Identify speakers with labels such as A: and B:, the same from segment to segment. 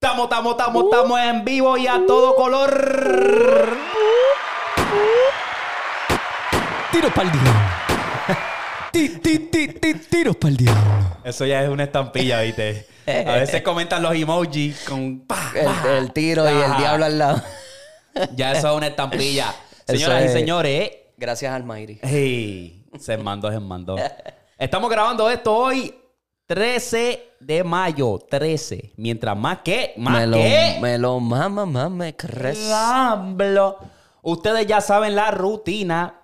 A: Estamos, estamos, estamos, estamos en vivo y a todo color.
B: Tiros para el diablo. Ti- ti- ti- ti- Tiros para el diablo.
A: Eso ya es una estampilla, ¿viste? A veces comentan los emojis con pa,
B: El,
A: pa.
B: el tiro y el
A: Ah.
B: diablo al lado.
A: Ya eso es una estampilla. Señoras
B: Eso es-
A: y señores,
B: Gracias al Mayri.
A: hey, se mandó, se mandó. Estamos grabando esto hoy, 13 de mayo, 13. Mientras más que, más Ah.
B: Me lo,
A: que...
B: me lo mama, mama, me crece.
A: Diablo. Ustedes ya saben la rutina.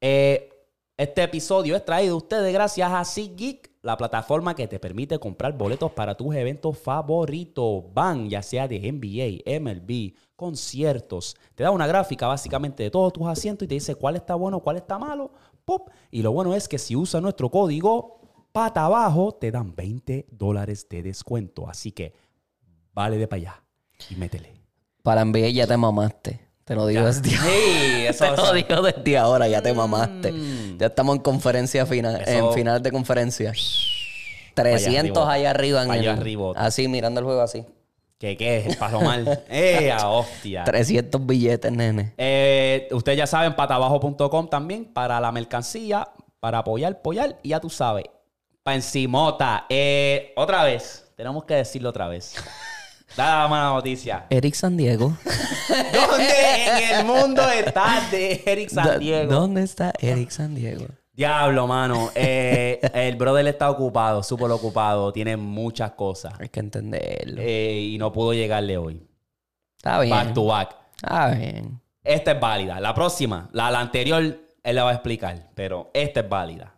A: Eh, este episodio es traído a ustedes gracias a SeatGeek, la plataforma que te permite comprar boletos para tus eventos favoritos. Van, ya sea de NBA, MLB, conciertos. Te da una gráfica básicamente de todos tus asientos y te dice cuál está bueno, cuál está malo. ¡Pop! Y lo bueno es que si usa nuestro código pata abajo, te dan 20 dólares de descuento. Así que vale de para allá y métele.
B: Para enviar ya te mamaste. Te lo digo desde
A: Sí, eso
B: Te lo
A: es.
B: digo desde ahora, ya te mamaste.
A: Mm.
B: Ya estamos en conferencia final,
A: Eso-
B: en finales de conferencia. 300
A: arriba.
B: allá arriba. en
A: Allá
B: el-
A: arriba.
B: Así, mirando el juego así.
A: ¿Qué, qué es? El palomar. ¡Eh, a hostia!
B: 300 billetes, nene.
A: Eh, ustedes ya saben, patabajo.com también para la mercancía, para apoyar, apoyar. Y ya tú sabes, pa' encimota. Eh, otra vez, tenemos que decirlo otra vez. Da la mala noticia.
B: Eric San Diego.
A: ¿Dónde en el mundo está de Eric San Diego?
B: ¿Dónde está Eric San Diego?
A: Diablo, mano. Eh, el brother está ocupado, súper ocupado. Tiene muchas cosas.
B: Hay que entenderlo.
A: Eh, y no pudo llegarle hoy.
B: Está bien.
A: Back to back.
B: Está bien.
A: Esta es válida. La próxima, la, la anterior, él la va a explicar, pero esta es válida.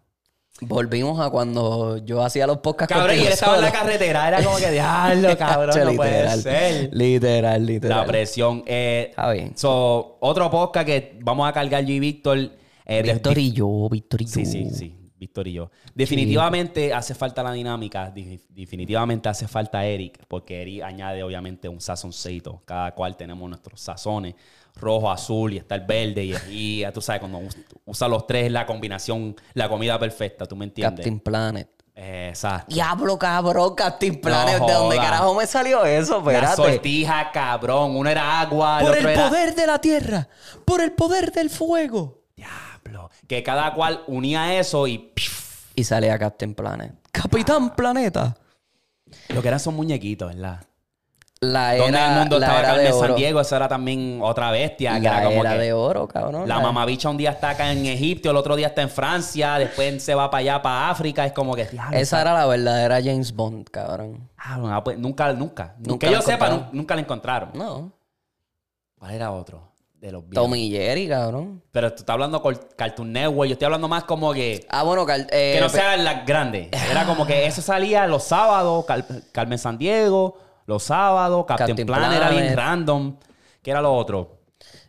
B: Volvimos a cuando yo hacía los podcasts
A: Cabrón, y
B: contigo
A: él estaba en la
B: solo.
A: carretera, era como que, diablo, cabrón, no puede
B: Literal.
A: ser.
B: Literal,
A: La
B: literal.
A: presión. eh,
B: Está bien.
A: so, otro podcast que vamos a cargar yo y Víctor. eh, de-
B: Víctor y yo, Víctor y yo.
A: Sí, sí, sí. Víctor y yo. Definitivamente hace falta la dinámica. di- Definitivamente hace falta Eric. Porque Eric añade, obviamente, un sazoncito. Cada cual tenemos nuestros sazones. Rojo, azul y está el verde. Y, y ya tú sabes, cuando us- usa los tres, la combinación, la comida perfecta. ¿Tú me entiendes?
B: Captain Planet.
A: Eh, Exacto.
B: Diablo, cabrón, Captain Planet. ¿De
A: joda.
B: dónde carajo me salió eso?
A: La
B: Pues Espérate.
A: sortija, cabrón. Uno era agua, el
B: Por el
A: otro era...
B: poder de la tierra. Por el poder del fuego.
A: Diablo. Que cada cual unía eso y...
B: Y salía Captain Planet. Capitán Planeta.
A: Lo que eran son muñequitos, ¿verdad?
B: La era,
A: Donde el mundo
B: la
A: estaba
B: era
A: Carmen
B: de oro.
A: San Diego, esa era también otra bestia. que
B: la
A: era como
B: era
A: que
B: de oro, cabrón.
A: La mamabicha un día está acá en Egipto, el otro día está en Francia, después se va para allá, para África. Es como que. diablo,
B: Esa era la verdadera James Bond, cabrón.
A: cabrón, ah, pues, nunca, nunca.
B: Nunca
A: que
B: la
A: yo sepa,
B: encontraron.
A: nun- nunca la encontraron.
B: No.
A: ¿Cuál era otro? De los viejos.
B: Tommy Jerry, cabrón.
A: Pero tú estás hablando con Cartoon Network, yo estoy hablando más como que.
B: Ah, bueno, cal- eh,
A: Que no
B: pe-
A: sean las grandes. Era como que eso salía los sábados, Cal- Carmen San Diego, los sábados, Captain,
B: Captain
A: Planet era bien
B: Planet.
A: random. ¿Qué era lo otro?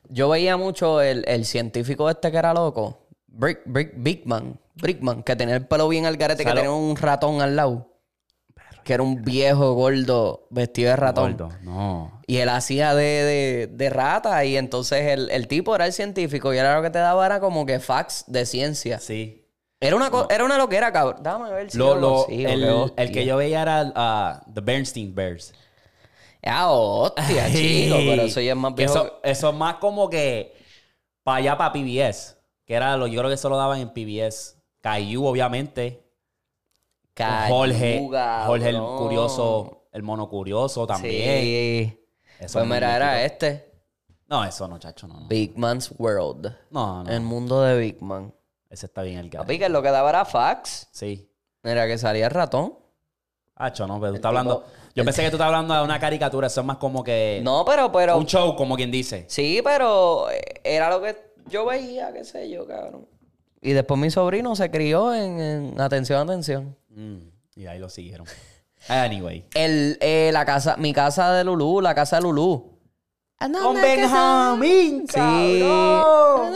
B: Yo veía mucho el, el científico este que era loco. Brick, Brick, Bigman. Brickman, que tenía el pelo bien al garete, que
A: Salo-
B: tenía un ratón al lado. Que era un viejo gordo vestido de ratón.
A: Gordo. No.
B: Y él hacía de, de- de rata y entonces el, el tipo era el científico y era lo que te daba era como que fax de ciencia.
A: Sí.
B: Era una, co- era una loquera, cabrón. Dame ver si
A: Lo-
B: lo
A: lo-
B: consigo,
A: el,
B: qué hostia.
A: el que yo veía era ah, The Bernstein Bears.
B: Ah, hostia, chico, pero eso ya es más
A: Que
B: viejo.
A: Eso, eso es más como que para allá, para PBS. Que era lo, yo creo que eso lo daban en PBS. Caillou, obviamente.
B: Cayuga,
A: Jorge. Jorge el
B: bro.
A: curioso, el mono curioso también.
B: Sí.
A: Eso
B: Pues
A: es
B: mira,
A: magnífico.
B: era este.
A: No, eso no, chacho, no. No,
B: Big Man's World.
A: no. no.
B: El mundo de Big Man.
A: Ese está bien el gato.
B: Papi, que lo que daba era fax.
A: Sí.
B: Mira, que salía el ratón.
A: Hacho, no, pero tú
B: El
A: estás hablando.
B: tipo-
A: Yo pensé que tú estás hablando de una caricatura. Eso es más como que.
B: No, pero, pero.
A: Eh, Un show, como quien dice.
B: Sí, pero eh, era lo que yo veía, qué sé yo, cabrón. Y después mi sobrino se crió en, en atención, atención.
A: Mm, y ahí lo siguieron. Anyway.
B: El, eh, la casa, mi casa de Lulú, la casa de Lulú.
A: Con Benjamín, cabrón.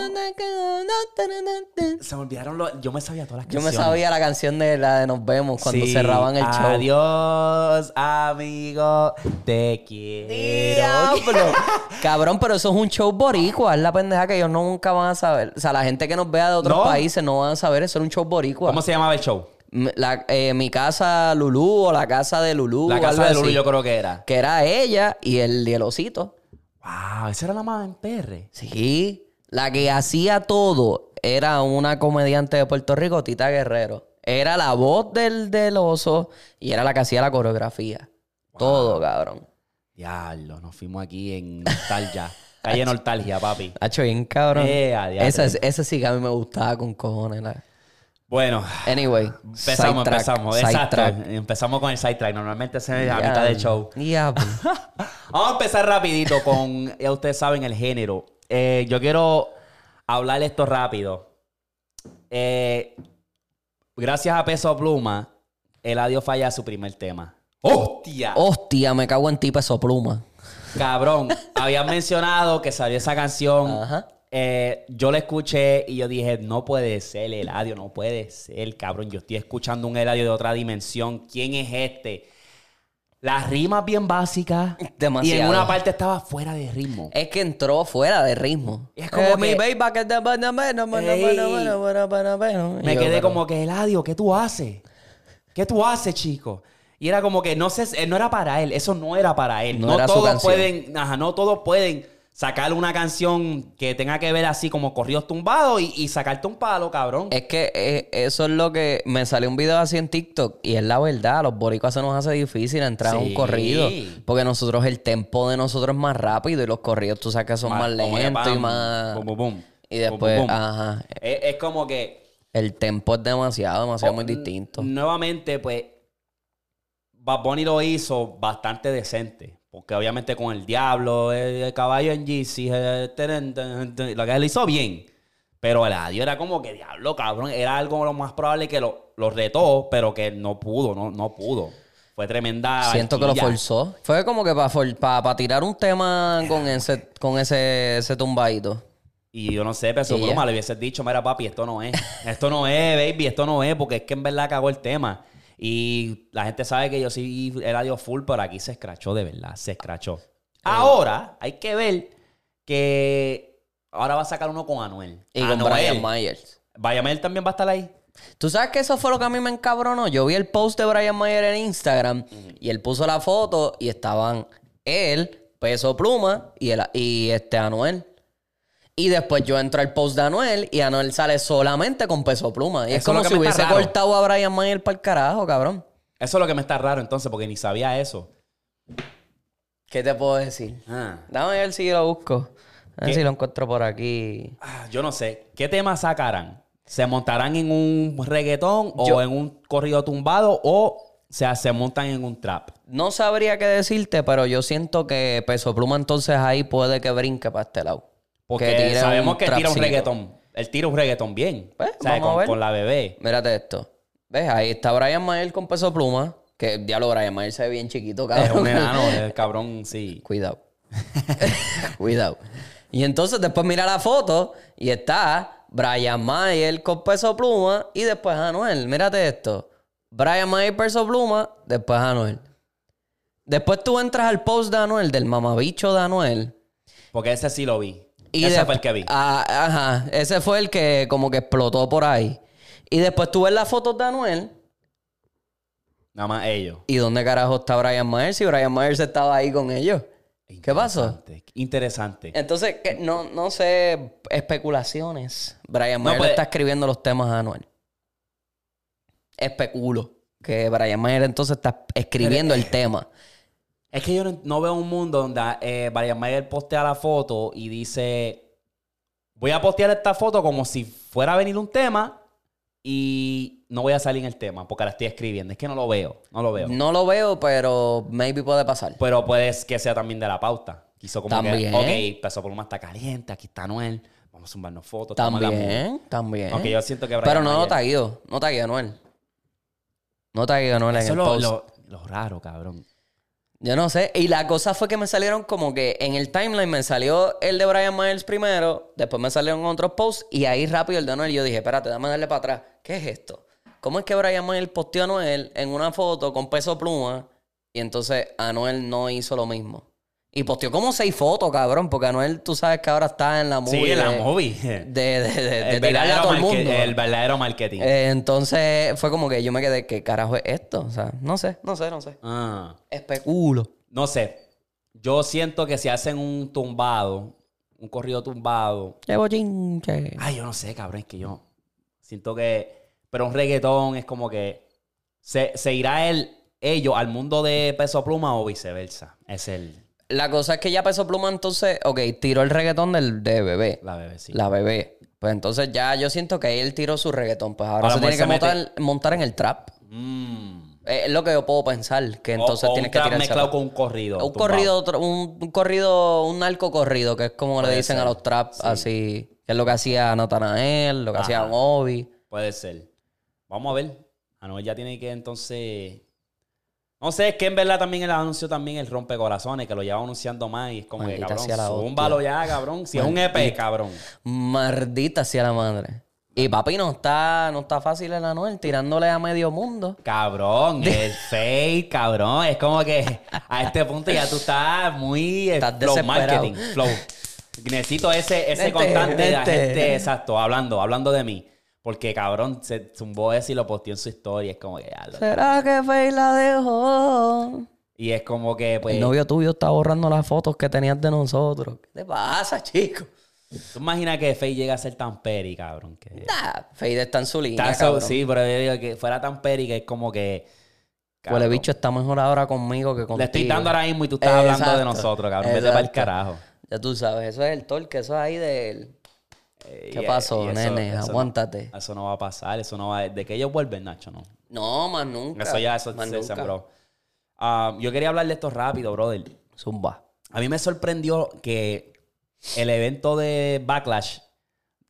B: Sí.
A: Se me olvidaron los... Yo me sabía todas las
B: Yo me
A: canciones.
B: sabía la canción de la de Nos vemos cuando
A: Sí.
B: cerraban el show.
A: Adiós, amigo. Te quiero.
B: Diablo. Cabrón, pero eso es un show boricua. Es la pendeja que ellos nunca van a saber. O sea, la gente que nos vea de otros
A: No.
B: países no van a saber. Eso era un show boricua.
A: ¿Cómo se llamaba el show?
B: M- la- eh, mi casa Lulú o la casa de Lulú.
A: La
B: o
A: casa
B: Uh, algo
A: de Lulu
B: así.
A: yo creo que era.
B: Que era ella y el, y el osito.
A: Wow, esa era la más en PR.
B: Sí. La que hacía todo era una comediante de Puerto Rico, Tita Guerrero. Era la voz del, del oso y era la que hacía la coreografía. Todo, cabrón.
A: Diablo, nos fuimos aquí en nostalgia. Calle nostalgia, papi.
B: Hacho bien, cabrón.
A: Eh, a diablo.
B: esa, es- esa sí que a mí me gustaba con cojones. la-
A: Bueno,
B: Anyway.
A: empezamos,
B: sidetrack,
A: empezamos. Exacto.
B: sidetrack.
A: Empezamos con el sidetrack. Normalmente se es a
B: Ya,
A: mitad del show.
B: ya, pues.
A: Vamos a empezar rapidito con, ya ustedes saben, el género. Eh, yo quiero hablar esto rápido. Eh, gracias a Peso Pluma, Eladio falla su primer tema. ¡Hostia!
B: Hostia, me cago en ti, peso pluma.
A: Cabrón, habían mencionado que salió esa canción.
B: Ajá.
A: Eh, yo la escuché y yo dije, no puede ser Eladio, no puede ser, cabrón. Yo estoy escuchando un Eladio de otra dimensión. ¿Quién es este? Las rimas bien básicas.
B: Demasiado.
A: Y en una parte estaba fuera de ritmo.
B: Es que entró fuera de ritmo.
A: Es como que-
B: mi baby que te va- no, no, no, no,
A: Ey.
B: no, no, no, no, no, no.
A: Me
B: Y yo,
A: quedé
B: pero-
A: como que, Eladio, ¿qué tú haces? ¿Qué tú haces, chico? Y era como que no sé, eh, no era para él, eso no era para él.
B: No
A: No,
B: era su
A: todos
B: canción.
A: pueden, ajá, no todos pueden sacar una canción que tenga que ver así como corridos tumbados y, y sacarte un palo, cabrón.
B: Es que eh, eso es lo que me salió un video así en TikTok y es la verdad, a los boricuas se nos hace difícil entrar a un
A: Sí.
B: corrido porque nosotros el tempo de nosotros es más rápido y los corridos tú sabes que son más
A: como que
B: lentos y
A: pam,
B: más
A: bum, bum, bum,
B: y
A: bum,
B: después, ah.
A: bum, bum.
B: ajá,
A: Es, es como que
B: el tempo es demasiado,
A: Oh,
B: demasiado muy distinto.
A: nuevamente, pues, Bad Bunny lo hizo bastante decente. Porque obviamente con el diablo, el, el caballo en GC, eh, teren, teren, teren, lo que él hizo bien. Pero el adiós era como que diablo, cabrón. Era algo lo más probable que lo, lo retó, pero que no pudo, no, no pudo. Fue tremenda.
B: Siento que lo
A: barquilla.
B: forzó. Fue como que para tirar un tema con ese con ese, ese tumbadito.
A: Y yo no sé, pero
B: Y ya.
A: broma, le hubieses dicho, mira papi, esto no es. Esto no es, baby, esto no es, porque es que en verdad cagó el tema. Y la gente sabe que yo sí era Dios full, pero aquí se escrachó de verdad, se escrachó.
B: Eh.
A: Ahora hay que ver que ahora va a sacar uno con Anuel.
B: Y con
A: Anuel.
B: Brian Myers.
A: Brian Mayer también va a estar ahí.
B: ¿Tú sabes que eso fue lo que a mí me encabronó? Yo vi el post de Brian Mayer en Instagram y él puso la foto y estaban él, Peso Pluma y, el- y este Anuel. Y después yo entro al post de Anuel y Anuel sale solamente con Peso Pluma. Y
A: Eso
B: es
A: es
B: como
A: lo que
B: si
A: me está
B: hubiese
A: raro.
B: cortado a Brian Mayer para el carajo, cabrón.
A: Eso es lo que me está raro entonces, porque ni sabía eso.
B: ¿Qué te puedo decir? Dame a ver si lo busco. A ver
A: ¿Qué?
B: si lo encuentro por aquí.
A: Ah, Yo no sé, ¿qué temas sacarán? ¿Se montarán en un reggaetón o
B: Yo-
A: en un corrido tumbado o sea, se montan en un trap?
B: No sabría qué decirte, pero yo siento que Peso Pluma entonces ahí puede que brinque para este lado.
A: Porque
B: tire
A: sabemos que tira un
B: trapcito.
A: reggaetón. Él tira un reggaetón bien.
B: Pues,
A: O sea,
B: vamos a
A: con,
B: ver.
A: con la bebé.
B: Mírate esto. ¿Ves? Ahí está Brian Mayer con Peso Pluma. Que diablo, Brian Mayer se ve bien chiquito, cabrón.
A: Es un enano, el cabrón, sí.
B: Cuidado. Cuidado. Y entonces después mira la foto y está Brian Mayer con peso pluma y después Anuel. Mírate esto. Brian Mayer peso pluma, después Anuel. Después tú entras al post de Anuel, del mamabicho de Anuel.
A: Porque ese sí lo vi.
B: Y
A: ese
B: de-
A: fue el que vi.
B: Ah, ajá, ese fue el que como que explotó por ahí. Y después tú ves las fotos de Anuel
A: Nada más ellos.
B: ¿Y dónde carajo está Brian Myers? Si Brian Myers estaba ahí con ellos. ¿Qué pasó?
A: Interesante. Interesante.
B: Entonces, que no, no sé, especulaciones. Brian
A: No,
B: Myers le
A: pues-
B: está escribiendo los temas a Anuel. Especulo que Brian Myers entonces está escribiendo el tema.
A: Es que yo no, no veo un mundo donde eh, Brian Mayer postea la foto y dice: Voy a postear esta foto como si fuera a venir un tema y no voy a salir en el tema porque la estoy escribiendo. Es que no lo veo. No lo veo.
B: No lo veo, pero maybe puede pasar.
A: Pero puede que sea también de la pauta. Quiso como
B: También.
A: que, ok, Peso Pluma está caliente, aquí está Noel, vamos a zumbarnos fotos. estamos en la mood.
B: También, también.
A: Aunque yo siento que Brian
B: pero no lo
A: Mayer-
B: taguió. No taguió a Anuel. No taguió a Anuel en
A: Eso
B: el
A: es lo,
B: post.
A: lo, lo raro, cabrón.
B: Yo no sé. Y la cosa fue que me salieron como que en el timeline me salió el de Brian Myers primero, después me salieron otros posts y ahí rápido el de Noel. Yo dije, espérate, dame darle para atrás. ¿Qué es esto? ¿Cómo es que Brian Myers posteó a Noel en una foto con peso pluma y entonces Anuel no hizo lo mismo? Y posteó como seis fotos, cabrón, porque Anuel, tú sabes que ahora está en la movie.
A: Sí, en la
B: de-
A: movie.
B: De, de, de- de
A: el,
B: tirarle a
A: verdadero
B: todo el
A: marque-
B: mundo.
A: el verdadero marketing.
B: Eh, entonces fue como que yo me quedé, ¿qué carajo es esto? O sea, no sé, no sé, no sé.
A: Ah.
B: Especulo.
A: No sé. Yo siento que si hacen un tumbado, un corrido tumbado.
B: Llevo chinche.
A: Ay, yo no sé, cabrón, es que yo siento que. Pero un reggaetón es como que. ¿Se, se irá el, ellos al mundo de peso pluma o viceversa? Es el.
B: La cosa es que ya Peso Pluma entonces, ok, tiró el reggaetón del, de bebé,
A: La bebecita.
B: la bebé. Pues entonces ya yo siento que él tiró su reggaetón, pues ahora
A: Ahora
B: se
A: pues
B: tiene que
A: se mete-
B: montar, montar en el trap.
A: Mm.
B: Eh, Es lo que yo puedo pensar, que
A: O-
B: entonces
A: o
B: tiene
A: un
B: que
A: trap
B: tirar el
A: mezclado
B: trap.
A: con un corrido.
B: un
A: tumbado.
B: corrido, otro- un, un corrido, un narco corrido, que es como le
A: Puede
B: dicen a
A: ser,
B: los trap, así, que es lo que hacía Natanael, lo que
A: Ajá.
B: hacía Obi.
A: Puede ser. Vamos a ver. Anuel ya tiene que entonces. No sé, es que en verdad también el anuncio también el rompecorazones, que lo lleva anunciando más y es como
B: Maldita
A: que cabrón,
B: sea la hostia.
A: zúmbalo ya, cabrón. Si es un EP, cabrón.
B: Mardita sea la madre. Y papi, no está, no está fácil el Anuel tirándole a medio mundo.
A: Cabrón, el fake, cabrón. Es como que a este punto ya tú estás muy eh,
B: Estás
A: flow
B: desesperado.
A: marketing. Flow. Necesito ese, ese
B: Vente,
A: constante de la
B: vente.
A: gente, exacto, hablando, hablando de mí. Porque cabrón, se zumbó ese y lo posteó en su historia. Es como que ya lo-
B: ¿Será que Faye la dejó?
A: Y es como que, pues.
B: El novio tuyo está borrando las fotos que tenías de nosotros. ¿Qué te pasa, chico?
A: ¿Tú imaginas que Faye llega a ser tan peri, cabrón? Que...
B: Nah, Fade está en su línea,
A: Está so-
B: cabrón.
A: sí, pero yo digo que fuera tan peri que es como que...
B: Huele
A: cabrón,
B: bicho está mejor ahora conmigo que contigo.
A: Le estoy dando ahora mismo y tú estás
B: Exacto.
A: hablando de nosotros, cabrón. Vete para el
B: Exacto.
A: carajo.
B: Ya tú sabes, eso es el torque, eso es ahí del...
A: Eh,
B: ¿Qué
A: y-
B: pasó,
A: y
B: nene?
A: eso no-
B: Aguántate.
A: Eso no, va a pasar, eso no va... De que ellos vuelven, Nacho, no.
B: No, más nunca.
A: Eso ya eso
B: más
A: se
B: nunca.
A: sembró. Ah, yo quería hablar de esto rápido, brother.
B: Zumba.
A: A mí me sorprendió que el evento de Backlash,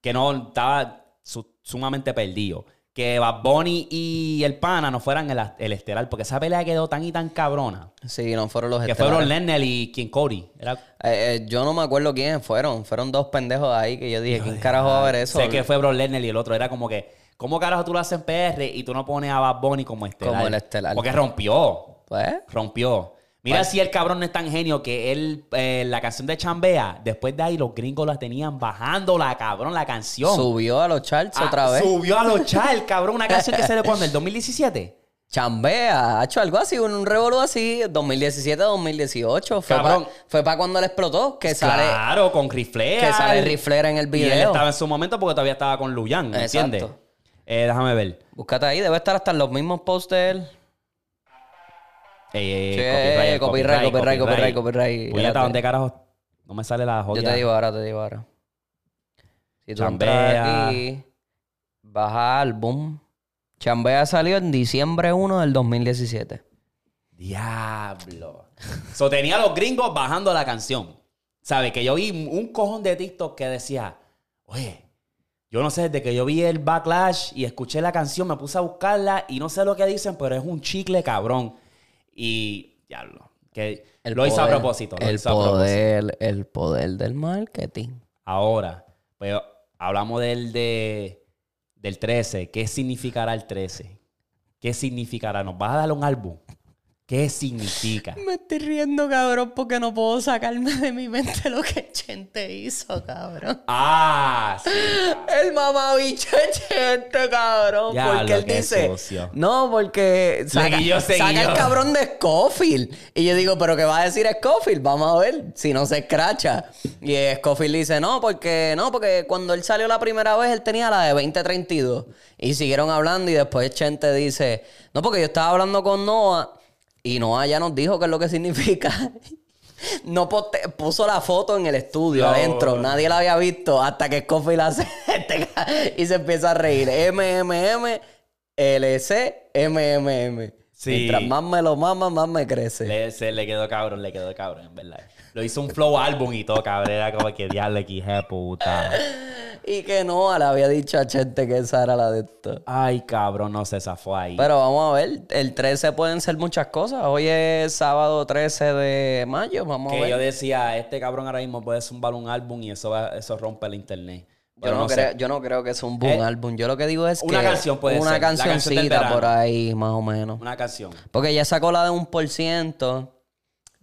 A: que no estaba su- sumamente perdido, que Bad Bunny y el Pana no fueran el, el estelar, porque esa pelea quedó tan y tan cabrona.
B: Sí, no fueron los
A: Que
B: estelares.
A: fueron Lennel y King Cody. Era-
B: Eh, eh, yo no me acuerdo quiénes fueron. Fueron dos pendejos ahí que yo dije, ¿quién carajo va a ver eso?
A: "Ah, Sé que fue Bro Lennel y el otro. Era como que, ¿cómo carajo tú lo haces en PR y tú no pones a Bad Bunny como estelar?
B: Como el estelar.
A: Porque rompió.
B: Pues,
A: Rompió. Mira si el cabrón es tan genio que él, eh, la canción de Chambea, después de ahí los gringos la tenían bajando la cabrón, la canción.
B: subió a los charts
A: Ah,
B: otra vez.
A: Subió a los char, cabrón, una canción que se le cuando, el 2017.
B: Chambea, ha hecho algo así, un, un revolú así, 2017, 2018. Fue
A: Cabrón.
B: para fue pa cuando le explotó, que sale,
A: claro, con riflea.
B: que sale riflera en
A: Y
B: el
A: él
B: video.
A: estaba en su momento porque todavía estaba con Luyan, ¿me
B: Exacto.
A: entiendes? Eh, déjame ver.
B: Búscate ahí, debe estar hasta en los mismos posts de él.
A: Eh, eh,
B: Sí, copyright, copyright, copyright, copyright.
A: Puñeta,
B: Espérate.
A: ¿dónde carajo? No me sale la
B: Yo
A: jodida.
B: te digo ahora, te digo ahora. Si tú
A: Chambea.
B: entras aquí, baja álbum. Chambea salió en diciembre 1 del 2017.
A: Diablo. So tenía a los gringos bajando la canción. ¿Sabes? Que yo vi un cojón de TikTok que decía, oye, yo no sé, desde que yo vi el backlash y escuché la canción, me puse a buscarla y no sé lo que dicen, pero es un chicle cabrón. Y diablo. Que lo hizo a
B: poder-
A: propósito. Lo
B: El
A: hizo a propósito.
B: poder, el poder del marketing.
A: Ahora, pues hablamos del, de, del 13. ¿Qué significará el 13? ¿Qué significará? ¿Nos vas a dar un álbum? ¿Qué significa?
B: Me estoy riendo, cabrón, porque no puedo sacarme de mi mente lo que Chente hizo, cabrón.
A: Ah, sí.
B: El mamabicho de Chente, cabrón.
A: Ya,
B: porque
A: lo
B: él
A: que
B: dice.
A: sucio.
B: No, porque saca,
A: guilló, se
B: saca
A: guilló.
B: el cabrón de Scofield. Y yo digo, ¿pero qué va a decir Scofield? Vamos a ver si no se escracha. Y eh, Scofield dice, no, porque no, porque cuando él salió la primera vez, él tenía la de 2032. Y siguieron hablando. Y después Chente dice, no, porque yo estaba hablando con Noah. Y Noah ya nos dijo qué es lo que significa. No poste- puso la foto en el estudio
A: No.
B: adentro, nadie la había visto hasta que Scofield hace este ca- y se empieza a reír. MMM, LC, MMM.
A: Sí.
B: Mientras más me lo mama, más me crece.
A: Le, se, le quedó cabrón, le quedó cabrón, en verdad. Lo hizo un flow álbum y todo, cabrón. Era como que diablo aquí, hija de puta.
B: Y que no, le había dicho a Chente que esa era la de esto.
A: Ay, cabrón, no se zafó ahí.
B: Pero vamos a ver, el 13 pueden ser muchas cosas. Hoy es sábado 13 de mayo, vamos a
A: que
B: ver.
A: yo decía, este cabrón ahora mismo puede zumbar un álbum y eso, va- eso rompe el internet.
B: Yo
A: Pero
B: no,
A: sé.
B: creo, yo no creo que sea un boom
A: Eh,
B: álbum. Yo lo que digo es
A: una
B: que.
A: canción puede ser,
B: Una
A: la canción del
B: cancioncita
A: verano.
B: por ahí, más o menos.
A: Una canción.
B: Porque ya sacó la de un por ciento.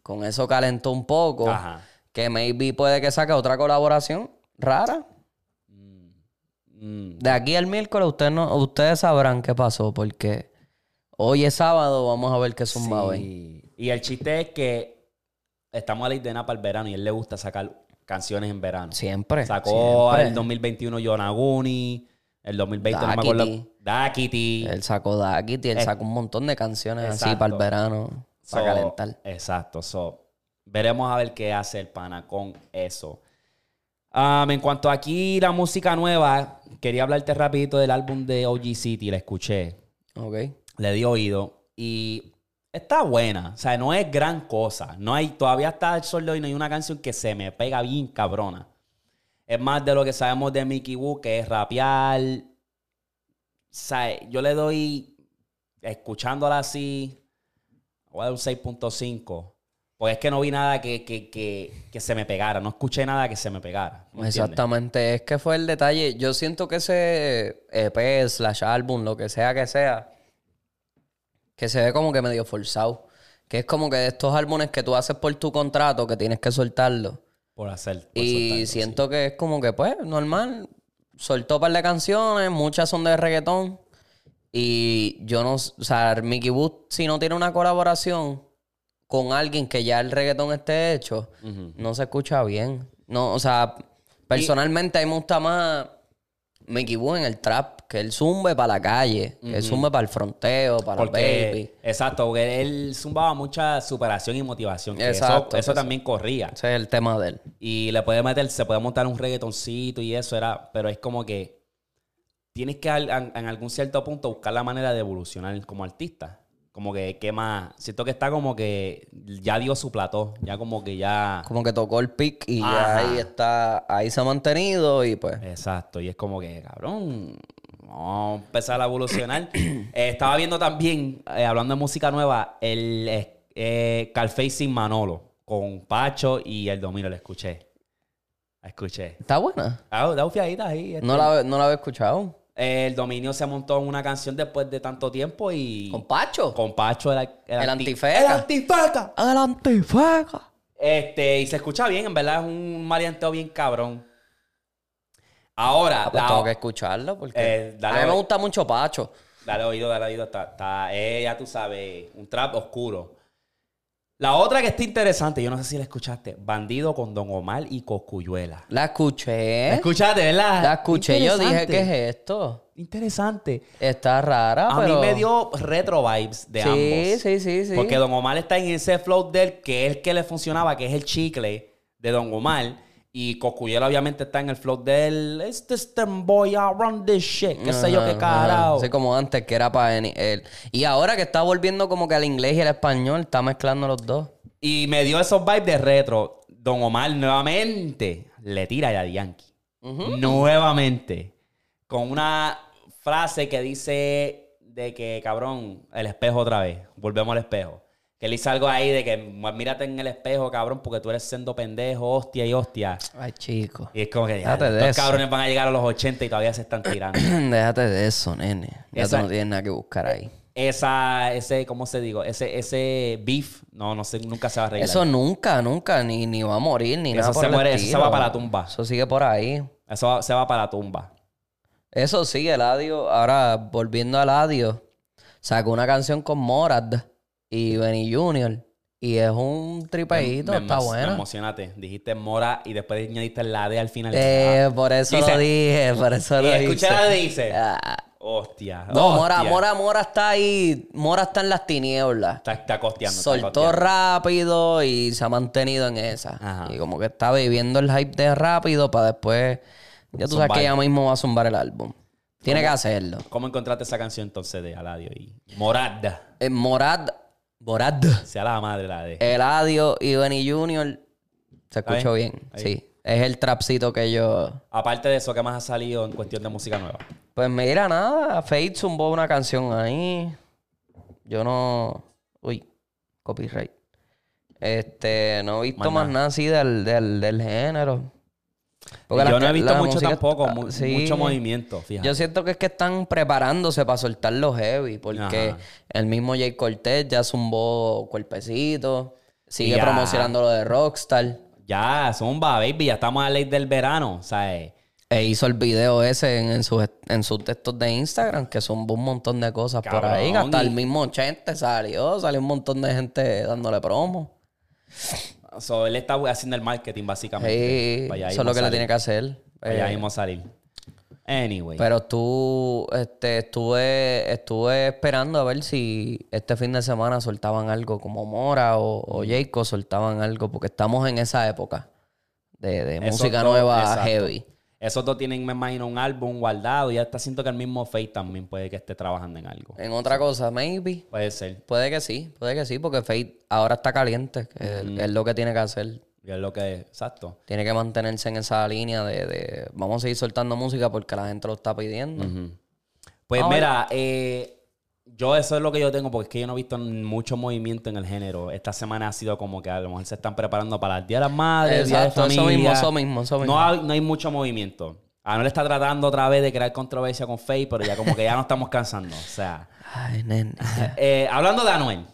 B: Con eso calentó un poco.
A: Ajá.
B: Que maybe puede que saque otra colaboración rara.
A: Mm.
B: De aquí al miércoles ustedes, no, ustedes sabrán qué pasó. Porque hoy es sábado, vamos a ver qué zumba hoy.
A: Sí. Y el chiste es que estamos a la idea para el verano y a él le gusta sacar canciones en verano.
B: Siempre.
A: Sacó
B: siempre.
A: el 2021 Yonaguni, el 2020 no me acuerdo.
B: Dakiti.
A: Dakiti.
B: Él sacó Daquiti, él sacó un montón de canciones así
A: Eh. Exacto.
B: para el verano. Para
A: So,
B: calentar.
A: Exacto. So, veremos a ver qué hace el pana con eso. Um, en cuanto a aquí la música nueva, quería hablarte rapidito del álbum de OG City. La escuché,
B: Ok.
A: le di oído y está buena. O sea, no es gran cosa. No hay, todavía está el sol de hoy, no hay una canción que se me pega bien cabrona. Es más de lo que sabemos de Mickey Wu, que es rapear. O sea, yo le doy, escuchándola así, voy a dar un 6.5. Porque es que no vi nada que, que, que, que se me pegara. No escuché nada que se me pegara. ¿me entiendes?
B: Exactamente, es que fue el detalle. Yo siento que ese EP, slash álbum, lo que sea que sea, que se ve como que medio forzado. Que es como que de estos álbumes que tú haces por tu contrato, que tienes que soltarlo.
A: Por hacer. por
B: y
A: soltarlo, sí.
B: siento que es como que, pues, normal. Soltó un par de canciones, muchas son de reggaetón. Y yo no, s- o sea, Mickey Wood, si no tiene una colaboración con alguien que ya el reggaetón esté hecho, no se escucha bien. No, o sea, personalmente a mí me gusta más Mickey Wood en el trap, que él zumbe para la calle, que él zumbe para el fronteo, para el baby.
A: Porque, exacto, porque él zumbaba mucha superación y motivación. que eso- eso,
B: Exacto, exacto.
A: también corría.
B: Ese es el tema de él.
A: Y le puede meter, se puede montar un reggaetoncito y eso era, pero es como que tienes que al- en, en algún cierto punto buscar la manera de evolucionar como artista. Como que, ¿qué más? Siento que está como que ya dio su plató, ya como que ya...
B: Como que tocó el pick y ya
A: Ajá. Eh.
B: ahí está, ahí se ha mantenido y pues.
A: Exacto, y es como que, cabrón, vamos a empezar a evolucionar. Eh, estaba viendo también, eh, hablando de música nueva, el eh, eh, Calface sin Manolo, con Pacho y el Domino, la escuché. La escuché. Ah,
B: Está buena.
A: Da, da un fiadita ahí. este.
B: No la, no la había escuchado.
A: Eh, el Dominio se montó en una canción después de tanto tiempo y...
B: ¿Con Pacho?
A: con Pacho, el,
B: El
A: anti-
B: antifeca.
A: ¡El antifeca!
B: Adelante, fuega.
A: Este, y se escucha bien, en verdad es un maleanteo bien cabrón. Ahora,
B: Ah, pues
A: la-
B: tengo que escucharlo porque
A: Eh, dale,
B: a mí me
A: oye.
B: gusta mucho Pacho.
A: Dale oído, dale oído. Está, está, eh, ya tú sabes, un trap oscuro. La otra que está interesante, yo no sé si la escuchaste, Bandido con Don Omar y Coscuyuela.
B: La escuché.
A: La escuchaste, ¿verdad?
B: ¿Eh? La escuché. Yo dije,
A: Interesante,
B: ¿qué es esto?
A: Interesante.
B: Está rara,
A: A
B: pero...
A: mí me dio retro vibes de
B: Sí,
A: ambos.
B: sí, sí, sí.
A: Porque Don Omar está en ese flow del que es el que le funcionaba, que es el chicle de Don Omar. Y Coscuyuela obviamente está en el flow del It's the stem boy, I run this shit. Qué sé yo, qué
B: Ajá,
A: carajo.
B: ajá. Sí, como antes, que era para él. Y ahora que está volviendo como que al inglés y el español, está mezclando los dos.
A: Y me dio esos vibes de retro. Don Omar nuevamente le tira a Daddy Yankee. Nuevamente. Con una frase que dice de que, cabrón, el espejo otra vez. Volvemos al espejo. Que le hice algo ahí de que "Pues mírate en el espejo, cabrón, porque tú eres siendo pendejo, hostia y hostia.
B: Ay, chico.
A: Y es como que
B: Date de
A: los
B: eso.
A: cabrones van a llegar a los 80 y todavía se están tirando.
B: Déjate de eso, nene. Ya tú
A: Esa-
B: no tienes nada que buscar ahí.
A: Esa, ese, ¿cómo se digo? Ese, ese beef, no, no sé, nunca se va a arreglar.
B: Eso nunca, nunca, ni, ni va a morir, ni
A: Eso
B: nada.
A: se
B: por el
A: muere, eso se
B: estilo.
A: va para la tumba.
B: Eso sigue por ahí.
A: Eso va- se va para la tumba.
B: Eso sí, Eladio, ahora volviendo a Eladio, sacó una canción con Morad y Benny Junior. Y es un tripeíto,
A: Me
B: está
A: emo- Me
B: bueno.
A: emocionaste. Dijiste Mora y después añadiste la D al final.
B: Eh, por eso
A: Dice-
B: lo dije, por eso
A: y
B: lo
A: escuché la D
B: dije.
A: dice.
B: Ah.
A: Hostia.
B: No,
A: hostia.
B: Mora, Mora, Mora está ahí, Mora está en las tinieblas.
A: Está, está costeando. está
B: Soltó
A: costeando.
B: rápido y se ha mantenido en esa.
A: Ajá.
B: Y como que está viviendo el hype de rápido para después. Ya tú sabes
A: Zumbar.
B: que ella mismo va a zumbar el álbum. Tiene que hacerlo.
A: ¿Cómo encontraste esa canción entonces de Aladio y Morada?
B: Eh, Morad. Morad.
A: Sea la madre la
B: Eh.
A: de.
B: Eladio y Benny Jr. Se
A: ¿Está
B: escuchó
A: bien?
B: bien.
A: Ahí.
B: Sí. Es el trapcito que yo.
A: Aparte de eso, ¿qué más ha salido en cuestión de música nueva?
B: Pues mira, nada. Fade zumbó una canción ahí. Yo no. Uy, copyright. Este, no he visto
A: Más
B: más nada así del, del, del género.
A: Yo
B: las
A: no he
B: ca-
A: visto
B: la
A: mucho
B: música-
A: tampoco, mu-
B: sí.
A: mucho movimiento, fíjate.
B: Yo siento que es que están preparándose para soltar los heavy, porque
A: Ajá.
B: el mismo Jay Cortez ya zumbó cuerpecito, sigue
A: Ya.
B: promocionando lo de Rockstar,
A: Ya, zumba, baby, ya estamos a la ley del verano, eh, ¿sabes?
B: e hizo el video ese en, en sus, en sus textos de Instagram, que zumbó un montón de cosas por
A: Cabrón,
B: ahí, que hasta
A: y-
B: el mismo Chente salió, salió un montón de gente dándole promo.
A: So, él está haciendo el marketing, básicamente.
B: Sí,
A: Para allá
B: eso es lo
A: mismo
B: que le
A: salir.
B: tiene que hacer.
A: Para allá
B: Eh,
A: mismo salir. Anyway.
B: Pero tú, este, estuve, estuve esperando a ver si este fin de semana soltaban algo como Mora o, o Jayco soltaban algo, porque estamos en esa época de, de
A: Esos
B: música
A: dos,
B: nueva
A: exacto.
B: heavy.
A: Esos dos tienen, me imagino, un álbum guardado. Y hasta siento que el mismo Faith también puede que esté trabajando en algo.
B: En otra cosa, maybe.
A: Puede ser.
B: Puede que sí, puede que sí, porque Fate ahora está caliente. que es- Es lo que tiene que hacer.
A: Y es lo que Exacto.
B: Tiene que mantenerse en esa línea de, de vamos a seguir soltando música porque la gente lo está pidiendo.
A: Pues mira, eh, yo eso es lo que yo tengo, porque es que yo no he visto mucho movimiento en el género. Esta semana ha sido como que a lo mejor se están preparando para el Día de las Madres, Día de
B: Exacto, eso
A: Familia.
B: mismo, eso mismo, eso mismo.
A: No hay, no hay mucho movimiento. Anuel está tratando otra vez de crear controversia con Faith, pero ya como que ya no estamos cansando. O sea,
B: Ay, nene.
A: Eh, hablando de Anuel,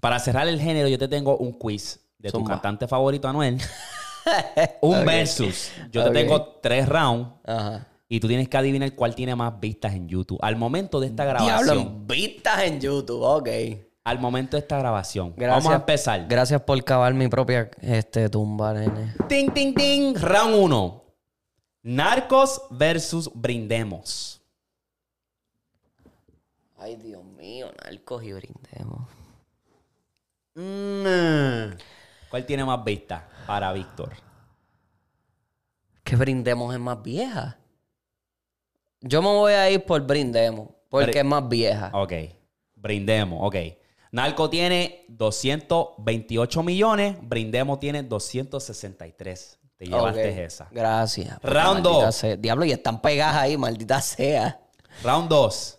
A: para cerrar el género, yo te tengo un quiz de tu
B: Zumba.
A: cantante favorito, Anuel. un versus. Yo
B: Ok.
A: te tengo tres rounds
B: Ajá.
A: y tú tienes que adivinar cuál tiene más vistas en YouTube. Al momento de esta grabación.
B: Diablo, vistas en YouTube, ok.
A: Al momento de esta grabación.
B: Gracias.
A: Vamos a empezar.
B: Gracias por cavar mi propia este, tumba, nene.
A: Ting, ting, ting. Round 1. Narcos versus Brindemos.
B: Ay, Dios mío, narcos y brindemos. Mm.
A: ¿Cuál tiene más vistas para Víctor?
B: Que brindemos es más vieja. Yo me voy a ir por brindemos, porque
A: Pero-
B: es más vieja.
A: Ok. Brindemos, ok. Narco tiene 228 millones, Brindemos tiene 263. Te llevaste
B: Ok,
A: esa.
B: Gracias. porque
A: Round
B: maldita
A: dos.
B: sea- Diablo, y están pegadas ahí, maldita sea.
A: Round 2.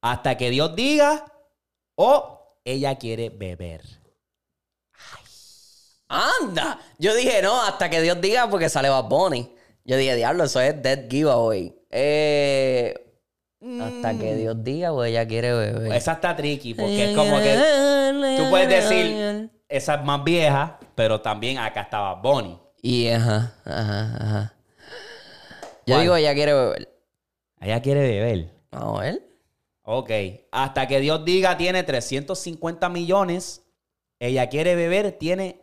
A: Hasta que Dios diga o ella quiere beber.
B: ¡Anda! Yo dije, no, hasta que Dios diga, porque sale Bad Bunny. Yo dije, diablo, eso es Dead Giveaway. Eh, Hasta que Dios diga, pues ella quiere beber.
A: Esa está tricky porque es como que tú puedes decir, esa es más vieja, pero también acá estaba Bonnie.
B: Y ajá, ajá, ajá. Yo
A: ¿Cuál?
B: digo, ella quiere beber.
A: Ella quiere beber.
B: Vamos a ver.
A: Ok. Hasta que Dios diga tiene 350 millones. Ella quiere beber, tiene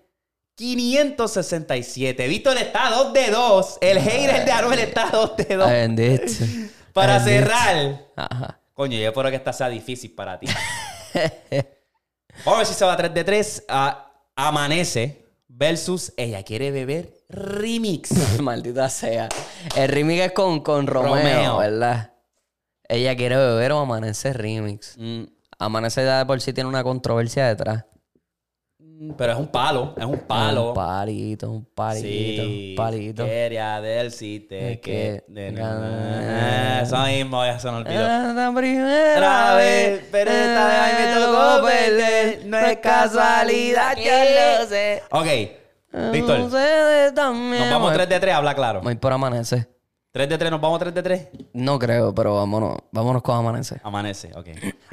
A: 567. Víctor está 2 de 2. El hater de Anuel está 2 de 2.
B: Ay, Ah, bendito.
A: Para
B: ay, Dios.
A: cerrar.
B: Ajá.
A: Coño, yo espero que esta sea difícil para ti. Vamos a ver si se va 3 de 3. a amanece versus Ella quiere beber remix.
B: Maldita sea. El remix es con, con Romeo,
A: Romeo.
B: ¿verdad? Ella quiere beber o amanecer remix.
A: Mm,
B: Amanecer ya de por sí tiene una controversia detrás.
A: Pero es un palo, es un
B: Un
A: palo.
B: palito, un palito, un palito.
A: Quería del si te
B: Es que-
A: que. de- na- na- na- Eso mismo, ya se me olvidó.
B: Era Eh, la primera eh,
A: Otra vez, pero esta vez ay, me tocó perder. No es casualidad, yo lo
B: sé.
A: Ok, Víctor, nos
B: Ustedes también.
A: vamos
B: Voy-
A: 3 de 3, habla claro.
B: Voy por amanecer.
A: 3 de 3, nos vamos 3 de 3.
B: No creo, pero vámonos, vámonos con amanecer.
A: Amanece, ok.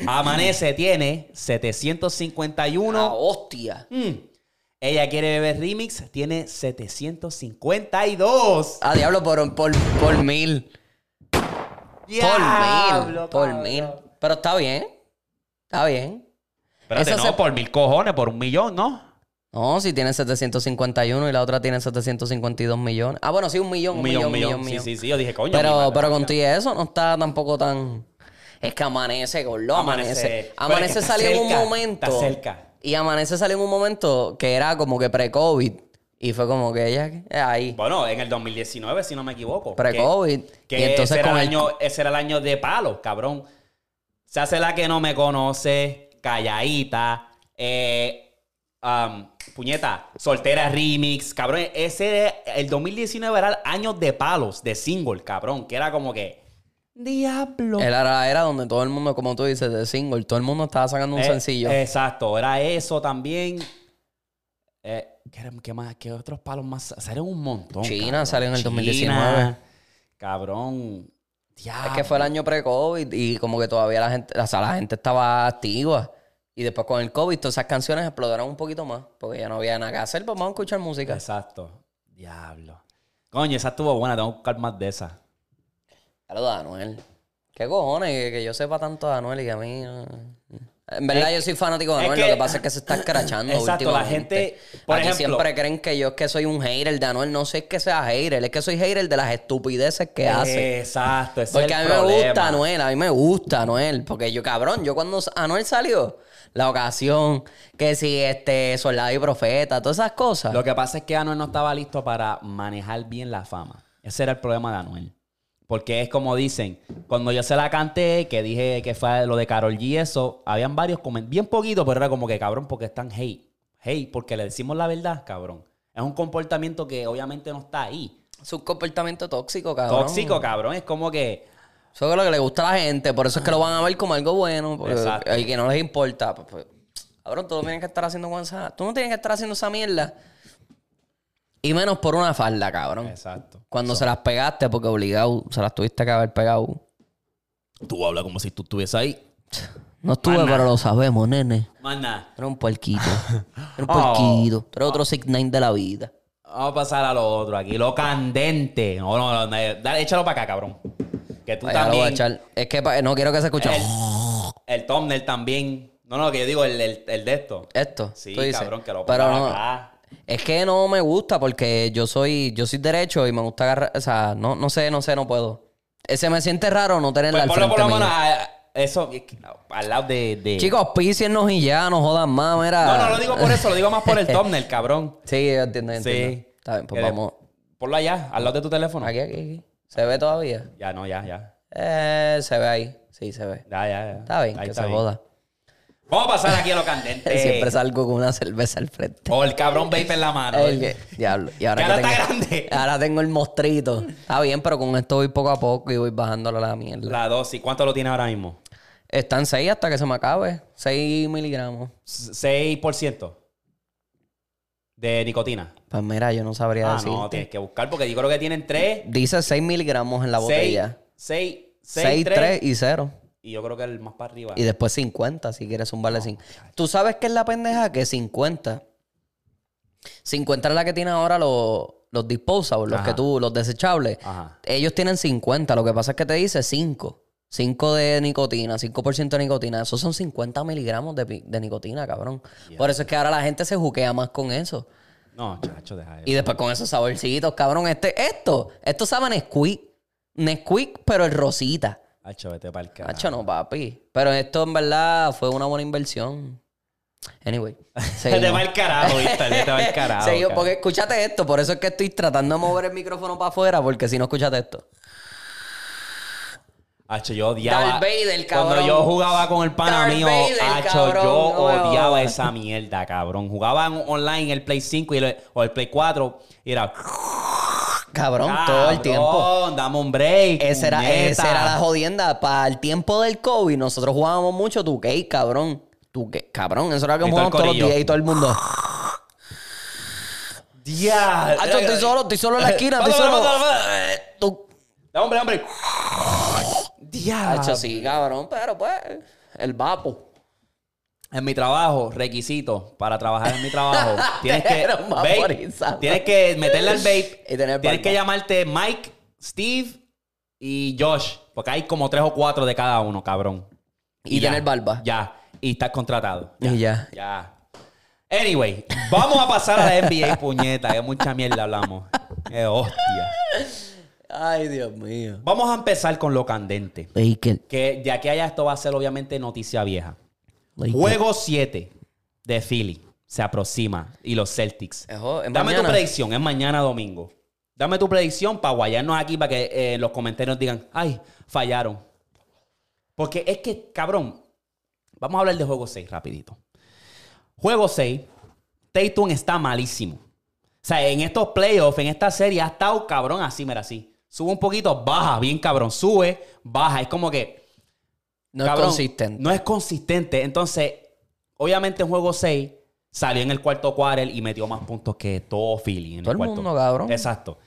A: Amanece tiene 751.
B: hostia.
A: Mm. Ella quiere beber remix, tiene 752.
B: Ah, diablo, por, por, por mil. por mil.
A: Diablo,
B: Por
A: cabrón.
B: mil. Pero está bien. Está bien.
A: Espérate,
B: Eso
A: no,
B: se-
A: por mil cojones, por un millón, ¿no?
B: No, si tiene 751 y la otra tiene 752 millones. Ah, bueno, sí, un millón, un, millón, un millón, millón.
A: Sí, sí, sí, yo dije, coño. mi
B: Pero,
A: madre.
B: pero contigo E eso no está tampoco tan. Es que amanece, gordo. Amanece.
A: Amanece. Pero
B: Amanece
A: es que está
B: salió en un
A: cerca,
B: momento.
A: está cerca.
B: Y amanece salió en un momento que era como que pre-COVID. Y fue como que ella, eh, ahí,
A: Bueno, en el 2019, si no me equivoco.
B: pre-COVID.
A: Que,
B: y
A: que
B: entonces
A: ese,
B: con
A: era
B: el-
A: el año, ese era el año de palo, cabrón. Se hace la que no me conoce, calladita, eh, um, puñeta, soltera remix, cabrón. Ese, era- el 2019 era el año de palos, de single, cabrón. Que era como que, diablo.
B: Era la era donde todo el mundo, como tú dices, de single, todo el mundo estaba sacando un
A: Eh,
B: sencillo.
A: Exacto, era eso también. Eh, ¿qué, era- qué más? ¿Qué otros palos más? Salieron un montón.
B: China
A: Oh, cabrón.
B: salió en el
A: China,
B: 2019.
A: Cabrón. Diablo.
B: es que fue el año pre-COVID y como que todavía la gente, o sea, la gente estaba activa. Y después con el COVID, todas esas canciones explotaron un poquito más. Porque ya no había nada que hacer, pues vamos a escuchar música.
A: Exacto. Diablo. Coño, esa estuvo buena, tengo que buscar más de esa.
B: Claro, de Anuel. ¿Qué cojones? Que, que yo sepa tanto de Anuel y que a mí. no- En verdad, yo soy fanático de
A: es
B: Anuel.
A: que-
B: Lo que pasa es que se está escrachando.
A: Exacto, la
B: últimamente.
A: gente, por
B: Aquí
A: ejemplo-
B: siempre creen que yo es que soy un hater de Anuel. No sé es que sea hater, es que soy hater de las estupideces
A: Eh,
B: que hace.
A: Exacto, ese
B: Porque
A: es
B: a
A: el
B: mí me
A: problema.
B: gusta Anuel, a mí me gusta Anuel. Porque yo, cabrón, yo cuando Anuel salió, la ocasión, que si este soldado y profeta, todas esas cosas.
A: Lo que pasa es que Anuel no estaba listo para manejar bien la fama. Ese era el problema de Anuel. Porque es como dicen, cuando yo se la canté, que dije que fue lo de Carol G, y eso, habían varios comentarios, bien poquito, pero era como que cabrón, porque están hate. Hate, porque le decimos la verdad, cabrón. Es un comportamiento que obviamente no está ahí.
B: Es un comportamiento tóxico, cabrón.
A: Tóxico, cabrón. Es como que.
B: Eso es lo que le gusta a la gente, por eso es que lo van a ver como algo bueno, porque
A: Exacto.
B: el que no les importa. pues, pues, cabrón, tú no tienes que estar haciendo con esa- tú no tienes que estar haciendo esa mierda. Y menos por una falda, cabrón.
A: Exacto.
B: Cuando se las pegaste, porque obligado, se las tuviste que haber pegado.
A: Tú hablas como si tú estuvieses ahí.
B: No estuve,
A: Más nada.
B: pero lo sabemos, nene.
A: Más nada.
B: Era un puerquito. Era un
A: Oh.
B: puerquito. Era otro signain de la vida.
A: Vamos a pasar a lo otro aquí. Lo candente. No, no, no. Dale, dale, échalo para acá, cabrón. Que tú
B: Allá lo voy a
A: también.
B: echar. Es que pa- no quiero que se escuche
A: El, el thumbnail también. No, no, que yo digo el, el, el de esto.
B: esto.
A: Sí,
B: tú dices.
A: cabrón, que lo
B: Pero
A: pongan
B: no,
A: acá.
B: Es que no me gusta porque yo soy, yo soy derecho y me gusta agarrar, o sea, no, no sé, no sé, no puedo. Eh, Se me siente raro no tenerla
A: Pues
B: al
A: ponlo por
B: frente
A: lo
B: mío.
A: menos a- eso, es que, al lado de... de-
B: Chicos, písiennos y ya, no jodan más, mira.
A: No, no lo digo por eso, lo digo más por el thumbnail, cabrón.
B: Sí, yo entiendo, yo entiendo.
A: Sí.
B: Está bien, pues
A: Que de-
B: vamos.
A: Ponlo allá, al lado de tu teléfono.
B: Aquí, aquí, aquí. ¿Se ve todavía?
A: Ya, no, ya, ya.
B: Eh, se ve ahí. Sí, se ve.
A: Ya, ya, ya.
B: Está bien,
A: Ahí
B: que
A: está
B: se
A: bien.
B: joda.
A: Vamos a pasar aquí a lo candente.
B: Siempre salgo con una cerveza al frente.
A: O el cabrón vape en la Oh, mano. eh.
B: El que- diablo. Y ahora,
A: Que
B: que
A: ahora está
B: tengo-
A: grande.
B: Ahora tengo el mostrito. Está bien, pero con esto voy poco a poco y voy bajándole la mierda.
A: La dosis, ¿cuánto lo tiene ahora mismo?
B: Están 6 hasta que se me acabe. 6 miligramos.
A: S- 6% de nicotina.
B: Pues mira, yo no sabría
A: Ah,
B: decir.
A: no, tienes que buscar porque yo creo que tienen 3,
B: Dice 6 miligramos en la
A: 6,
B: botella.
A: 6,
B: 6,
A: 6,
B: 3
A: 3.
B: y 0.
A: Y yo creo que el más para arriba.
B: Y después 50, si quieres un vale 5. ¿Tú sabes qué es la pendeja? Que 50. 50 es la que tiene ahora los, los disposables, los
A: Ajá.
B: que tú, los desechables.
A: Ajá.
B: Ellos tienen 50. Lo que pasa es que te dice 5. 5 de nicotina, 5% de nicotina. Esos son 50 miligramos de, pi- de nicotina, cabrón. Por eso es que ahora la gente se juquea más con eso.
A: No, chacho, deja eso.
B: Y después con esos saborcitos, cabrón. Este, esto, esto sabe a Nesquik. Nesquik, pero el rosita.
A: Hacho, vete para el carajo.
B: Hacho, no, papi. Pero esto en verdad fue una buena inversión. Anyway.
A: Vete
B: seguimos.
A: para el carajo, Víctor. Vete para el carajo.
B: Seguimos,
A: cara.
B: porque escúchate esto. Por eso es que estoy tratando de mover el micrófono para afuera, porque si no, escúchate esto.
A: Hacho, yo odiaba.
B: Darth Vader, cabrón.
A: Cuando yo jugaba con el pana
B: Darth
A: mío,
B: Vader,
A: hacho,
B: cabrón,
A: yo
B: no me
A: odiaba
B: jodas.
A: esa mierda, cabrón. Jugaba en- online el Play 5 y el- o el Play 4 y era.
B: Cabrón, todo el
A: Ah, "Cabrón,
B: tiempo.
A: Dame un break.
B: Esa era,
A: puñeta".
B: esa era la jodienda. Para el tiempo del COVID, nosotros jugábamos mucho 2K, cabrón. 2K, cabrón. Eso era lo que
A: Y todo el
B: jugábamos todos los
A: corillo.
B: días y todo el mundo.
A: Dia-
B: Hacho, estoy solo, estoy solo en
A: Eh,
B: la esquina, estoy
A: Vamos,
B: solo.
A: vamos, vamos, vamos.
B: Tú.
A: Dame un break, hombre. Ah, Diablo.
B: Hacho, sí, cabrón, pero pues. El vapo.
A: En mi trabajo, requisito para trabajar en mi trabajo. tienes que
B: Pero
A: vape,
B: vaporizando.
A: tienes que meterle al vape.
B: Y tener
A: tienes
B: barba.
A: que llamarte Mike, Steve y Josh, porque hay como tres o cuatro de cada uno, cabrón.
B: Y
A: ya,
B: tener barba.
A: Ya, y estás contratado.
B: Y ya.
A: Ya. Anyway, vamos a pasar a la NBA, puñeta, que mucha mierda hablamos. Eh, hostia.
B: Ay, Dios mío.
A: Vamos a empezar con lo candente.
B: Baker.
A: Que de aquí a allá esto va a ser obviamente noticia vieja.
B: Baker.
A: Juego 7 de Philly. se aproxima y los Celtics.
B: Es jo- es
A: Dame tu
B: mañana.
A: predicción, es mañana domingo. Dame tu predicción para guayarnos aquí, para que eh, los comentarios digan, ay, fallaron. Porque es que, cabrón, vamos a hablar de juego 6 rapidito. Juego 6, Tatum está malísimo. O sea, en estos playoffs, en esta serie, ha estado cabrón así, mira, así. Sube un poquito, baja, bien cabrón. Sube, baja. Es como que...
B: No
A: Cabrón,
B: es consistente.
A: No es consistente. Entonces, obviamente en juego 6 salió en el cuarto quarter y metió más puntos que todo Philly. en
B: Todo el
A: cuarto.
B: mundo, cabrón.
A: Exacto.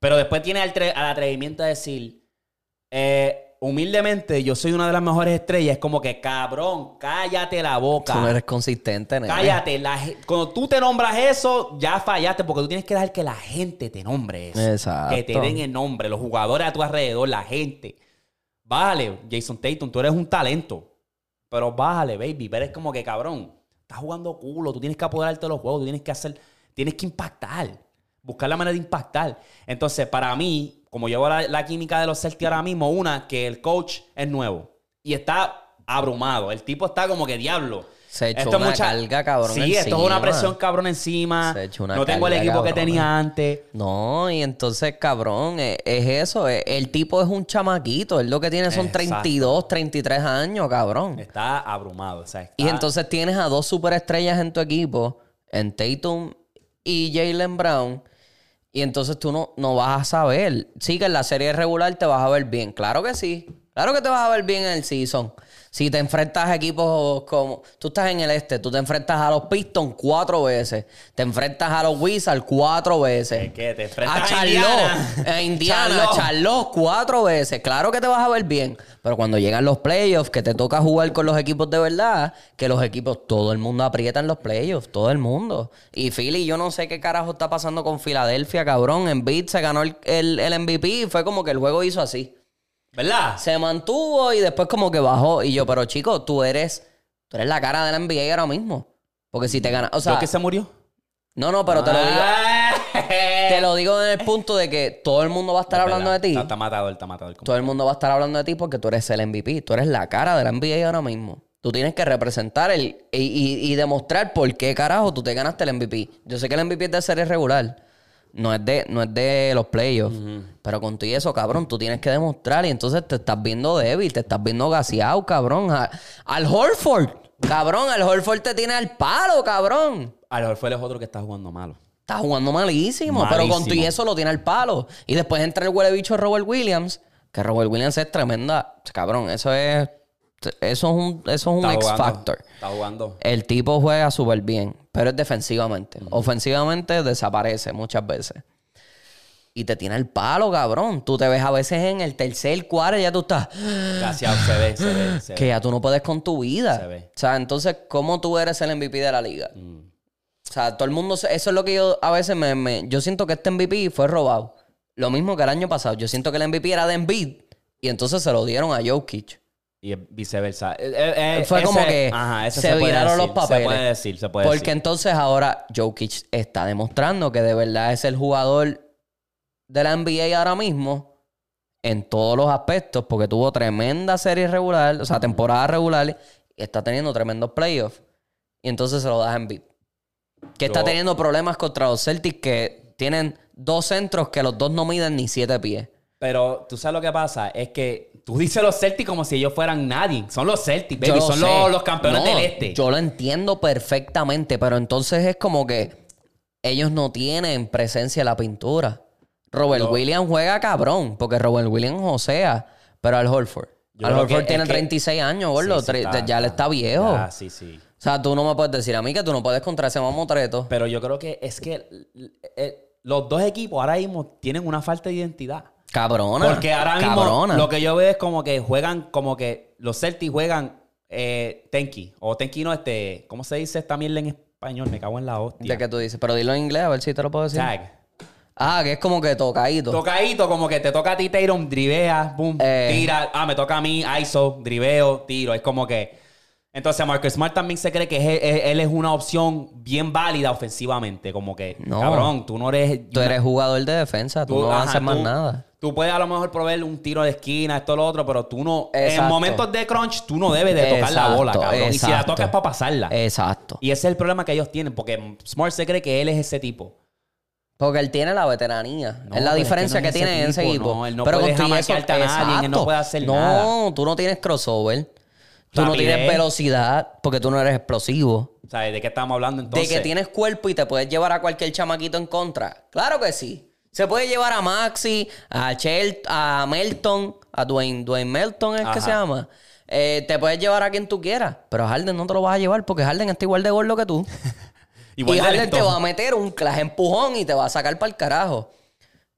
A: Pero después tiene al, tre- al atrevimiento de decir, eh, humildemente, yo soy una de las mejores estrellas. Es como que, cabrón, cállate la boca.
B: Tú no eres consistente, nene.
A: Cállate, la ge- cuando tú te nombras eso, ya fallaste, porque tú tienes que dejar que la gente te nombre eso.
B: Exacto.
A: Que te den el nombre, los jugadores a tu alrededor, la gente. Bájale, Jason Tatum, tú eres un talento. Pero bájale, baby. Pero es como que, cabrón, estás jugando culo, tú tienes que apoderarte de los juegos, tú tienes que hacer, tienes que impactar. Buscar la manera de impactar. Entonces, para mí, como llevo la, la química de los Celtics ahora mismo, una, que el coach es nuevo y está abrumado. El tipo está como que diablo.
B: Se echó una carga, cabrón,
A: Sí, esto es una
B: encima.
A: presión cabrón encima.
B: Se echó una
A: no tengo el
B: carga,
A: equipo que
B: cabrón.
A: tenía antes.
B: No, y entonces, cabrón, e- es, eso. e- El tipo es un chamaquito. Él lo que tiene son
A: Exacto.
B: 32, 33 años, cabrón.
A: Está abrumado. o sea, está-
B: Y entonces tienes a dos superestrellas en tu equipo, en Tatum y Jalen Brown. Y entonces tú no, no vas a saber. Sí, que en la serie regular te vas a ver bien. Claro que sí. Claro que te vas a ver bien en el season. Si te enfrentas a equipos como. Tú estás en el este, tú te enfrentas a los Pistons cuatro veces. Te enfrentas a los Wizards cuatro veces.
A: Es que te enfrentas
B: a
A: a
B: Charlotte.
A: Indiana.
B: A Ah, Eh, Indiana, a
A: Charlotte.
B: los cuatro veces. Claro que te vas a ver bien. Pero cuando llegan los playoffs, que te toca jugar con los equipos de verdad, que los equipos, todo el mundo aprieta en los playoffs, todo el mundo. Y Philly, yo no sé qué carajo está pasando con Filadelfia, cabrón. En beat se ganó el, el- el MVP y fue como que el juego hizo así.
A: ¿Verdad?
B: Se mantuvo y después como que bajó. Y yo, pero chico, tú eres, tú eres la cara de la NBA ahora mismo. Porque si te ganas, o sea,
A: ¿Lo que Ah, se murió?
B: no, no, pero te lo digo. Te
A: Te
B: lo digo en el punto de que todo el mundo va a estar hablando de ti.
A: Está, está matador, está matador.
B: Todo el mundo va a estar hablando de ti porque tú eres el MVP. Tú eres la cara de la NBA ahora mismo. Tú tienes que representar el, y, y- y demostrar por qué carajo tú te ganaste el MVP. Yo sé que el MVP es de serie regular. No es de, no es de los playoffs. Pero con todo y eso, cabrón, tú tienes que demostrar. Y entonces te estás viendo débil, te estás viendo gaseado, cabrón. A- al Horford. Cabrón, al Horford te tiene al palo, cabrón.
A: A lo mejor fue el otro que está jugando malo.
B: Está jugando malísimo, pero
A: Malísimo.
B: con tu y eso lo tiene al palo. Y después entra el huele bicho Robert Williams, que Robert Williams es tremenda. Cabrón, eso es. Eso es un, eso es un
A: Está
B: X
A: jugando-
B: Factor.
A: Está jugando.
B: El tipo juega súper bien, pero es defensivamente. Ofensivamente desaparece muchas veces. Y te tiene al palo, cabrón. Tú te ves a veces en el tercer cuarto y ya tú estás.
A: Gracias, se ve, se ve, se ve.
B: Que ya tú no puedes con tu vida.
A: Se ve.
B: O sea, entonces, ¿cómo tú eres el MVP de la liga? O sea, todo el mundo. se- Eso es lo que yo a veces me, me- Yo siento que este MVP fue robado. Lo mismo que el año pasado. Yo siento que el MVP era de Embiid y entonces se lo dieron a Jokic.
A: Y es viceversa. Eh, eh, eh,
B: Fue
A: ese-
B: como que
A: Ajá, eso
B: se,
A: puede
B: viraron
A: decir,
B: los papeles.
A: Se puede decir, se puede
B: Porque
A: decir.
B: entonces ahora Jokic está demostrando que de verdad es el jugador de la NBA ahora mismo en todos los aspectos, porque tuvo tremenda serie regular, o sea, temporada regular, y está teniendo tremendos playoffs. Y entonces se lo das en beat. Que está
A: Yo-
B: teniendo problemas contra los Celtics que tienen dos centros que los dos no miden ni siete pies.
A: Pero tú sabes lo que pasa, es que tú dices los Celtics como si ellos fueran nadie. Son los Celtics, baby.
B: Yo lo
A: Son
B: sé.
A: los, los campeones
B: No,
A: del este.
B: Yo lo entiendo perfectamente, pero entonces es como que ellos no tienen presencia en la pintura. Robert Williams juega cabrón, porque Robert Williams josea, pero al Horford.
A: Yo
B: al
A: creo que
B: Horford
A: es
B: tiene
A: que-
B: 36 años, gordo.
A: Sí, sí,
B: tre-
A: está-
B: ya le está viejo.
A: Ya, sí, sí.
B: O sea, tú no me puedes decir a mí que tú no puedes contra ese mamotreto.
A: Pero yo creo que es que l- eh, los dos equipos ahora mismo tienen una falta de identidad.
B: Cabrona.
A: Porque ahora mismo
B: cabrona.
A: lo que yo veo es como que juegan, como que los Celtics juegan eh, Tenki. O Tenki no, este. ¿Cómo se dice esta mierda en español? Me cago en la hostia.
B: ¿De qué tú dices? Pero dilo en inglés, a ver si te lo puedo decir.
A: Tag.
B: Ah, que es como que tocadito.
A: Tocadito, como que te toca a ti, Tatum, drivea, boom,
B: Eh.
A: tira. Ah, me toca a mí, ISO, driveo, tiro. Es como que. Entonces, Marcus Smart también se cree que es- es- él es una opción bien válida ofensivamente. Como que,
B: No.
A: cabrón, tú no eres.
B: Tú eres jugador de defensa, tú, no
A: ajá,
B: vas a hacer más
A: tú-
B: nada.
A: Tú puedes a lo mejor proveerle un tiro de esquina, esto, lo otro, pero tú no. En
B: Exacto.
A: momentos de crunch, tú no debes de tocar la
B: Exacto,
A: bola, cabrón. Y si la
B: exacto. Eh.
A: tocas es para pasarla.
B: Exacto.
A: Y ese es el problema que ellos tienen, porque Smart se cree que él es ese tipo.
B: Porque él tiene la veteranía.
A: No,
B: es
A: pero es
B: la
A: que
B: diferencia
A: no
B: que,
A: es ese
B: tiene en ese
A: tipo,
B: equipo.
A: no, él no
B: pero
A: puede
B: construye eso-
A: jamaquearte a nadie, él no
B: exacto.
A: puede hacer
B: no,
A: nada.
B: tú no tienes crossover. Tú no
A: Rapidez.
B: tienes velocidad porque tú no eres explosivo.
A: O sea, ¿de qué estamos hablando entonces?
B: de que tienes cuerpo y te puedes llevar a cualquier chamaquito en contra. Claro que sí. Se puede llevar a Maxi, a Chel, a Melton, a Dwayne, Dwayne Melton es
A: Ajá.
B: que se llama. Eh, te puedes llevar a quien tú quieras, pero Harden no te lo vas a llevar porque Harden está igual de gordo que tú.
A: Igual
B: y
A: de
B: Harden te
A: lento.
B: va a meter un clase empujón y te va a sacar para el carajo.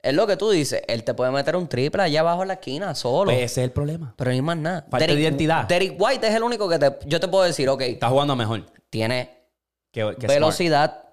B: Es lo que tú dices. Él te puede meter un triple allá abajo en la esquina solo.
A: Pues ese es el problema.
B: pero ni más nada.
A: Falta de identidad.
B: Derek White es el único que te, yo te puedo decir, ok,
A: Está jugando mejor
B: tiene
A: que, que Smart.
B: velocidad,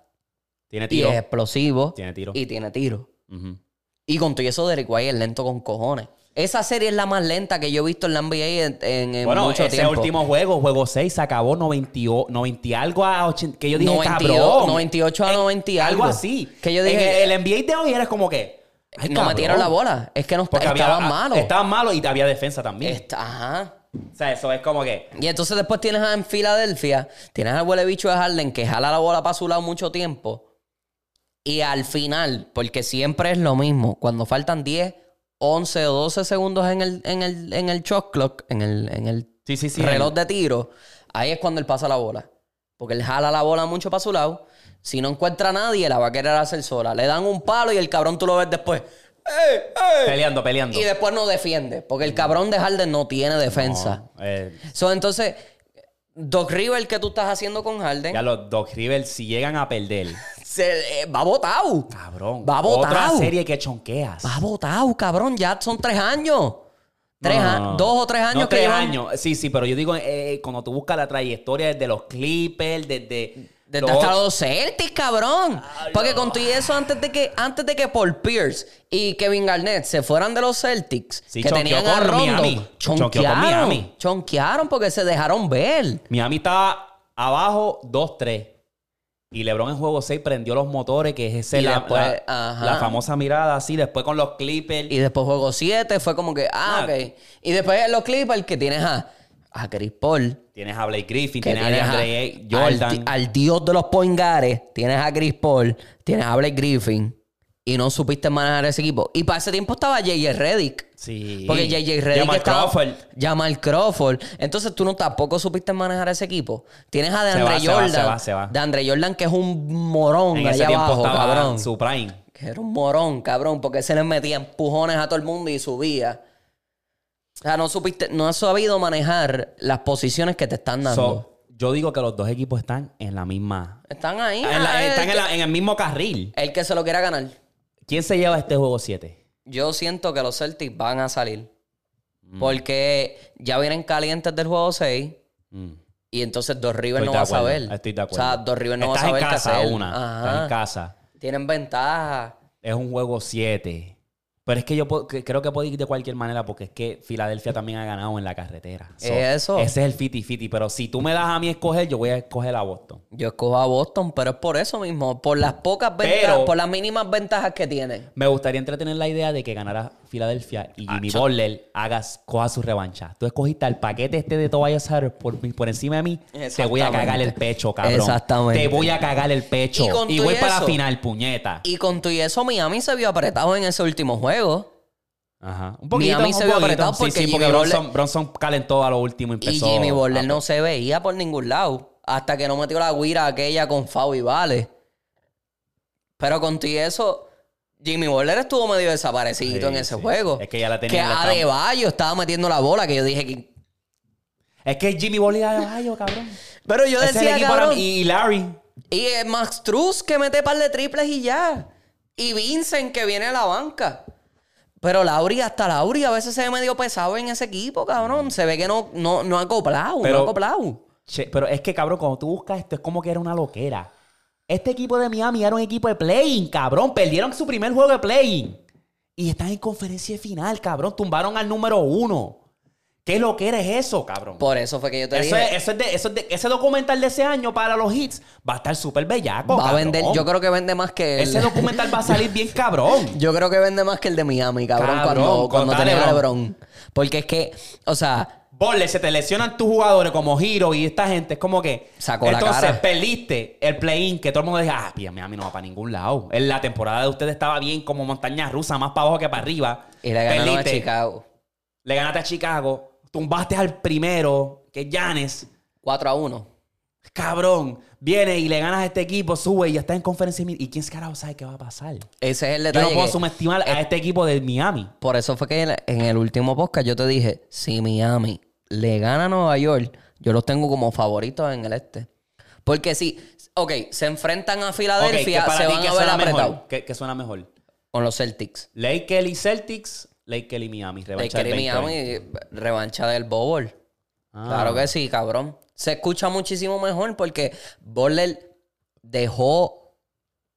A: Tiene
B: y
A: tiro.
B: es explosivo
A: Tiene tiro.
B: y tiene tiro.
A: Ujú.
B: Y con todo eso, Derek White es lento con cojones. Esa serie es la más lenta que yo he visto en la NBA en, en- en
A: Bueno,
B: mucho
A: ese
B: tiempo.
A: último juego, juego 6, se acabó 90, y o- 90 y algo a 80. Que yo dije,
B: 92,
A: cabrón. Eh,
B: 98 a 90 y
A: algo
B: algo.
A: así.
B: Que yo dije,
A: En el, el NBA de hoy eres como que. ay,
B: no
A: cabrón.
B: metieron la bola. Es que no
A: Porque había-
B: estaban
A: ah,
B: malos.
A: Estaban malos y había defensa también.
B: Está- ajá.
A: O sea, eso es como que.
B: Y entonces después tienes a, en Filadelfia, tienes al huele bicho de Harden que jala la bola para su lado mucho tiempo. Y al final, porque siempre es lo mismo, cuando faltan 10, 11 o 12 segundos en el, en el, en el shot clock, en el, en el
A: Sí, sí, sí.
B: reloj de tiro, ahí es cuando él pasa la bola. Porque él jala la bola mucho para su lado. Si no encuentra a nadie, la va a querer hacer sola. Le dan un palo y el cabrón tú lo ves después. ¡Eh, eh!
A: Peleando, peleando.
B: Y después no defiende. Porque el cabrón de Harden no tiene defensa.
A: No, eh,
B: So, entonces, Doc River que tú estás haciendo con Harden
A: ya los Doc River, si llegan a perder,
B: se, eh, va botado.
A: cabrón.
B: Va
A: Otra
B: botado.
A: serie que chonqueas.
B: Va botado, cabrón. Ya son tres años. Tres
A: No,
B: a-
A: no, no.
B: Dos o tres años
A: No,
B: que
A: tres
B: llevan
A: años. Sí, sí, pero yo digo, eh, cuando tú buscas la trayectoria desde los Clippers, desde.
B: Desde hasta los Celtics, cabrón. Porque con todo y eso, antes de que, antes de que Paul Pierce y Kevin Garnett se fueran de los Celtics,
A: Sí,
B: que
A: chonqueó
B: tenían a
A: con
B: Rondo,
A: Miami. Chonqueó con Miami.
B: chonquearon, chonquearon porque se dejaron ver.
A: Miami estaba abajo 2-3. Y LeBron en juego 6 prendió los motores, que es ese,
B: Y
A: la,
B: después,
A: la-
B: ajá.
A: la famosa mirada así. Después con los Clippers.
B: Y después juego 7 fue como que, ah,
A: Ah.
B: ok. Y después en los Clippers que tienes a, a Chris Paul.
A: Tienes a Blake Griffin,
B: Que
A: tienes,
B: tienes
A: a
B: a-
A: DeAndre
B: Al, di-
A: Jordan.
B: al dios de los poingares. Tienes a Chris Paul. Tienes a Blake Griffin. Y no supiste manejar ese equipo. Y para ese tiempo estaba J.J. Reddick.
A: Sí.
B: Porque J.J. Reddick
A: Jamal
B: estaba-
A: Crawford.
B: Jamal Crawford. Entonces tú no tampoco supiste manejar ese equipo. Tienes a DeAndre
A: va, se va,
B: Jordan.
A: se va, se va.
B: DeAndre Jordan que es un morón
A: En ese
B: allá
A: tiempo
B: abajo,
A: estaba
B: cabrón.
A: su prime.
B: Que era un morón, cabrón, porque se le metía empujones a todo el mundo y subía. O sea, no supiste, no has sabido manejar las posiciones que te están dando.
A: So, yo digo que los dos equipos están en la misma.
B: están ahí.
A: en la-
B: ah, el,
A: están
B: que,
A: en, la- en el mismo carril.
B: el que se lo quiera ganar.
A: ¿Quién se lleva este juego 7?
B: Yo siento que los Celtics van a salir.
A: Mm.
B: Porque ya vienen calientes del juego 6.
A: Mm,
B: Y entonces Dos River no va a saber.
A: Estoy de acuerdo.
B: O sea, Dos River no
A: Estás
B: va a saber
A: en casa
B: qué hacer.
A: una.
B: Ajá.
A: Estás en casa.
B: Tienen ventaja.
A: Es un juego 7. Pero es que yo puedo- que- creo que puedo ir de cualquier manera porque es que Filadelfia también ha ganado en la carretera.
B: Eso.
A: Ese es el fiti-fiti. Pero si tú me das a mí escoger, yo voy a escoger a Boston.
B: Yo escojo a Boston, pero es por eso mismo. Por las pocas ventajas,
A: Pero-
B: por las mínimas ventajas que tienen.
A: Me gustaría entretener la idea de que ganara Filadelfia y Jimmy
B: Acho.
A: Butler hagas, coja su revancha. Tú escogiste el paquete este de Tobias Harris por, mi- por encima de mí. Te voy a
B: Exactamente.
A: cagar el pecho, cabrón.
B: Exactamente.
A: Te voy a cagar el pecho.
B: Y con
A: Y,
B: todo
A: voy
B: y
A: para la
B: eso-
A: final, puñeta.
B: Y con todo y eso, Miami se vio apretado en ese último juego.
A: Ajá. Un
B: Miami se
A: un
B: vio
A: poquito.
B: apretado
A: Sí,
B: porque
A: sí, porque
B: Jimmy
A: Bronson, Bronson calentó a lo último y
B: Y
A: empezó.
B: Jimmy
A: a-
B: Butler no se veía por ningún lado. Hasta que no metió la guira aquella con Fau y Vale. Pero con todo y eso, Jimmy Butler estuvo medio desaparecido
A: Sí,
B: en ese
A: sí,
B: juego.
A: sí. Es que ya la tenía
B: Que
A: en la cama.
B: Adebayo estaba metiendo la bola, que yo dije que...
A: Es que Jimmy Butler de Ohio, cabrón.
B: Pero yo
A: Ese es el
B: decía,
A: equipo ahora-
B: cabrón, y...
A: Y Larry.
B: es Max Truss que mete par de triples y ya. Y Vincent que viene a la banca. Pero Lauri, hasta Lauri a veces se ve medio pesado en ese equipo, cabrón. Se ve que no, no, no ha acoplado,
A: Pero-
B: no ha acoplado.
A: Che, pero es que, cabrón, cuando tú buscas esto, es como que era una loquera. Este equipo de Miami era un equipo de playing, cabrón. Perdieron su primer juego de playing. Y están en conferencia de final, cabrón. Tumbaron al número uno. ¿Qué lo que eres eso, cabrón?
B: Por eso fue que yo te
A: Eso
B: dije.
A: es- eso es de- eso es de- ese documental de ese año para los hits va a estar súper bellaco.
B: va a
A: cabrón.
B: vender. Yo creo que vende más que el.
A: Ese documental va a salir bien cabrón.
B: Yo creo que vende más que el de Miami, cabrón,
A: Cabrón,
B: cuando, cuando
A: con
B: tenía
A: Lebron.
B: LeBron. Porque es que, o sea,
A: Borle, se te lesionan tus jugadores como Hiro y esta gente. Es como que.
B: Sacó la
A: entonces,
B: cara.
A: perdiste el play-in que todo el mundo dice, ah, pía, Miami no va para ningún lado. En la temporada de ustedes estaba bien como montaña rusa, más para abajo que para arriba.
B: y le ganaron a
A: Perdiste.
B: Chicago.
A: Le ganaste a Chicago. Tumbaste al primero, que es Giannis.
B: 4 a 1.
A: Cabrón, viene y le ganas a este equipo, sube y ya está en conferencia. ¿Y quién carajo sabe qué va a pasar?
B: Ese es el
A: Yo
B: detalle.
A: no puedo
B: que-
A: subestimar a este equipo de Miami.
B: Por eso fue que en- en el último podcast yo te dije, si Miami le gana a Nueva York, yo los tengo como favoritos en el este. Porque si, ok, se enfrentan a Filadelfia,
A: Ok, que para
B: se
A: ti,
B: van
A: ¿qué
B: a ver
A: suena
B: apretados
A: mejor? ¿Qué, qué suena mejor?
B: con los Celtics.
A: Lakers y Celtics, Lakers y Miami. revancha
B: Lakers y
A: del 2020.
B: Miami, revancha del Bobol.
A: Ah.
B: Claro que sí, cabrón. Se escucha muchísimo mejor porque Butler dejó... O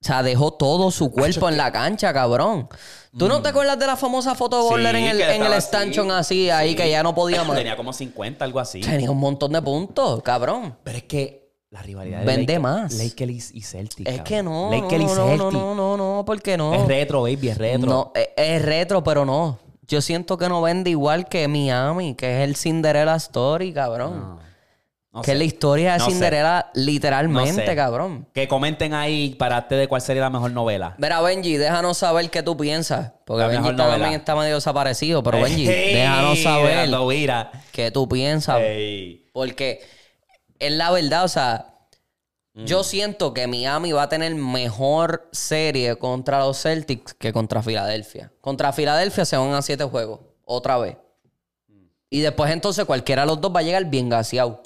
B: sea, dejó todo su cuerpo en la cancha, cabrón. ¿Tú no te acuerdas de la famosa foto de
A: Mm. Sí,
B: Butler en el,
A: que
B: en el
A: estaba
B: stanchion así, ahí,
A: sí.
B: que ya no podía más?
A: Tenía como 50, algo así.
B: Tenía un montón de puntos, cabrón.
A: Pero es que la rivalidad de
B: Vende
A: Lake-
B: más.
A: Lakers y y Celtics.
B: Es
A: cabrón.
B: que no.
A: Lakers y
B: no, no,
A: Celtics.
B: no, no, no, no, porque no.
A: Es retro, baby, es retro.
B: No, es, es retro, pero no. Yo siento que no vende igual que Miami, que es el Cinderella Story, cabrón.
A: No. No
B: que
A: sé.
B: es la historia de
A: No sé.
B: Cinderella literalmente,
A: No sé.
B: cabrón.
A: Que comenten ahí para ustedes cuál sería la mejor novela.
B: Mira, Benji, déjanos saber qué tú piensas. Porque
A: La
B: Benji
A: mejor
B: también
A: novela.
B: está medio desaparecido. Pero Benji,
A: Ey,
B: déjanos saber
A: dando Eh, vira.
B: qué tú piensas.
A: Eh. Ey.
B: Porque es la verdad, o sea,
A: Mm.
B: yo siento que Miami va a tener mejor serie contra los Celtics que contra Filadelfia. Contra Filadelfia se van a siete juegos, otra vez.
A: Mm.
B: Y después entonces cualquiera de los dos va a llegar bien gaseado.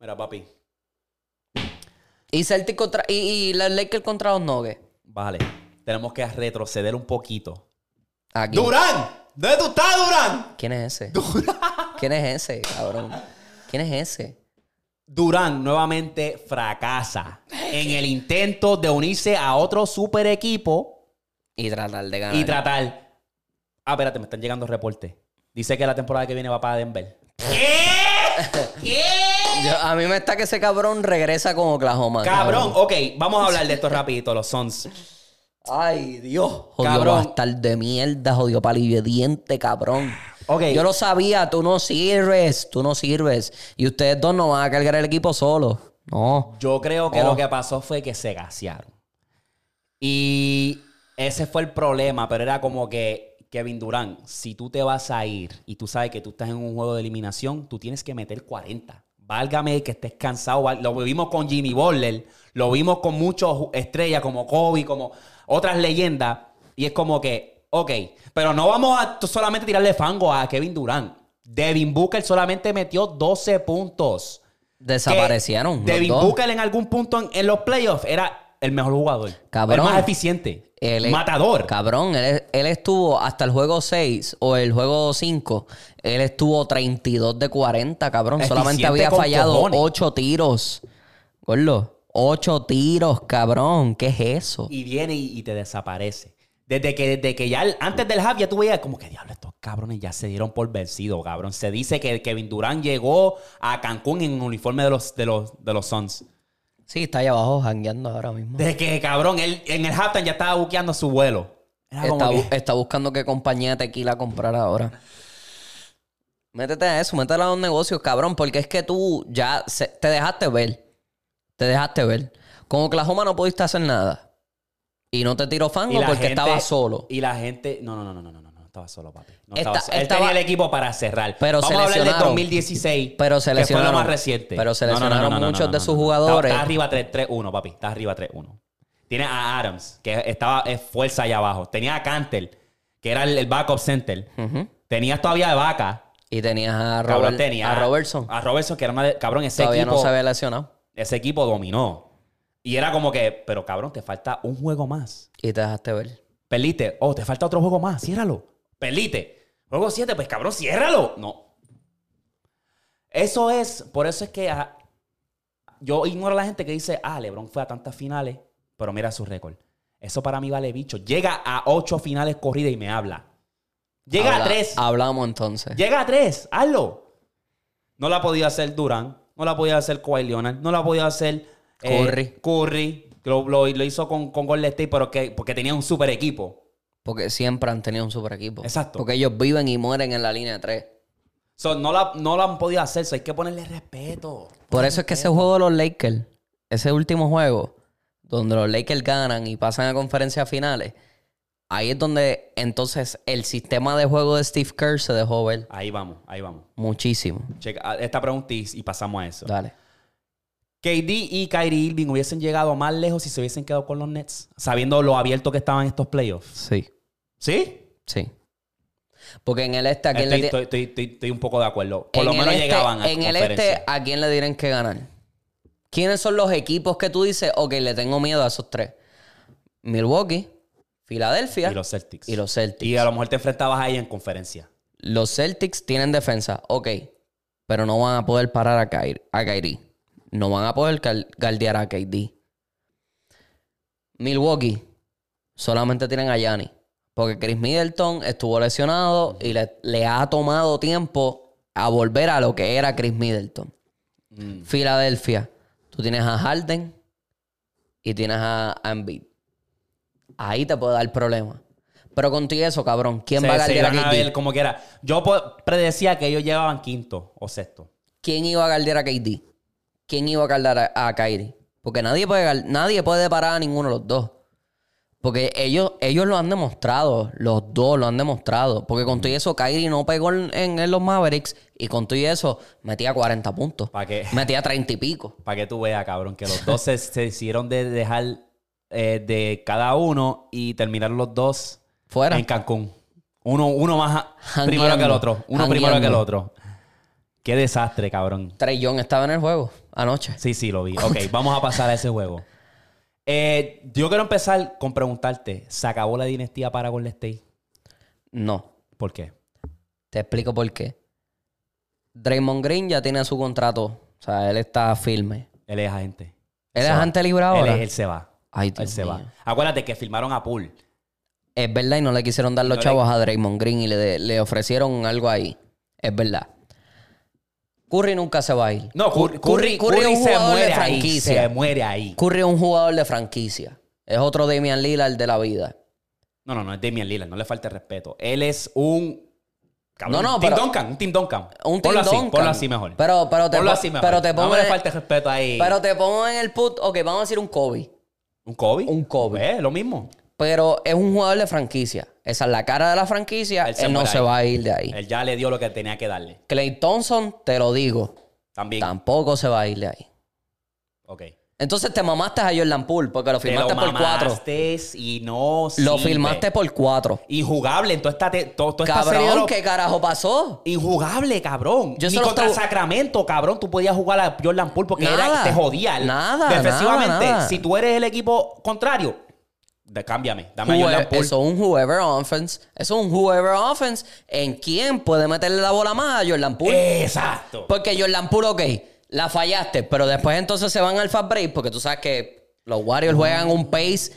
A: Mira, papi.
B: Y Celtic contra, y, y los Lakers contra los Nuggets.
A: Vale. Tenemos que retroceder un poquito.
B: Aquí.
A: ¡Durán! ¿Dónde tú estás, Durán?
B: ¿Quién es ese? ¿Quién es ese, cabrón? ¿Quién es ese?
A: Durán nuevamente fracasa en el intento de unirse a otro super equipo
B: Y tratar de ganar.
A: y tratar. Ah, espérate, me están llegando reportes. Dice que la temporada que viene va para Denver.
B: Yo- a mí me está que ese cabrón regresa con Oklahoma.
A: Cabrón, ok, vamos a hablar de esto rapidito, los Suns.
B: Ay, Dios. Jodió
A: Cabrón.
B: bastardo de mierda, jodió palillo de diente, cabrón.
A: Ok.
B: Yo lo sabía, tú no sirves, tú no sirves. Y ustedes dos no van a cargar el equipo solos. No.
A: Yo creo que
B: Oh.
A: lo que pasó fue que se gasearon. Y ese fue el problema, pero era como que Kevin Durán, si tú te vas a ir y tú sabes que tú estás en un juego de eliminación, tú tienes que meter 40. Válgame que estés cansado. val- Lo vimos con Jimmy Butler, lo vimos con muchas estrellas como Kobe, como otras leyendas. Y es como que, ok, pero no vamos a t- solamente tirarle fango a Kevin Durán. Devin Booker solamente metió 12 puntos
B: Desaparecieron.
A: que
B: los
A: Devin
B: dos.
A: Booker en algún punto en, en los playoffs era el mejor jugador.
B: Cabrón.
A: El más eficiente.
B: Él es-
A: matador.
B: Cabrón, él, él estuvo hasta el juego 6 o el juego 5. Él estuvo 32 de 40, cabrón.
A: Eficiente
B: Solamente había
A: con
B: fallado
A: cojones.
B: 8 tiros. Gordo, 8 tiros, cabrón. ¿Qué es eso?
A: Y viene y, y te desaparece. Desde que, desde que ya el- antes del half ya tú veías como que diablo, estos cabrones ya se dieron por vencido, cabrón. Se dice que Kevin Durán llegó a Cancún en uniforme de los, de los, de los Suns.
B: Sí, está ahí abajo jangueando ahora mismo.
A: Desde que, cabrón, él en el halftime ya estaba buqueando su vuelo. Era como
B: Está, bu-
A: que-
B: está buscando qué compañía de tequila comprar ahora. Métete a eso, métete a los negocios, cabrón, porque es que tú ya se- te dejaste ver. Te dejaste ver. Con Oklahoma no pudiste hacer nada. Y no te tiró fango
A: la
B: porque
A: gente-
B: estaba solo.
A: Y la gente. No, no, no, no, no, no, no, no estaba solo, papi. No
B: Esta-
A: estaba solo. Él
B: estaba-
A: tenía el equipo para cerrar.
B: Pero
A: Vamos
B: se
A: a hablar del
B: lesionaron.
A: 2016.
B: Pero se
A: Que
B: lesionaron.
A: fue lo más reciente.
B: Pero se
A: No, no, no,
B: lesionaron
A: no, no, no,
B: muchos
A: no,
B: de
A: no,
B: sus
A: no.
B: jugadores.
A: Está, está arriba 3-3-1, papi. Está arriba 3-1. Tiene a Adams, que estaba en fuerza allá abajo. Tenía a Cantel, que era el, el backup center.
B: Ujú.
A: Tenías todavía de vaca.
B: Y tenías
A: Cabrón,
B: a, Hmm. Robert-
A: tenía
B: a Robertson.
A: A Robertson, que era una de- Cabrón, ese
B: Todavía
A: equipo.
B: no se había lesionado.
A: Ese equipo dominó. Y era como que, pero cabrón, te falta un juego más.
B: Y te dejaste ver.
A: Perlite, oh, te falta otro juego más, ciérralo. Perlite, juego 7, pues cabrón, ciérralo. No. Eso es, por eso es que ah, yo ignoro a la gente que dice, ah, LeBron fue a tantas finales, pero mira su récord. Eso para mí vale bicho. Llega a ocho finales corridas y me habla. Llega
B: Habla-
A: a tres.
B: Hablamos entonces.
A: Llega a tres. Hazlo. No la podía hacer Durán. No la podía hacer Kawhi Leonard. No la podía hacer eh,
B: Curry.
A: Curry. Lo, lo- lo hizo con, con Golden State pero que, porque tenía un super equipo.
B: Porque siempre han tenido un super equipo.
A: Exacto.
B: Porque ellos viven y mueren en la línea 3.
A: So, no, la, no la han podido hacer. so, hay que ponerle respeto.
B: Por eso es que ese juego de los Lakers, ese último juego, donde los Lakers ganan y pasan a conferencias finales, ahí es donde entonces el sistema de juego de Steve Kerr se dejó ver
A: Ahí vamos, ahí vamos.
B: muchísimo.
A: Checa, ah, esta pregunta y, y pasamos a eso.
B: Dale.
A: KD y Kyrie Irving hubiesen llegado más lejos si se hubiesen quedado con los Nets, sabiendo lo abierto que estaban estos playoffs.
B: Sí,
A: ¿Sí?
B: sí. Porque en el este, ¿a quién
A: Estoy,
B: le di-
A: estoy- estoy- estoy- estoy un poco de acuerdo. Por
B: en
A: lo
B: el
A: menos
B: este-
A: llegaban a
B: En el
A: conferencia.
B: este, ¿a quién le dirán que ganar? ¿Quiénes son los equipos que tú dices, ok, le tengo miedo a esos tres? Milwaukee, Filadelfia
A: Y los Celtics.
B: y los Celtics.
A: Y a lo mejor te enfrentabas ahí en conferencia.
B: Los Celtics tienen defensa, ok, pero no van a poder parar a, Kyrie, a Kyrie. No van a poder cal- guardiar a KD. Milwaukee solamente tienen a Gianni. Porque Chris Middleton estuvo lesionado y le, le ha tomado tiempo a volver a lo que era Chris Middleton.
A: Mm.
B: Filadelfia, tú tienes a Harden y tienes a a Embiid. Ahí te puede dar problema. Pero contigo eso, cabrón, ¿quién
A: Se-
B: va a
A: se
B: guardiar a
A: iban a
B: KD?
A: ver como quiera. Yo po- predecía que ellos llegaban quinto o sexto.
B: ¿Quién iba a guardiar a KD? ¿Quién iba a guardiar a, a Kyrie? Porque nadie puede, guard- nadie puede parar a ninguno de los dos. Porque ellos, ellos lo han demostrado. Los dos lo han demostrado. Porque con todo y eso, Kyrie no pegó en, en- en los Mavericks. Y con todo y eso, metía 40 puntos.
A: Para que,
B: Metía 30 y pico.
A: pa' que tú veas, cabrón, que los dos se, se hicieron de dejar eh, de cada uno y terminaron los dos
B: Fuera.
A: en Cancún. Uno, uno más a-
B: Jangueando.
A: primero que el otro. Uno primero que el
B: Jangueando.
A: otro. Qué desastre, cabrón.
B: Trey Young estaba en el juego anoche.
A: Sí, sí, lo vi. Ok, vamos a pasar a ese juego. Eh, yo quiero empezar con preguntarte: ¿se acabó la dinastía para Golden State?
B: No.
A: ¿Por qué?
B: Te explico por qué. Draymond Green ya tiene su contrato. O sea, él está firme.
A: Él es agente.
B: Él
A: Se
B: es
A: va.
B: agente libre
A: Él,
B: ahora.
A: es- él se va.
B: Ay,
A: Él
B: Dios
A: se
B: mío.
A: va. Acuérdate que firmaron a Poole.
B: Es verdad, y no le quisieron dar
A: No
B: los
A: le-
B: chavos a Draymond Green y le, le ofrecieron algo ahí. Es verdad. Curry nunca se va a ir.
A: No, Cur- Curry, Curry,
B: es un
A: se
B: jugador
A: muere
B: de
A: ahí.
B: franquicia.
A: Se muere ahí.
B: Curry es un jugador de franquicia. Es otro Damian Lillard de la vida.
A: No, no, no es Damian Lillard. No le falta el respeto. Él es un. Cabrón,
B: No, no,
A: un Tim
B: pero-
A: Duncan. Un Tim Duncan.
B: Un
A: ponlo
B: Tim
A: así,
B: Duncan.
A: Ponlo así mejor.
B: Pero, pero te,
A: ponlo
B: pon-
A: así mejor.
B: pero te
A: No
B: pongo
A: me
B: en
A: le
B: el-
A: falta el respeto ahí.
B: pero te pongo en el put. Ok, vamos a decir un Kobe.
A: ¿Un Kobe?
B: Un Kobe.
A: Eh, lo mismo.
B: Pero es un jugador de franquicia. Esa es la cara de la franquicia.
A: Él
B: Él,
A: se
B: no
A: muere
B: se
A: ahí.
B: va a ir de ahí.
A: Él ya le dio lo que tenía que darle.
B: Clay Thompson, te lo digo,
A: También.
B: tampoco se va a ir de ahí.
A: ok.
B: Entonces te mamaste a Jordan Poole porque lo
A: Te lo
B: firmaste por cuatro.
A: mamaste y no
B: Lo
A: sirve.
B: firmaste por cuatro.
A: Injugable en toda esta, te- to- toda esta serie de
B: Cabrón,
A: los-
B: ¿qué carajo pasó?
A: Injugable, cabrón.
B: Yo
A: Ni
B: se lo
A: contra
B: estaba-
A: Sacramento, cabrón, tú podías jugar a Jordan Poole porque era-
B: Nada.
A: te jodía.
B: Nada,
A: Defensivamente,
B: nada, nada.
A: si tú eres el equipo contrario, de- cámbiame. Dame a Jordan
B: Whoever-
A: Poole.
B: eso es un whoever offense. Eso es un whoever offense. ¿En quién puede meterle la bola más a Jordan Poole?
A: Eh. Exacto.
B: Porque Jordan Poole, ok, la fallaste, pero después entonces se van al fast break porque tú sabes que los Warriors juegan un pace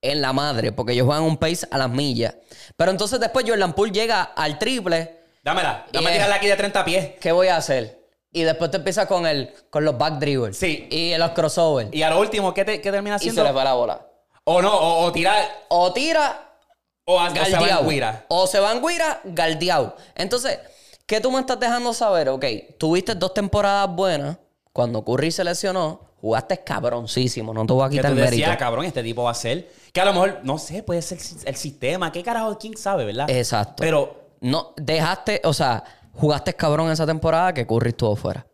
B: en la madre, porque ellos juegan un pace a las millas. Pero entonces después Jordan Poole llega al triple.
A: Dámela. Dame
B: Yeah.
A: tirarla aquí de 30 pies.
B: ¿Qué voy a hacer? Y después te empiezas con el, con los back dribbles.
A: Sí.
B: Y los crossovers.
A: Y a lo último, ¿qué, te- qué termina
B: y se
A: haciendo?
B: le va la bola.
A: O no, o, o tirar,
B: O tira,
A: o a- o se va
B: galdeado.
A: en guira.
B: O se van guira, galdeado. Entonces, ¿qué tú me estás dejando saber? Ok, tuviste dos temporadas buenas. Cuando Curry se lesionó, jugaste cabroncísimo. No te voy a
A: Que
B: quitar
A: tú
B: el
A: decías,
B: mérito.
A: cabrón, este tipo va a ser. Que a lo mejor, no sé, puede ser el sistema. ¿Qué carajo? ¿Quién sabe, verdad?
B: Exacto.
A: Pero
B: No, dejaste, o sea, jugaste cabrón esa temporada que Curry estuvo fuera.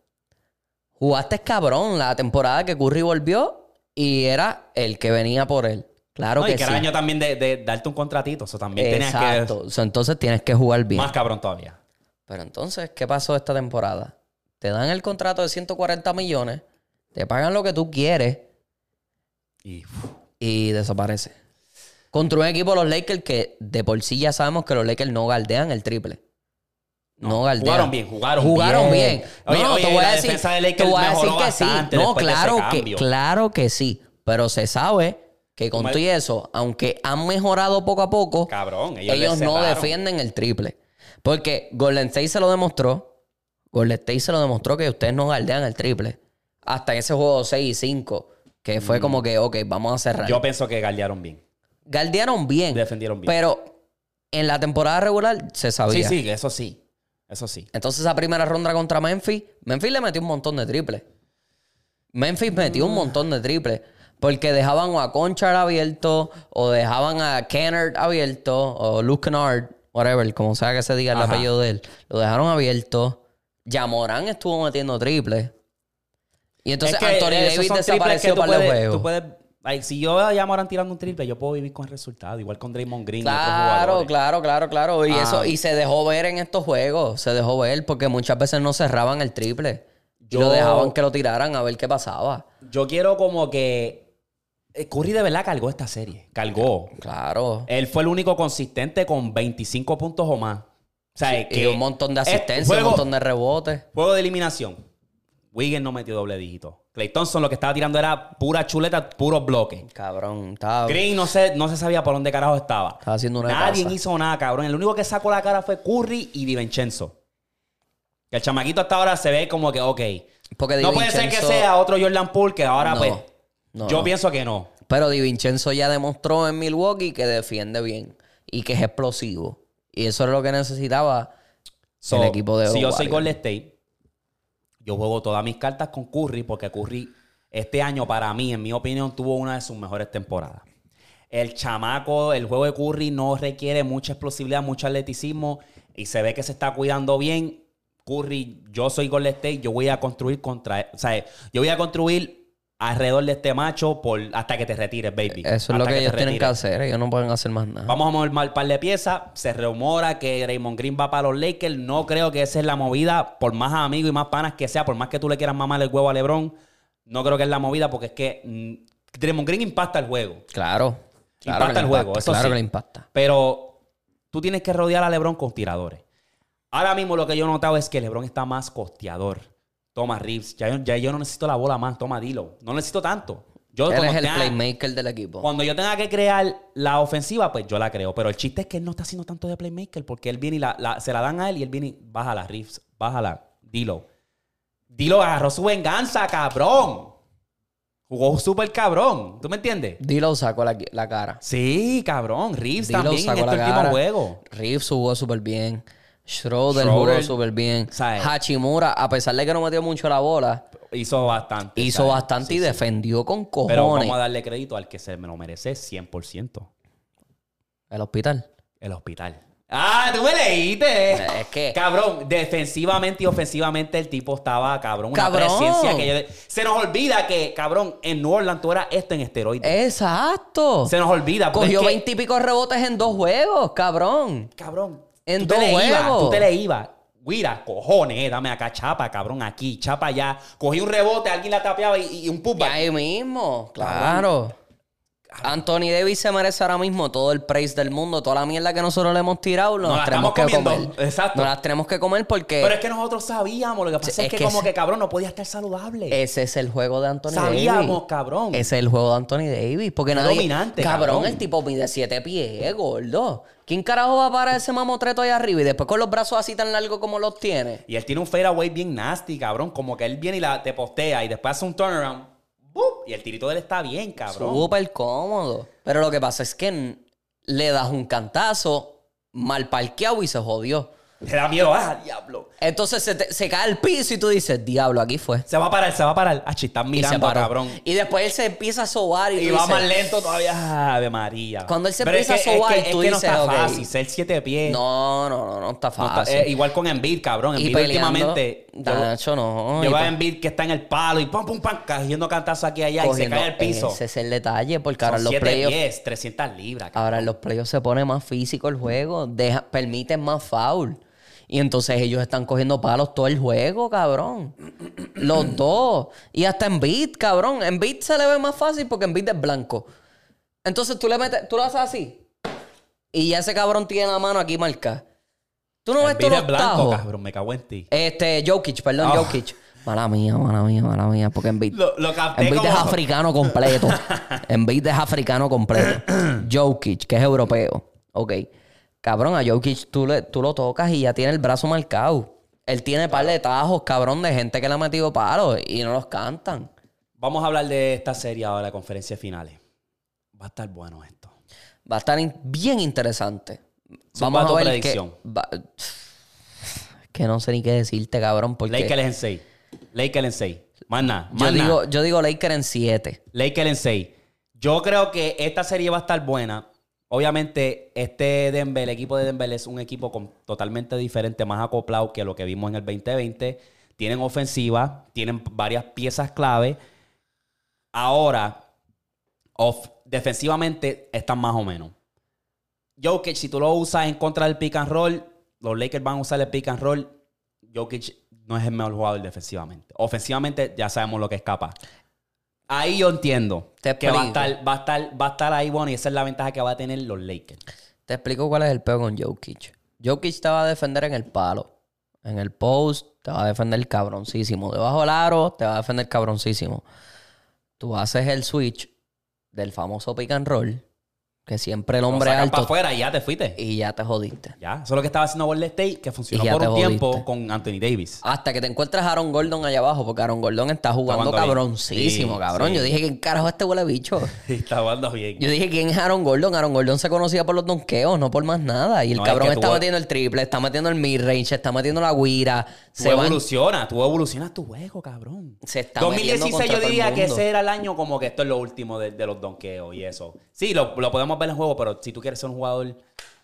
B: Jugaste cabrón la temporada que Curry volvió y era el que venía por él. Claro
A: no, y
B: que
A: que
B: sí.
A: era año también de, de darte un contratito. Eso también tenías
B: Exacto. O sea, entonces tienes que jugar
A: que.
B: bien.
A: Más cabrón todavía.
B: Pero entonces, ¿qué pasó esta temporada? Te dan el contrato de 140 millones, te pagan lo que tú quieres
A: Y uf,
B: y desaparece. Contra un equipo de los Lakers que de por sí ya sabemos que los Lakers no galdean el triple. No, galdean.
A: jugaron bien, jugaron,
B: Jugaron
A: bien.
B: bien.
A: Oye,
B: no,
A: oye,
B: te voy
A: la
B: a decir,
A: defensa de Lakers
B: te voy a decir
A: mejoró
B: que
A: bastante
B: sí. No,
A: después de ese
B: claro que,
A: cambio.
B: claro que sí. Pero se sabe que con todo y eso, aunque han mejorado poco a poco,
A: Cabrón, ellos,
B: ellos,
A: le
B: no
A: cerraron.
B: defienden el triple. Porque Golden State se lo demostró. Golden State se lo demostró que ustedes no galdean el triple. Hasta en ese juego 6 y 5, que fue como que, ok, vamos a cerrar.
A: Mm. Yo pienso que galdearon bien.
B: Galdearon bien,
A: Defendieron bien.
B: pero en la temporada regular se
A: sí,
B: sabía.
A: sí, eso sí. Eso sí.
B: Entonces esa primera ronda contra Memphis, Memphis le metió un montón de triples. Memphis metió un montón de triples. Porque dejaban o a Conchar abierto, o dejaban a Kennard abierto, o Luke Kennard, whatever, como sea que se diga el
A: Ajá.
B: apellido de él. Lo dejaron abierto. Yamorán estuvo metiendo triples. Y entonces
A: Es que
B: Anthony
A: esos
B: Davis
A: son triples que
B: desapareció
A: tú
B: para el
A: puedes-
B: juego.
A: tú puedes- ay, si yo llamo ahora tirando un triple, yo puedo vivir con el resultado. Igual con Draymond Green. y otros
B: Claro,
A: jugadores.
B: claro, claro, claro. Y
A: Ah.
B: eso, y se dejó ver en estos juegos. Se dejó ver porque muchas veces no cerraban el triple. Y
A: Yo-
B: lo dejaban que lo tiraran a ver qué pasaba.
A: Yo quiero como que. eh, Curry de verdad cargó esta serie. Cargó.
B: Claro.
A: Él fue el único consistente con 25 puntos o más. O sea, es
B: Y
A: que
B: un montón de
A: es
B: asistencia,
A: juego-
B: un montón de rebotes.
A: Juego de eliminación. Wiggins no metió doble dígito. Clay Thompson lo que estaba tirando era pura chuleta, puros bloques.
B: Cabrón, estaba,
A: Green no se, no se sabía por dónde carajo estaba.
B: estaba haciendo una
A: Nadie
B: cosa.
A: hizo nada, cabrón. El único que sacó la cara fue Curry y DiVincenzo. Que el chamaquito hasta ahora se ve como que, ok.
B: Porque Di
A: no puede ser que
B: Vincenzo-
A: sea otro Jordan Poole que ahora,
B: No,
A: pues.
B: no,
A: yo
B: no.
A: pienso que no.
B: Pero Di Vincenzo ya demostró en Milwaukee que defiende bien y que es explosivo. Y eso es lo que necesitaba.
A: So,
B: El equipo de
A: Si yo soy
B: Warriors.
A: Golden State, yo juego todas mis cartas con Curry porque Curry este año para mí, en mi opinión, tuvo una de sus mejores temporadas. El chamaco, el juego de Curry no requiere mucha explosividad, mucho atleticismo y se ve que se está cuidando bien. Curry, yo soy Golden State, yo voy a construir contra, o sea, yo voy a construir alrededor de este macho por hasta que te retires, baby.
B: Eso es lo
A: Hasta
B: que,
A: te
B: ellos tienen que
A: retires.
B: hacer. Ellos no pueden hacer más nada.
A: Vamos a mover mal par de piezas. Se rumora que Raymond Green va para los Lakers. No creo que esa es la movida. Por más amigos y más panas que sea, por más que tú le quieras mamar el huevo a LeBron, no creo que es la movida porque es que mm, Draymond Green impacta el juego.
B: Claro. claro
A: Impacta
B: que le
A: el juego,
B: impacta,
A: eso
B: Claro
A: sí.
B: que le impacta.
A: Pero tú tienes que rodear a LeBron con tiradores. Ahora mismo lo que yo he notado es que LeBron está más costeador. Toma Reeves. Ya, yo- ya yo no necesito la bola más. Toma Dilo. No necesito tanto. Yo
B: Él
A: cuando
B: es el
A: tenga-
B: playmaker del equipo.
A: cuando yo tenga que crear la ofensiva, pues yo la creo. Pero el chiste es que él no está haciendo tanto de playmaker porque él viene y la, la- se la dan a él y él viene y baja la riffs, baja la Dilo. Dilo agarró su venganza, cabrón. Jugó súper cabrón. ¿Tú me entiendes?
B: Dilo sacó la, la cara.
A: Sí, cabrón. Reeves
B: Dilo
A: también en
B: sacó
A: este
B: la
A: último
B: cara.
A: juego.
B: Reeves jugó súper bien. Schroeder, jugó
A: Schroeder,
B: súper bien.
A: ¿sabes?
B: Hachimura, a pesar de que no metió mucho la bola,
A: Hizo bastante.
B: hizo
A: ¿sabes?
B: bastante y defendió con
A: Pero vamos
B: cojones
A: a darle crédito al que se me lo merece 100%.
B: el hospital.
A: El hospital. Ah, tú me leíste.
B: Es que
A: Cabrón, defensivamente y ofensivamente el tipo estaba, cabrón, una
B: Cabrón.
A: presencia que yo- Se nos olvida que, cabrón, en New Orleans tú eras esto en esteroides.
B: exacto.
A: Se nos olvida. porque
B: Eh, Cogió
A: es que,
B: veinte y pico rebotes en dos juegos, cabrón.
A: Cabrón,
B: en
A: tú te
B: dos
A: le ibas,
B: juegos.
A: tú te le ibas. Guira, cojones, eh, dame acá chapa, cabrón, aquí, chapa allá. Cogí un rebote, alguien la tapeaba y, y un
B: Y
A: putback.
B: ahí mismo, claro. Anthony Davis se merece ahora mismo todo el praise del mundo, toda la mierda que nosotros le hemos tirado, nos
A: Nos
B: las
A: la
B: tenemos que
A: estamos comiendo,
B: comer.
A: exacto.
B: Nos las tenemos que comer porque
A: Pero es que nosotros sabíamos, lo que pasa
B: Sí,
A: es,
B: Eh, es
A: que,
B: que
A: como
B: ese-
A: que, cabrón, no podía estar saludable.
B: Ese es el juego de Anthony Davis.
A: Sabíamos, cabrón.
B: Ese es el juego de Anthony Davis. Porque nadie.
A: dominante,
B: Cabrón,
A: cabrón.
B: el tipo mide siete pies, eh, gordo. ¿Quién carajo va a parar ese mamotreto ahí arriba y después con los brazos así tan largos como los tiene?
A: Y él tiene un fadeaway bien nasty, cabrón. Como que él viene y la, te postea y después hace un turnaround. ¡bup! Y el tirito de él está bien, cabrón.
B: Súper cómodo. Pero lo que pasa es que n- le das un cantazo mal parqueado y se jodió.
A: Le da miedo. ¡Ah, diablo!
B: Entonces se, te- se cae al piso y tú dices, diablo, aquí fue.
A: Se va a parar, se va a parar. Ah, chi, están
B: Y se
A: mirando,
B: paró.
A: cabrón.
B: Y después él se empieza a sobar y,
A: Y
B: tú
A: va
B: dices,
A: más lento todavía. ¡Ave María!
B: Cuando él se
A: Pero
B: empieza a sobar,
A: es que,
B: tú
A: es que
B: dices,
A: no está
B: ok.
A: fácil. Ser siete pies.
B: No, no, no, no está
A: No está-
B: fácil.
A: eh, igual con Embiid, cabrón.
B: y
A: Embiid
B: peleando.
A: últimamente... Yo,
B: Nacho, no.
A: yo
B: y pues
A: veo a
B: pa-
A: Embiid que está en el palo y pum, pum, pam, cayendo cantazo aquí y allá y se
B: cogiendo-
A: cae al piso.
B: Ese es el detalle, porque ahora
A: Son
B: en los
A: siete
B: playoffs.
A: pies, 300 libras. cabrón.
B: Ahora en los playoffs se pone más físico el juego. Deja, permiten más foul. Y entonces ellos están cogiendo palos todo el juego, cabrón. Los dos. Y hasta en beat, cabrón. En beat se le ve más fácil porque en beat es blanco. Entonces tú le metes, tú lo haces así. Y ya ese cabrón tiene la mano aquí marca. Tú no ves
A: Embiid
B: todos
A: es
B: los
A: blanco,
B: tajos.
A: cabrón. Me cago en ti.
B: Este, Jokic, perdón,
A: Ah.
B: Jokic. Mala mía, mala mía, mala mía. Porque en beat,
A: Lo, lo capté
B: en beat
A: como-
B: es africano completo. en beat es africano completo. Jokic, que es europeo. Ok. Cabrón, a Jokic tú, le- tú lo tocas y ya tiene el brazo marcado. Él tiene par de tajos, cabrón, de gente que le ha metido palos y no los cantan.
A: Vamos a hablar de esta serie ahora, de conferencias finales. Va a estar bueno esto.
B: Va a estar in- bien interesante.
A: Zumba
B: Vamos
A: tu
B: a ver
A: predicción.
B: qué- va- Es que no sé ni qué decirte, cabrón, porque
A: Lakers en 6. Lakers en 6. Más nada,
B: yo
A: más nada.
B: digo, yo digo Laker en 7.
A: Lakers en 6. Yo creo que esta serie va a estar buena. Obviamente, este Denver, el equipo de Denver es un equipo con- totalmente diferente, más acoplado que lo que vimos en el 2020. Tienen ofensiva, tienen varias piezas clave. Ahora, of- defensivamente, están más o menos. Jokic, si tú lo usas en contra del pick and roll, los Lakers van a usar el pick and roll. Jokic no es el mejor jugador defensivamente. Ofensivamente, ya sabemos lo que es capaz. Ahí yo entiendo
B: Te
A: que va a,
B: explico.
A: estar, va, a estar, va a estar ahí bueno y esa es la ventaja que va a tener los Lakers.
B: Te explico cuál es el peo con Jokic. Jokic te va a defender en el palo. En el post, te va a defender cabroncísimo. Debajo del aro, te va a defender cabroncísimo. Tú haces el switch del famoso pick and roll, que siempre el hombre
A: Lo sacan para
B: alto.
A: afuera y ya te fuiste.
B: Y ya te jodiste.
A: Ya, eso es lo que estaba haciendo Golden State, que funcionó
B: Y ya
A: por
B: te
A: un tiempo
B: jodiste.
A: con Anthony Davis.
B: Hasta que te encuentras a Aaron Gordon allá abajo, porque Aaron Gordon está jugando
A: jugando bien.
B: cabroncísimo,
A: Sí,
B: cabrón.
A: sí.
B: Yo dije, ¿quién carajo es este huele bicho?
A: Y está jugando bien.
B: Yo dije, ¿quién es Aaron Gordon? Aaron Gordon se conocía por los donkeos, no por más nada. Y el
A: No, es
B: cabrón
A: que tú
B: está
A: vas-
B: metiendo el triple, está metiendo el midrange, está metiendo la guira.
A: Tú
B: Se, van,
A: evolucionas, tú evolucionas tu juego, cabrón.
B: se está
A: 2016
B: metiendo
A: yo
B: contra
A: diría
B: todo el
A: que
B: mundo.
A: ese era el año como que esto es lo último de, de los donkeos y eso. Sí, lo, lo podemos ver en juego, pero si tú quieres ser un jugador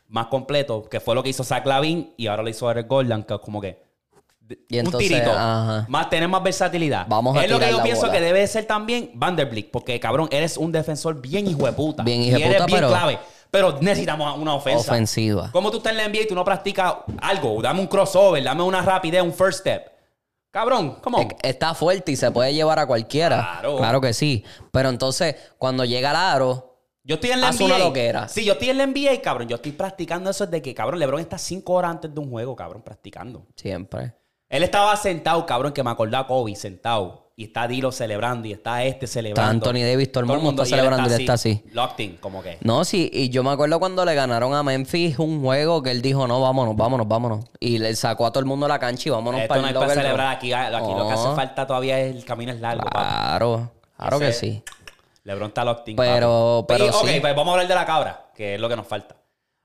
A: más completo, que fue lo que hizo Zach Lavin y ahora lo hizo Eric Gordon, que es como que de-
B: Y entonces,
A: un tirito.
B: ajá.
A: Más, tener más versatilidad.
B: Vamos a
A: es lo que
B: tirar
A: yo
B: la
A: pienso
B: bola.
A: que debe ser también Vanderbilt, porque cabrón, eres un defensor bien hijo de puta.
B: Bien
A: y
B: hijueputa,
A: eres bien
B: pero-
A: clave. Pero necesitamos una ofensa.
B: Ofensiva.
A: ¿Cómo tú estás en la NBA y tú no practicas algo? Dame un crossover, dame una rapidez, un first step. Cabrón, come on.
B: Está fuerte y se puede llevar a cualquiera.
A: Claro.
B: claro que sí. Pero entonces, cuando llega el aro,
A: Yo estoy en la
B: Haz
A: NBA.
B: una loquera.
A: Sí, yo estoy en la NBA, cabrón. Yo estoy practicando eso desde que, cabrón, LeBron está cinco horas antes de un juego, cabrón, practicando.
B: siempre.
A: Él estaba sentado, cabrón, que me acordó a Kobe, sentado. Y está Dilo celebrando y está este
B: Está
A: celebrando.
B: Anthony Davis, todo el mundo está
A: y él
B: celebrando y él está así.
A: Locked in, como que.
B: No, sí, y yo me acuerdo cuando le ganaron a Memphis un juego que él dijo, no, vámonos, vámonos, vámonos. Y le sacó a todo el mundo a la cancha y vámonos
A: Esto
B: para
A: no
B: el
A: es para
B: locker room.
A: celebrar aquí. Aquí lo que
B: No.
A: hace falta todavía es el camino es largo, papi.
B: Claro, claro que
A: Ese-
B: sí.
A: LeBron está locked in.
B: Pero-
A: papi.
B: pero
A: Y, ok,
B: sí.
A: pues vamos a hablar de la cabra, que es lo que nos falta.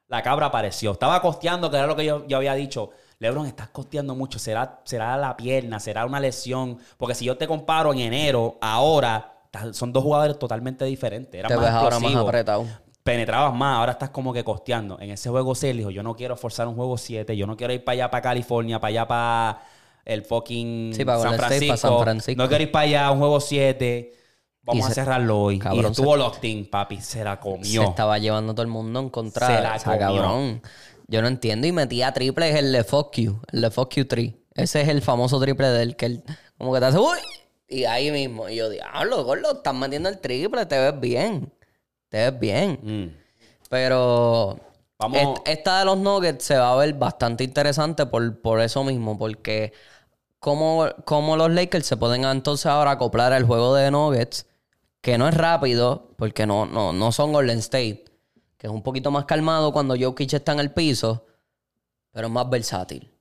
A: La cabra apareció. Estaba costeando, que era lo que yo, yo había dicho. LeBron, estás costeando mucho. ¿Será, será la pierna, será una lesión. Porque si yo te comparo en enero, ahora, ta- son dos jugadores totalmente diferentes. Eran
B: Te
A: más
B: ves ahora más
A: explosivos.
B: apretado.
A: Penetrabas más, ahora estás como que costeando. En ese juego 6 dijo, yo no quiero forzar un juego 7, yo no quiero ir para allá, para California, para allá, para el fucking
B: Sí, para
A: San,
B: Golden State,
A: Francisco.
B: para San Francisco.
A: No quiero ir para allá, un juego 7. Vamos
B: Y
A: a
B: se-
A: cerrarlo hoy. y
B: Cabrón,
A: estuvo locked in, papi. Se la
B: Se
A: comió.
B: estaba llevando todo el mundo en contra.
A: Se la
B: o sea,
A: comió.
B: cabrón. Yo no entiendo. Y metía triple es el de fuck you, el de fuck you 3. Ese es el famoso triple del que él como que te hace uy. Y ahí mismo. Y yo, diablo, gordo, estás metiendo el triple, te ves bien. Te ves bien.
A: Mm.
B: Pero
A: Vamos-
B: est- esta de los Nuggets se va a ver bastante interesante por, por eso mismo, porque cómo, cómo los Lakers se pueden entonces ahora acoplar al juego de Nuggets, que no es rápido, porque no, no, no son Golden State, que es un poquito más calmado cuando Jokic está en el piso, pero es más versátil.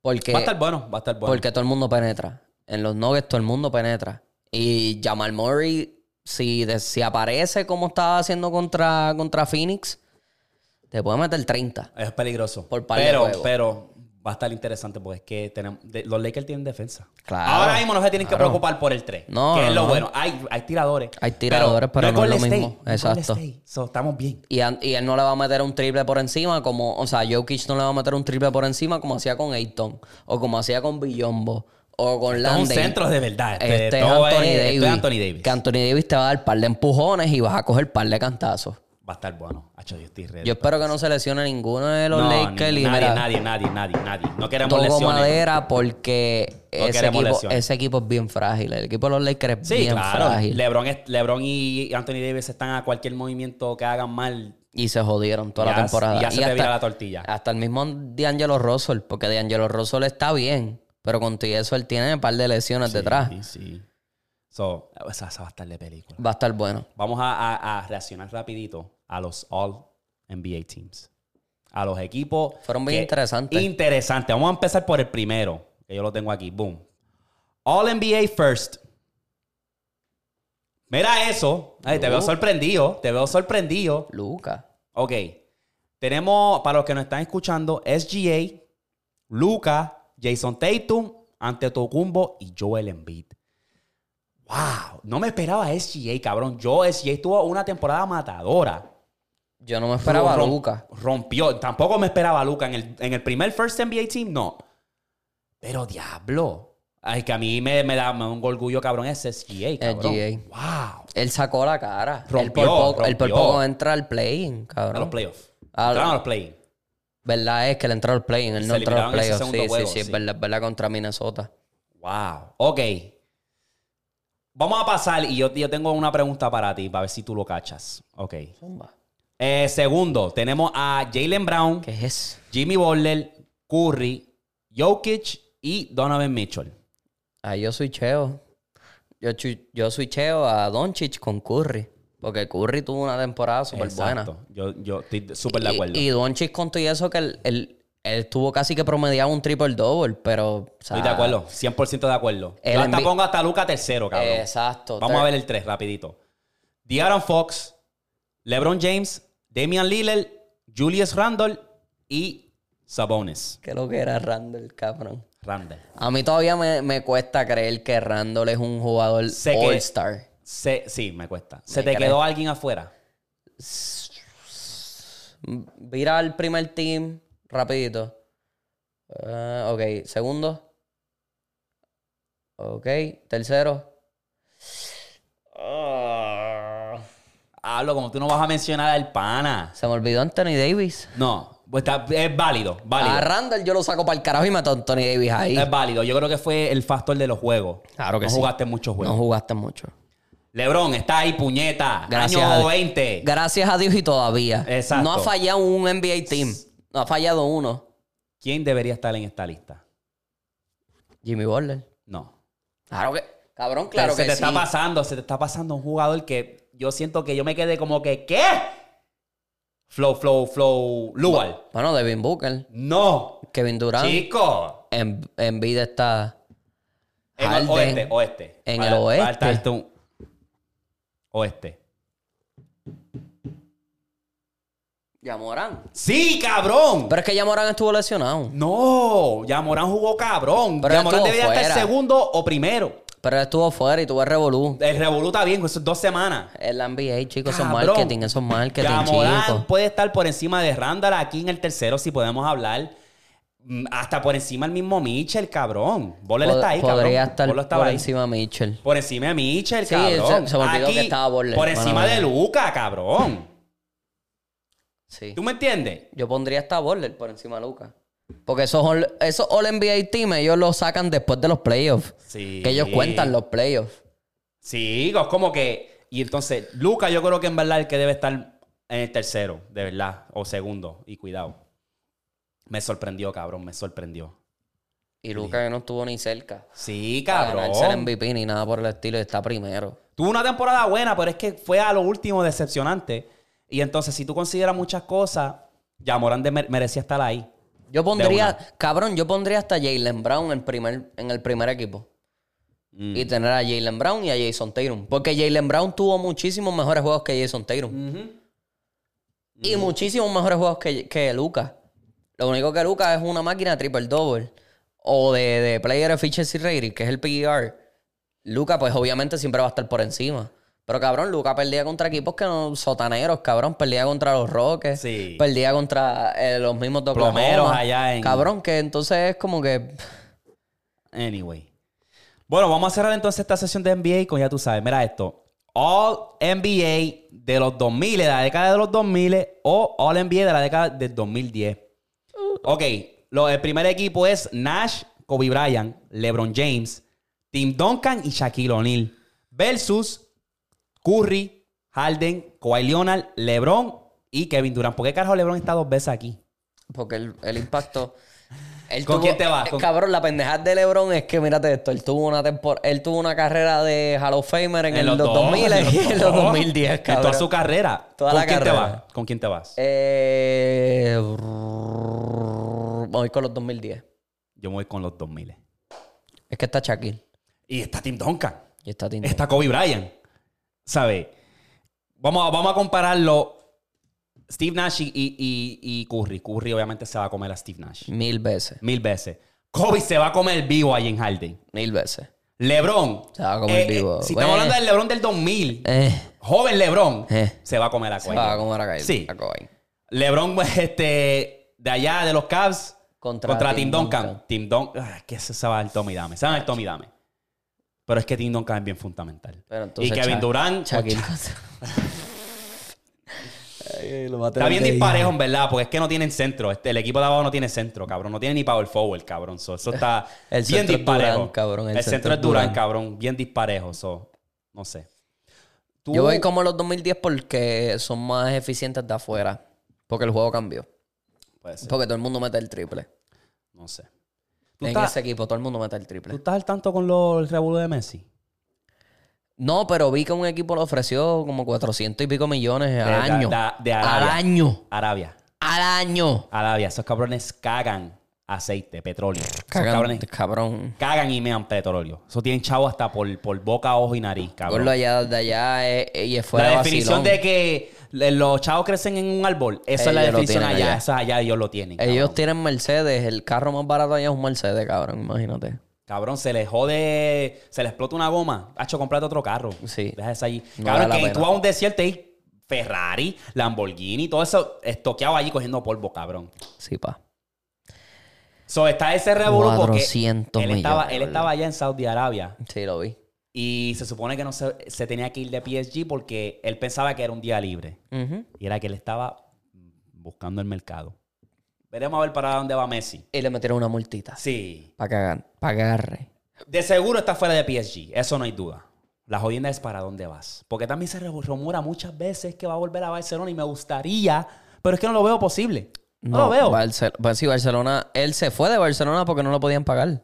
B: Porque
A: Va a estar bueno, va a estar bueno.
B: porque todo el mundo penetra. En los Nuggets todo el mundo penetra. Y Jamal Murray, si, de- si aparece como estaba haciendo contra, contra Phoenix, te puede meter 30.
A: Es peligroso.
B: Por par de
A: pero,
B: juegos.
A: pero va a estar interesante porque es que tenemos, de- los Lakers tienen defensa.
B: Claro,
A: Ahora mismo no se tienen que
B: claro.
A: preocupar por el 3.
B: No,
A: que es
B: no,
A: lo
B: no.
A: bueno. Hay, hay tiradores.
B: Hay tiradores, pero no es lo
A: Golden
B: mismo.
A: State, es Golden
B: Exacto.
A: State. So, estamos bien.
B: Y, an- y él no le va a meter un triple por encima, como, o sea, Jokic no le va a meter un triple por encima como hacía con Ayton, o como hacía con Billombo, o con
A: Esto Es
B: Landry.
A: un centro de verdad. Este,
B: Este es
A: todo es-
B: Anthony
A: esto
B: Davis.
A: es Anthony Davis.
B: Que Anthony Davis te va a dar par de empujones y vas a coger par de cantazos.
A: Va a estar bueno. Hacho, yo estoy ready.
B: Yo espero que no se lesione ninguno de los
A: No,
B: Lakers.
A: ni-
B: y
A: nadie,
B: mira,
A: nadie, nadie, nadie, nadie. No queremos
B: Toco
A: lesiones.
B: madera porque
A: No
B: ese,
A: queremos
B: equipo,
A: lesiones.
B: ese equipo es bien frágil. El equipo de los Lakers es
A: Sí,
B: bien
A: claro.
B: frágil.
A: LeBron, es- LeBron y Anthony Davis están a cualquier movimiento que hagan mal.
B: Y se jodieron
A: Ya-
B: toda la temporada.
A: ya se te vira la tortilla.
B: Hasta el mismo D'Angelo Russell, porque D'Angelo Russell está bien. Pero con todo eso él tiene un par de lesiones detrás.
A: Sí, sí. So, esa, esa va a estar de película.
B: Va a estar bueno.
A: Vamos a, a- a reaccionar rapidito a los All NBA Teams. A los equipos.
B: Fueron bien
A: que-
B: interesantes.
A: Interesantes. Vamos a empezar por el primero, que yo lo tengo aquí. Boom. All NBA First. Mira eso. Ay, te
B: Uh.
A: veo sorprendido. Te veo sorprendido.
B: Luca.
A: Ok. Tenemos, para los que nos están escuchando, SGA, Luca, Jason Tatum, Antetokounmpo y Joel Embiid. ¡Wow! No me esperaba SGA, cabrón. Yo, SGA tuvo una temporada matadora.
B: Yo no me esperaba a
A: Rom-
B: Luca.
A: Rompió. Tampoco me esperaba a Luca. En el, en el primer First NBA Team, no. Pero diablo. Ay, que a mí me, me da me da un orgullo, cabrón. Es SGA, cabrón. ¡Wow!
B: Él sacó la cara.
A: Rompió,
B: él, por poco, él por
A: rompió.
B: poco entra al playing,
A: A los
B: cabrón.
A: playoffs.
B: A-
A: Entraron a los play
B: Verdad es que él entró al playing, él
A: Se
B: no entró al
A: eliminaron en ese
B: playoff. Sí,
A: segundo juego,
B: sí, sí, es
A: sí.
B: verdad, es verdad contra Minnesota.
A: Wow. Ok. Vamos a pasar y yo, yo tengo una pregunta para ti, para ver si tú lo cachas. Ok.
B: Zumba.
A: Eh, segundo, tenemos a Jalen Brown,
B: ¿Qué es eso?
A: Jimmy Butler, Curry, Jokic y Donovan Mitchell.
B: Ah, yo switcheo. Yo, chu- yo switcheo a Doncic con Curry. Porque Curry tuvo una temporada súper buena.
A: Exacto. Yo, yo estoy súper de
B: Y-
A: acuerdo.
B: Y, Doncic con todo y eso que él, él, él tuvo casi que promediaba un triple double, pero. o sea,
A: Estoy de acuerdo, 100% de acuerdo.
B: ah, El
A: Yo hasta
B: envi-
A: pongo hasta Luca tercero, cabrón.
B: Exacto.
A: Vamos a ver el 3 rapidito. De'Aaron Fox, LeBron James, Damian Lillard, Julius Randle y Sabonis.
B: Que lo que era Randall, cabrón.
A: Randle.
B: A mí todavía me, me cuesta creer que Randall es un jugador
A: Sé que-
B: all-star.
A: Se- sí, me cuesta. ¿Se
B: Me
A: te
B: creo.
A: quedó alguien afuera?
B: Vira al primer team rapidito. Eh, ok, segundo. Ok, tercero. Ah,
A: Hablo como tú no vas a mencionar al pana.
B: se me olvidó Anthony Davis.
A: No, pues está- es válido, válido.
B: A Randall yo lo saco para el carajo y mato a Anthony Davis ahí.
A: Es válido. Yo creo que fue el factor de los juegos.
B: Claro que
A: no
B: sí.
A: jugaste muchos
B: No
A: juegos.
B: jugaste mucho.
A: LeBron está ahí, puñeta.
B: Gracias a
A: Año
B: Dios.
A: 20.
B: Gracias a Dios y todavía.
A: Exacto.
B: No ha fallado un NBA team. No ha fallado uno.
A: ¿Quién debería estar en esta lista?
B: Jimmy Butler.
A: No.
B: Claro que. Cabrón, claro
A: se
B: que
A: te
B: sí.
A: está pasando, se te está pasando un jugador que yo siento que yo me quedé como que, ¿qué? Flow, flow, flow, Lual.
B: Bueno, Devin Booker.
A: No,
B: Kevin Durant.
A: chico.
B: En, en vida está.
A: En el
B: Harden.
A: oeste, oeste.
B: En
A: Va-
B: el oeste.
A: va a estar tú. Oeste.
B: Yamorán.
A: Sí, cabrón.
B: Pero es que Yamorán estuvo lesionado.
A: No, ya Morán jugó cabrón.
B: Pero
A: Ya Morán
B: estuvo
A: debería estar
B: fuera.
A: segundo o primero.
B: Pero él estuvo fuera y tuvo el revolú.
A: El revoluta bien, eso es dos semanas.
B: El NBA, chicos, eso es
A: Cabrón.
B: marketing, eso es marketing,
A: Ya Morán
B: chicos.
A: puede estar por encima de Randall aquí en el tercero, si podemos hablar. Mm, Hasta por encima el mismo Mitchell, cabrón. Boller
B: Pod-
A: está ahí, cabrón.
B: podría estar
A: Bolo
B: por
A: estaba ahí.
B: encima de Mitchell.
A: Por encima de Mitchell,
B: Sí,
A: cabrón.
B: se- se me olvidó
A: Aquí,
B: que estaba Butler.
A: Por
B: Mala
A: encima de
B: mía.
A: Luca, cabrón.
B: Sí.
A: ¿Tú me entiendes?
B: Yo pondría hasta Borler por encima de Luca. Porque esos All, esos all NBA team, ellos los sacan después de los playoffs.
A: Sí.
B: Que ellos cuentan los playoffs.
A: Sí, es como que. Y entonces, Luca, yo creo que en verdad el que debe estar en el tercero, de verdad, o segundo, y cuidado. Me sorprendió, cabrón, me sorprendió.
B: Y Luca que no estuvo ni cerca.
A: Sí,
B: Para ganarse el
A: cabrón.
B: MVP ni nada por el estilo. y Está primero.
A: Tuvo una temporada buena, pero es que fue a lo último decepcionante. Y entonces, si tú consideras muchas cosas, ya Morán de- mer- merecía estar ahí.
B: Yo pondría,
A: una.
B: cabrón, yo pondría hasta Jalen Brown en, primer, en el primer equipo. Y tener a Jalen Brown y a Jason Tatum. Porque Jalen Brown tuvo muchísimos mejores juegos que Jason Tatum. Y muchísimos mejores juegos que, que Lucas. Lo único que Lucas es una máquina de triple double. O de, de player efficiency rating, que es el PER. Luca, pues obviamente siempre va a estar por encima. Pero cabrón, Luca perdía contra equipos que no sotaneros, cabrón. Perdía contra los Rockets.
A: Sí.
B: Perdía contra eh, los mismos de Oklahoma.
A: Plomeros allá en-
B: Cabrón, que entonces es como que.
A: Anyway. Bueno, vamos a cerrar entonces esta sesión de NBA con ya tú sabes, mira esto. All NBA de los 2000, de la década de los 2000 o All NBA de la década del 2010. Ok, lo- el primer equipo es Nash, Kobe Bryant, LeBron James, Tim Duncan y Shaquille O'Neal versus Curry, Harden, Kawhi Leonard, LeBron y Kevin Durant. ¿Por qué carajo LeBron está dos veces aquí?
B: Porque el, el impacto. Él
A: ¿Con
B: tuvo-
A: quién te vas? ¿Con-
B: Cabrón, la pendejada de LeBron es que, mírate esto, él tuvo una, tempor- él tuvo una carrera de Hall of Famer en, el los
A: dos,
B: 2000 y en los
A: dos.
B: 2010,
A: En toda
B: cabrón.
A: su carrera.
B: Toda
A: ¿Con
B: la
A: quién
B: carrera.
A: te vas? ¿Con quién te vas?
B: Eh, brrr, voy con los 2010.
A: Yo me voy con los 2000.
B: Es que está Shaquille
A: Y está Tim Duncan.
B: y está Tim
A: Está Kobe Bryant. ¿Sabes? Vamos a, vamos a compararlo. Steve Nash y, y- y Curry. Curry obviamente se va a comer a Steve Nash.
B: Duncan. Mil veces,
A: Mil veces. Kobe se va a comer vivo ahí en Harden.
B: mil veces.
A: LeBron. eh,
B: Se va a comer vivo.
A: si
B: Güey.
A: estamos hablando del LeBron del 2000,
B: Eh,
A: joven LeBron,
B: Eh.
A: se va a comer a Kobe.
B: va a comer a Kyle-
A: Sí.
B: a Kobe.
A: LeBron, este, de allá, de los Cavs,
B: Contra
A: contra,
B: Tim
A: Tim
B: Duncan.
A: Duncan. Tim Duncan, ay, que se sabe el Tommy Dame. Se el Tommy Dame. Pero es que Tim Duncan es bien fundamental.
B: Pero entonces,
A: y Kevin
B: Sha-
A: Durant,
B: Shaquille.
A: pues,
B: Ay, lo va a
A: está
B: tener
A: bien
B: de
A: disparejo, en verdad, porque es que no tienen centro. Este, el equipo de abajo no tiene centro, cabrón. No tiene ni power forward, cabrón. So, eso está
B: El
A: bien
B: centro es
A: disparejo.
B: Durant, cabrón.
A: El, centro, es Durant, cabrón. Bien disparejo. So, no sé. Tú-
B: Yo voy como los 2010 porque son más eficientes de afuera. Porque el juego cambió.
A: Puede ser,
B: Porque todo el mundo mete el triple.
A: no sé. ¿Tú
B: En
A: estás,
B: ese equipo, todo el mundo mete el triple.
A: tú estás al tanto con lo, el revuelo de Messi?
B: No, pero vi que un equipo le ofreció como 400 y pico millones al
A: De- de-
B: año.
A: de- de
B: al
A: Arabia.
B: año.
A: Arabia.
B: Al año.
A: Arabia, esos cabrones cagan aceite, petróleo. Esos
B: Cagan,
A: cabrones
B: cabrón.
A: cagan y mean petróleo. Eso tienen chavo hasta por, por boca, ojo y nariz,
B: Gorlo
A: cabrón.
B: allá de allá eh, eh, y es fuera
A: La definición
B: vacilón.
A: de que le- los chavos crecen en un árbol, esa es la
B: Ellos lo
A: definición
B: tienen
A: allá.
B: allá.
A: Esa allá ellos lo tienen.
B: Ellos
A: cabrón.
B: tienen Mercedes. El carro más barato allá es un Mercedes, cabrón. Imagínate.
A: Cabrón, se les jode, se les explota una goma. Hacho, comprate otro carro.
B: Sí.
A: Deja eso allí.
B: No
A: cabrón,
B: vale la
A: que
B: pena.
A: tú a un desierto y Ferrari, Lamborghini, todo eso estoqueado allí cogiendo polvo, cabrón.
B: Sí, pa.
A: So, está ese revuelo porque
B: 400
A: él estaba,
B: millones,
A: él estaba allá en Saudi Arabia.
B: Sí, lo vi.
A: Y se supone que no se, se tenía que ir de PSG porque él pensaba que era un día libre.
B: Ujú.
A: Y era que él estaba buscando el mercado. Veremos a ver para dónde va Messi.
B: Y le metieron una multita.
A: Sí.
B: Para cagar. Para agarre.
A: De seguro está fuera de PSG. Eso no hay duda. La jodienda es para dónde vas. Porque también se re- rumora muchas veces que va a volver a Barcelona y me gustaría, pero es que no lo veo posible. No, lo veo.
B: Barcel- pues sí, Barcelona. Él se fue de Barcelona porque no lo podían pagar.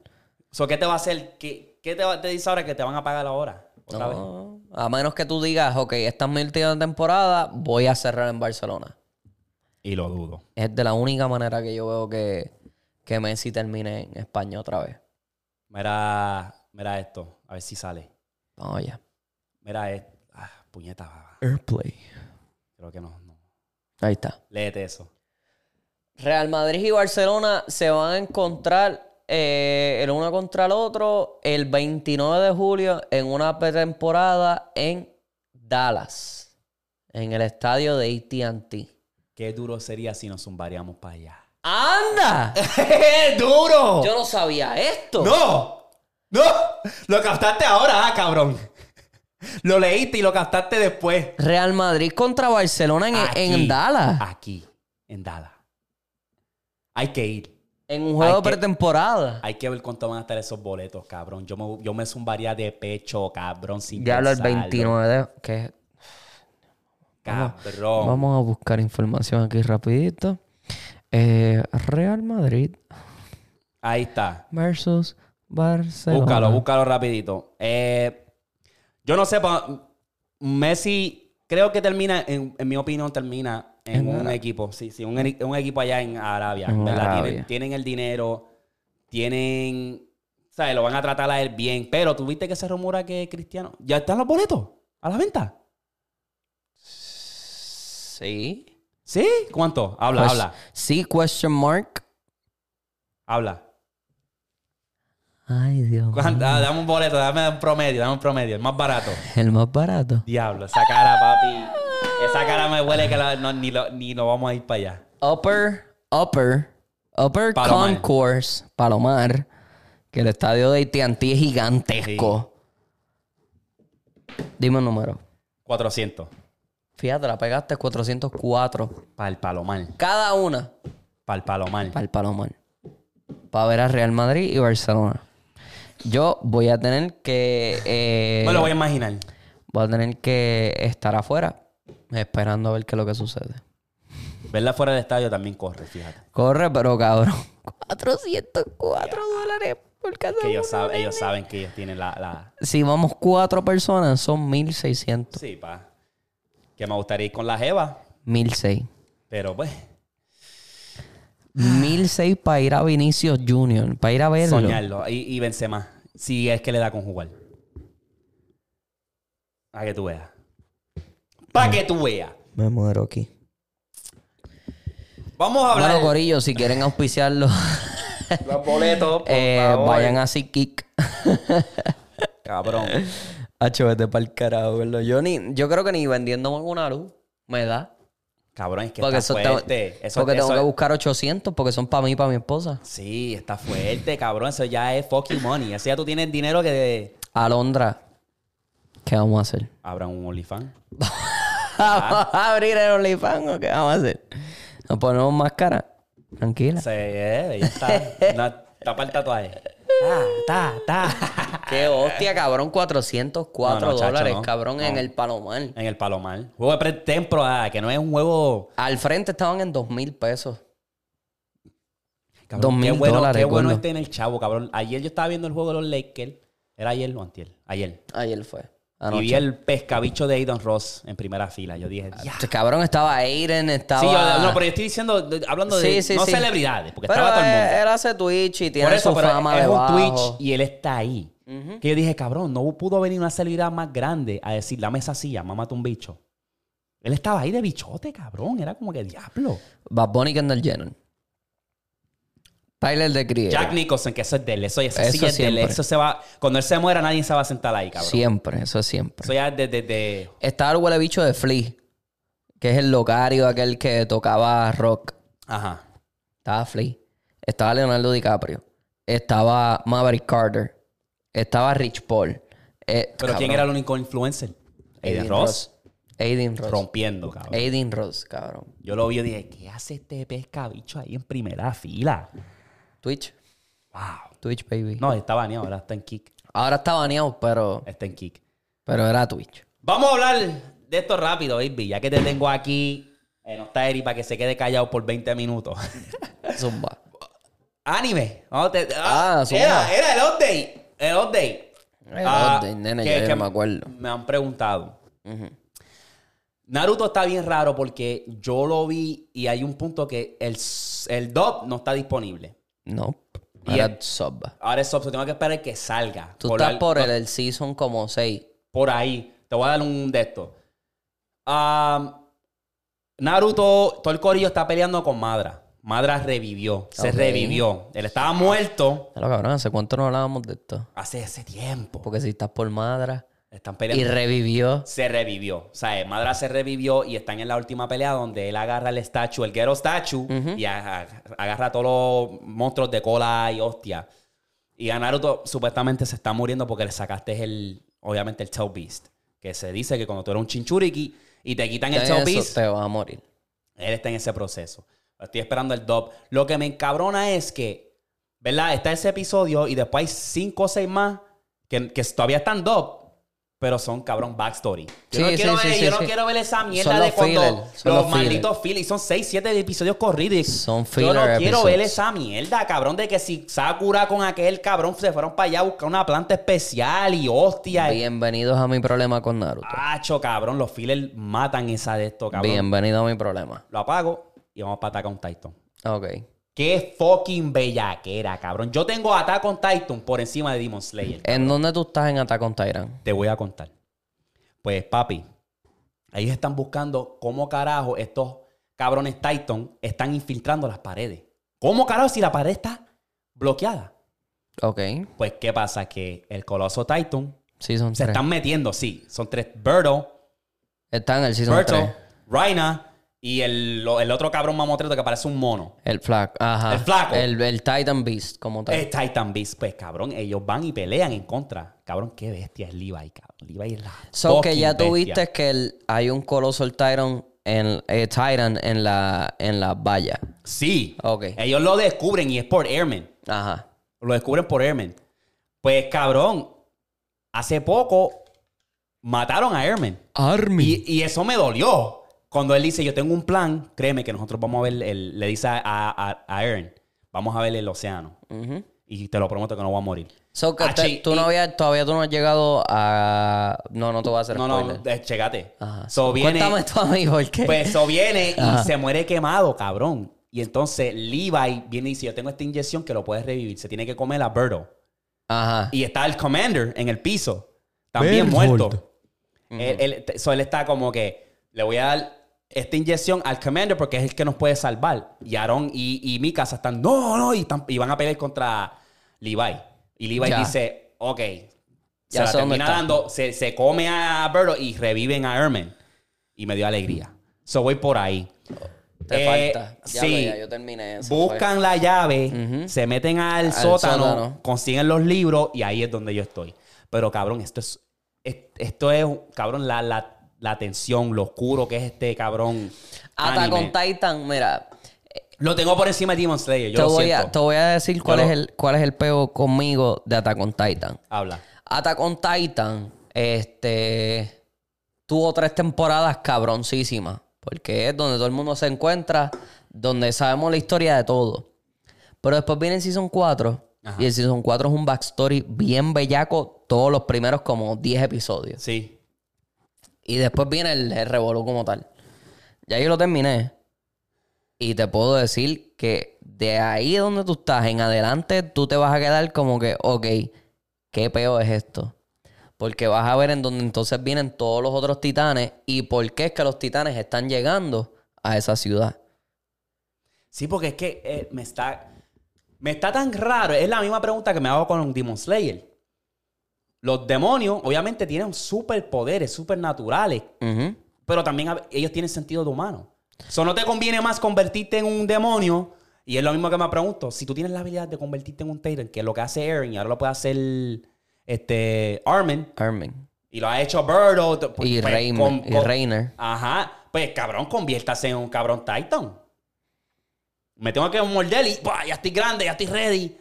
A: So, ¿Qué te va a hacer? ¿Qué, qué te, va- te dice ahora que te van a pagar ahora? Otra vez.
B: No, a menos que tú digas, ok, esta es mi última temporada, voy a cerrar en Barcelona.
A: Y lo dudo.
B: Es de la única manera que yo veo que, que Messi termine en España otra vez.
A: Mira, mira esto. A ver si sale.
B: Vamos allá.
A: Mira esto. Ah, puñeta.
B: Airplay.
A: Creo que no, no.
B: Ahí está.
A: Léete eso.
B: Real Madrid y Barcelona se van a encontrar eh, el uno contra el otro el 29 de julio en una pretemporada en Dallas, en el estadio de ATT.
A: Qué duro sería si nos zumbariamos para allá.
B: ¡Anda!
A: ¡Duro!
B: Yo no sabía esto.
A: ¡No! ¡No! Lo captaste ahora, ah, cabrón. Lo leíste y lo captaste después.
B: Real Madrid contra Barcelona en, en Dallas.
A: Aquí, en Dallas. Hay que ir.
B: En un juego
A: Hay que-
B: pretemporada.
A: Hay que ver cuánto van a estar esos boletos, cabrón. Yo me, yo me zumbaría de pecho, cabrón, sin
B: Diablo, el
A: pensarlo.
B: 29 de... ¿qué?
A: Cabrón.
B: Vamos a buscar información aquí rapidito. Eh, Real Madrid
A: Ahí está.
B: versus Barcelona.
A: Búscalo, búscalo rapidito. Eh, yo no sé, pa- Messi creo que termina, en, en mi opinión, termina en,
B: En
A: un
B: Arabia.
A: equipo. Sí, sí, un, eri- un equipo allá en Arabia.
B: En
A: ¿verdad?
B: Arabia.
A: Tienen, tienen el dinero, tienen... ¿Sabes? Lo van a tratar a él bien. Pero ¿tú viste que se rumora que Cristiano... ¿Ya están los boletos? ¿A la venta?
B: Sí.
A: ¿Sí? ¿Cuánto? Habla,
B: Pues-
A: habla,
B: Sí, question mark.
A: habla.
B: Ay, Dios.
A: ¿Cuánto? Ah, dame un boleto, dame un promedio, dame un promedio. El más barato.
B: El más barato.
A: Diablo, esa cara, papi. Esa cara me huele que la- no, ni, lo, ni lo vamos a ir para allá.
B: Upper, upper, upper
A: Palomar.
B: concourse, Palomar, que el estadio de AT&T es gigantesco. Dime un número.
A: 400.
B: Fíjate, la pegaste 404.
A: Para el Palomar.
B: Cada una
A: Para el Palomar.
B: para el Palomar. Para ver a Real Madrid y Barcelona. Yo voy a tener que... eh,
A: Me lo voy a imaginar.
B: voy a tener que estar afuera esperando a ver qué es lo que sucede.
A: Verla fuera del estadio también corre, fíjate.
B: Corre, pero cabrón. 404 dólares por cada
A: Que ellos,
B: uno,
A: sab-
B: nene.
A: ellos saben que ellos tienen la... la...
B: Si vamos cuatro personas, son 1600.
A: Sí, pa. Que me gustaría ir con la jeva,
B: 1600.
A: pero pues...
B: 1600 para ir a Vinicius Junior, para ir a verlo.
A: Soñarlo. Y, y Benzema, si es que le da con jugar. Para que tú veas. Para que tú veas.
B: Me muero aquí.
A: Vamos a hablar
B: Bueno, Corillo, si quieren auspiciarlo,
A: los boletos. por
B: eh,
A: favor.
B: vayan a Kick.
A: Cabrón.
B: Hacho, vete para el carajo, ¿verdad? Yo, ni, yo creo que ni vendiendo una luz me da.
A: Cabrón, es que
B: Porque,
A: está
B: eso tengo,
A: fuerte. Eso-
B: porque tengo
A: eso-
B: que buscar 800 porque son para mí y para mi esposa.
A: Sí, está fuerte, cabrón. Eso ya es fucking money. Así ya tú tienes dinero que... de-
B: Alondra, ¿qué vamos a hacer?
A: Abran un OnlyFans.
B: ¿Vamos a abrir el OnlyFans o qué vamos a hacer? Nos ponemos máscara. Tranquila.
A: Se eh, ya está. No, tapa el tatuaje. Ta, ta, ta.
B: Qué hostia, cabrón. 404
A: Ah, No, no, chacho,
B: dólares,
A: no.
B: cabrón, en
A: No.
B: el Palomar.
A: En el Palomar. Juego de pretemporada, que no es un juego...
B: Al frente estaban en 2 mil pesos.
A: Cabrón,
B: Dos
A: qué
B: mil
A: bueno,
B: dólares,
A: Qué bueno
B: gordo.
A: este en el chavo, cabrón. Ayer yo estaba viendo el juego de los Lakers. ¿Era ayer o antier? Ayer.
B: Ayer fue.
A: Y
B: Ah, Anoche.
A: vi el pescabicho de Aidan Ross en primera fila. Yo dije, ya.
B: Este Cabrón, estaba Aiden, estaba...
A: Sí, yo, no, pero yo estoy diciendo, de- hablando de no
B: sí.
A: celebridades, porque
B: Pero eh,
A: estaba todo el
B: él-
A: mundo.
B: Él hace Twitch y tiene
A: Por eso,
B: su
A: pero
B: fama
A: es
B: debajo.
A: un Twitch y él está ahí. Que yo dije, cabrón, no pudo venir una celebridad más grande a decir, dame esa silla, mámate un bicho. Él estaba ahí de bichote, cabrón. Era como que diablo.
B: Bad Bunny y Kendall Jenner. Tyler de Crie.
A: Jack Nicholson, que eso es de él. Eso, esa
B: Eh, Eso
A: silla es de él.
B: siempre.
A: Eso se va... Cuando él se muera, nadie se va a sentar ahí, cabrón.
B: Siempre, eso es siempre.
A: Eso ya desde... desde-
B: Estaba el huele bicho de Flea, que es el locario aquel que tocaba rock.
A: Ajá.
B: Estaba Flea. Estaba Leonardo DiCaprio. Estaba Maverick Carter. Estaba Rich Paul. Eh,
A: Pero ¿quién era el único influencer? Aiden Ross.
B: Aiden Ross.
A: Rompiendo, cabrón.
B: Aiden Ross, cabrón.
A: Yo lo vi y dije, ¿qué hace este pescabicho ahí en primera fila?
B: Twitch.
A: Wow.
B: Twitch, baby.
A: No, está baneado, ahora está en kick.
B: Ahora está baneado, pero,
A: Está en kick.
B: pero era Twitch.
A: Vamos a hablar de esto rápido, baby. Ya que te tengo aquí, eh, no está Eri para que se quede callado por 20 minutos.
B: Zumba.
A: Anime. Vamos, te-
B: Ah, zumba.
A: era, era el update. El update.
B: El update, nene,
A: que-
B: yo ya
A: que
B: me acuerdo.
A: Me han preguntado. Naruto está bien raro porque yo lo vi y hay un punto que el, s- el dub no está disponible.
B: No.
A: Y
B: Era
A: el-
B: sub.
A: Ahora eso tengo que esperar que salga.
B: Tú
A: por,
B: estás
A: al-
B: por el, el season como 6.
A: por ahí. Te voy a dar un de estos. Ah, Naruto, todo el corillo está peleando con Madra. Madra revivió. Se
B: Ok.
A: revivió. Él estaba muerto
B: Pero cabrón, ¿hace cuánto no hablábamos de esto?
A: hace ese tiempo.
B: Porque si estás por madra
A: Están
B: y
A: peleando.
B: revivió.
A: se revivió. O sea, Madra se revivió y están en la última pelea donde él agarra el statue, el Gero statue, y a- agarra a todos los monstruos de cola y hostia. Y a Naruto supuestamente se está muriendo porque le sacaste el, obviamente, el Tail Beast. Que se dice que cuando tú eres un Chinchuriki y te quitan el
B: Ten
A: Tail
B: eso,
A: Beast,
B: te vas a morir.
A: él está en ese proceso. Estoy esperando el dub. Lo que me encabrona es que, ¿verdad? Está ese episodio y después hay cinco o seis más que, que todavía están dub, pero son cabrón backstory. Yo,
B: Sí,
A: no,
B: sí,
A: quiero
B: sí,
A: ver,
B: sí,
A: yo no
B: sí.
A: quiero ver esa mierda
B: Son
A: de
B: los
A: cuando
B: filler, son
A: los,
B: los filler.
A: malditos filler. Y son seis, siete episodios corridos. y-
B: Son
A: yo no
B: filler
A: quiero ver
B: episodes.
A: esa mierda, cabrón, de que si Sakura con aquel cabrón se fueron para allá a buscar una planta especial y hostia. y-
B: Bienvenidos a mi problema con Naruto.
A: Acho, cabrón, los fillers matan esa de esto, Ah, cabrón.
B: Bienvenido a mi problema.
A: Lo apago y vamos para atacar un Titan.
B: Ok.
A: Qué fucking bellaquera, cabrón. Yo tengo Attack on Titan por encima de Demon Slayer.
B: ¿En dónde tú estás en Attack on Titan?
A: Te voy a contar. Pues, papi, ellos están buscando cómo carajo estos cabrones Titan están infiltrando las paredes. ¿Cómo carajo si la pared está bloqueada?
B: Ok.
A: Pues, ¿qué pasa? Que el coloso Titan
B: Season
A: se
B: 3. Están...
A: están metiendo, sí. Son tres Birdo,
B: en el Season
A: Birdo,
B: 3.
A: Rhina y el, lo- el otro cabrón mamotreto que parece un mono.
B: El flaco. Ajá.
A: El flaco.
B: El, el Titan Beast como tal.
A: Es Titan Beast, pues cabrón, ellos van y pelean en contra. Cabrón, qué bestia es Levi, cabrón. Levi es la.
B: So que
A: fucking
B: ya
A: bestia.
B: tuviste que el- hay un Colossal Titan en, eh, Titan en la, en la valla.
A: Sí.
B: Ok.
A: Ellos lo descubren y es por Airman.
B: Ajá.
A: Lo descubren por Airman. Pues cabrón, hace poco mataron a Airman.
B: Army.
A: Y, y eso me dolió. Cuando él dice, yo tengo un plan, créeme que nosotros vamos a ver, el- le dice a, a, a Aaron, vamos a ver el océano. Y te lo prometo que no voy a morir.
B: So que
A: Ah,
B: te-
A: sí,
B: tú no
A: y-
B: habías, todavía tú no has llegado a. No, no te voy a hacer
A: No, no,
B: spoiler.
A: eh, checate.
B: Ajá.
A: So viene,
B: Cuéntame tú a mí, porque.
A: pues, so viene y se muere quemado, cabrón. Y entonces Levi viene y dice, yo tengo esta inyección que lo puedes revivir. Se tiene que comer a Birdo.
B: Ajá.
A: Y está el Commander en el piso. También
C: Berthold.
A: muerto. Él, él- t- so, él está como que le voy a dar esta inyección al Commander porque es el que nos puede salvar. Y Aaron y, y Mika se están, no, no, y, están- y van a pelear contra Levi. Y Levi
B: Ya.
A: dice, ok.
B: Ya
A: se la
B: sé dónde
A: termina
B: está.
A: dando, se, se come a Birdo y reviven a Herman. Y me dio alegría. So voy por ahí.
B: Te
A: Eh,
B: falta. Ya,
A: sí.
B: lo- ya yo terminé eso.
A: Buscan la llave, se meten al, sótano,
B: sótano.
A: consiguen los libros y ahí es donde yo estoy. Pero cabrón, esto es, es- esto es, cabrón, la, la, la tensión, lo oscuro que es este cabrón.
B: Hasta
A: anime.
B: con Titan, mira.
A: Lo tengo por encima de Demon Slayer, yo
B: te,
A: lo
B: voy
A: siento.
B: a, te voy a decir cuál
A: lo-
B: es, el, cuál es el peo conmigo de Attack on Titan.
A: Habla.
B: Attack on Titan, este, tuvo tres temporadas cabroncísimas, porque es donde todo el mundo se encuentra, donde sabemos la historia de todo. Pero después viene el Season 4, y el Season 4 es un backstory bien bellaco, todos los primeros como 10 episodios.
A: Sí.
B: Y después viene el, el revolú como tal. Ya yo lo terminé. Y te puedo decir que de ahí donde tú estás en adelante, tú te vas a quedar como que, ok, ¿qué peo es esto? Porque vas a ver en donde entonces vienen todos los otros titanes y por qué es que los titanes están llegando a esa ciudad.
A: Sí, porque es que eh, me está. Me está tan raro. Es la misma pregunta que me hago con Demon Slayer. Los demonios, obviamente, tienen superpoderes, supernaturales.
B: Ujú.
A: pero también hab- ellos tienen sentido de humano. So, no te conviene más convertirte en un demonio. Y es lo mismo que me pregunto. Si tú tienes la habilidad de convertirte en un Titan, que es lo que hace Eren y ahora lo puede hacer este, Armin,
B: Armin.
A: y lo ha hecho Birdo. t-
B: Y,
A: pues,
B: Reimer-
A: con-
B: y
A: con-
B: Reiner.
A: Ajá. Pues cabrón, conviértase en un cabrón Titan. Me tengo que morder y ¡buah! ya estoy grande, ya estoy ready.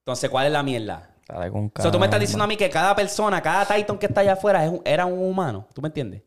A: Entonces, ¿cuál es la mierda?
B: Dale con
A: O sea, tú me estás
B: calma.
A: diciendo a mí que cada persona, cada Titan que está allá afuera es un- era un humano. ¿Tú me entiendes?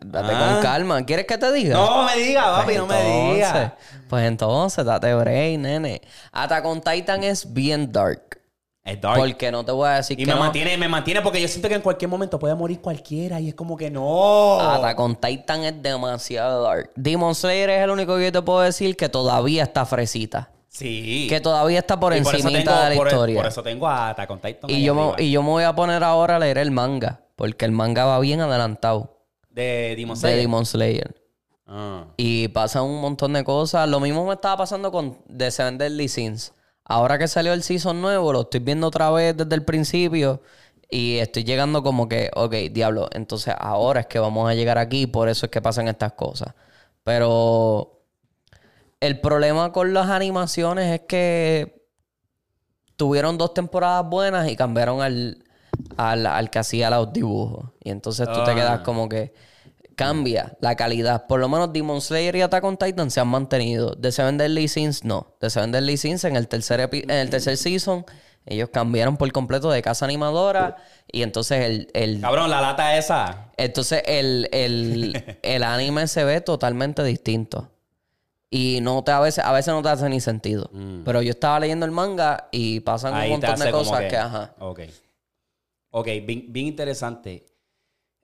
B: Date
A: Ah.
B: con calma. ¿Quieres que te diga?
A: No me diga, papi, no me
B: Pues Entonces,
A: diga.
B: Pues entonces, date break, nene. Attack on Titan es bien dark.
A: Es dark.
B: Porque no te voy a decir
A: Eh, y
B: que
A: me
B: no.
A: mantiene, me mantiene porque yo siento que en cualquier momento puede morir cualquiera y es como que no.
B: Attack on Titan es demasiado dark. Demon Slayer es el único que yo te puedo decir que todavía está fresita.
A: Sí.
B: Que todavía está por
A: Y por eso
B: encimita
A: tengo-
B: de la
A: por, e-
B: historia.
A: Por eso tengo a Attack on Titan
B: y,
A: ahí
B: yo me,
A: arriba.
B: y yo me voy a poner ahora a leer el manga. Porque el manga va bien adelantado.
A: de Demon
B: De
A: Slayer.
B: Demon Slayer.
A: Ah.
B: Y pasan un montón de cosas. Lo mismo me estaba pasando con The Seven Deadly Sins. Ahora que salió el season nuevo, lo estoy viendo otra vez desde el principio. Y estoy llegando como que, ok, diablo, entonces ahora es que vamos a llegar aquí. Por eso es que pasan estas cosas. Pero el problema con las animaciones es que tuvieron dos temporadas buenas y cambiaron al, al, al que hacía los dibujos. Y entonces tú te
A: Ah.
B: quedas como que cambia la calidad. Por lo menos Demon Slayer y Attack on Titan se han mantenido. The Seven Deadly Sins no. The Seven Deadly Sins en el tercer, epi- en el tercer season ellos cambiaron por completo de casa animadora y entonces el... el
A: Cabrón, la lata esa.
B: entonces el, el, el anime se ve totalmente distinto. Y no te, a veces, a veces no te hace ni sentido. Pero yo estaba leyendo el manga y pasan un
A: Mm. Ahí te
B: montón
A: hace
B: de
A: como
B: cosas
A: que,
B: que, ajá.
A: Ok. Ok, bien, bien interesante.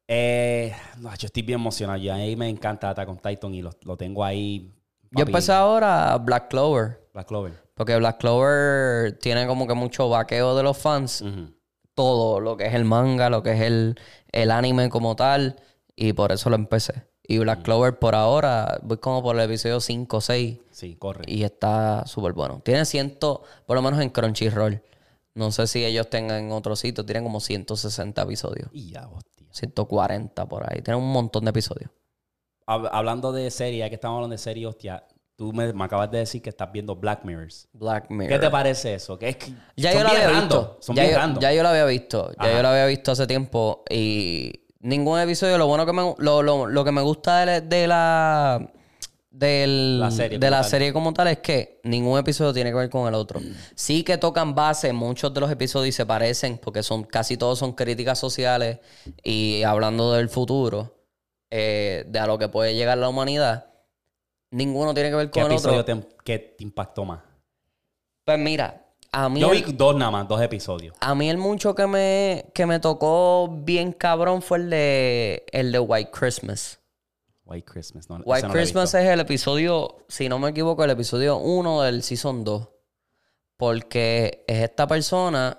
A: Eh, no, yo estoy bien emocionado. Y a mí me encanta Attack on Titan y lo, lo tengo ahí.
B: Yo
A: papi,
B: empecé ahora Black Clover.
A: Black Clover.
B: Porque Black Clover tiene como que mucho vaqueo de los fans.
A: Ujú.
B: Todo lo que es el manga, lo que es el, el anime como tal. Y por eso lo empecé. Y
A: Mm.
B: Black Clover por ahora, voy como por el episodio 5 o 6.
A: Sí, corre.
B: Y está súper bueno. Tiene ciento, por lo menos en Crunchyroll. No sé si ellos tengan en otro sitio. Tienen como 160 episodios.
A: Y ya, hostia.
B: 140 por ahí. Tienen un montón de episodios.
A: Hab- hablando de serie, ya que estamos hablando de serie, hostia, tú me, me acabas de decir que estás viendo Black Mirrors.
B: Black Mirror.
A: ¿Qué te parece eso? Que es que
B: Ya
A: son
B: yo la
A: bien
B: había
A: random,
B: visto.
A: Son
B: ya,
A: bien
B: yo,
A: random.
B: ya yo la había visto. Ya
A: Ajá.
B: yo la había visto hace tiempo. Y ningún episodio. Lo bueno que me, lo, lo- lo que me gusta de la, de la, del-
A: La serie
B: de
A: como
B: la
A: tal.
B: serie como tal es que ningún episodio tiene que ver con el otro. Sí que tocan base. Muchos de los episodios se parecen porque son casi todos son críticas sociales y hablando del futuro. eh, de a lo que puede llegar la humanidad, ninguno tiene que ver
A: ¿Qué
B: con el
A: episodio
B: otro.
A: te, que te impactó más?
B: Pues mira, a mí,
A: Yo vi
B: el,
A: dos nada más, dos episodios.
B: a mí el mucho que me, que me tocó bien cabrón fue el de, el de White Christmas.
A: White Christmas. No,
B: White
A: ese no lo he
B: Christmas
A: visto.
B: es el episodio, si no me equivoco, el episodio 1 del Season 2. Porque es esta persona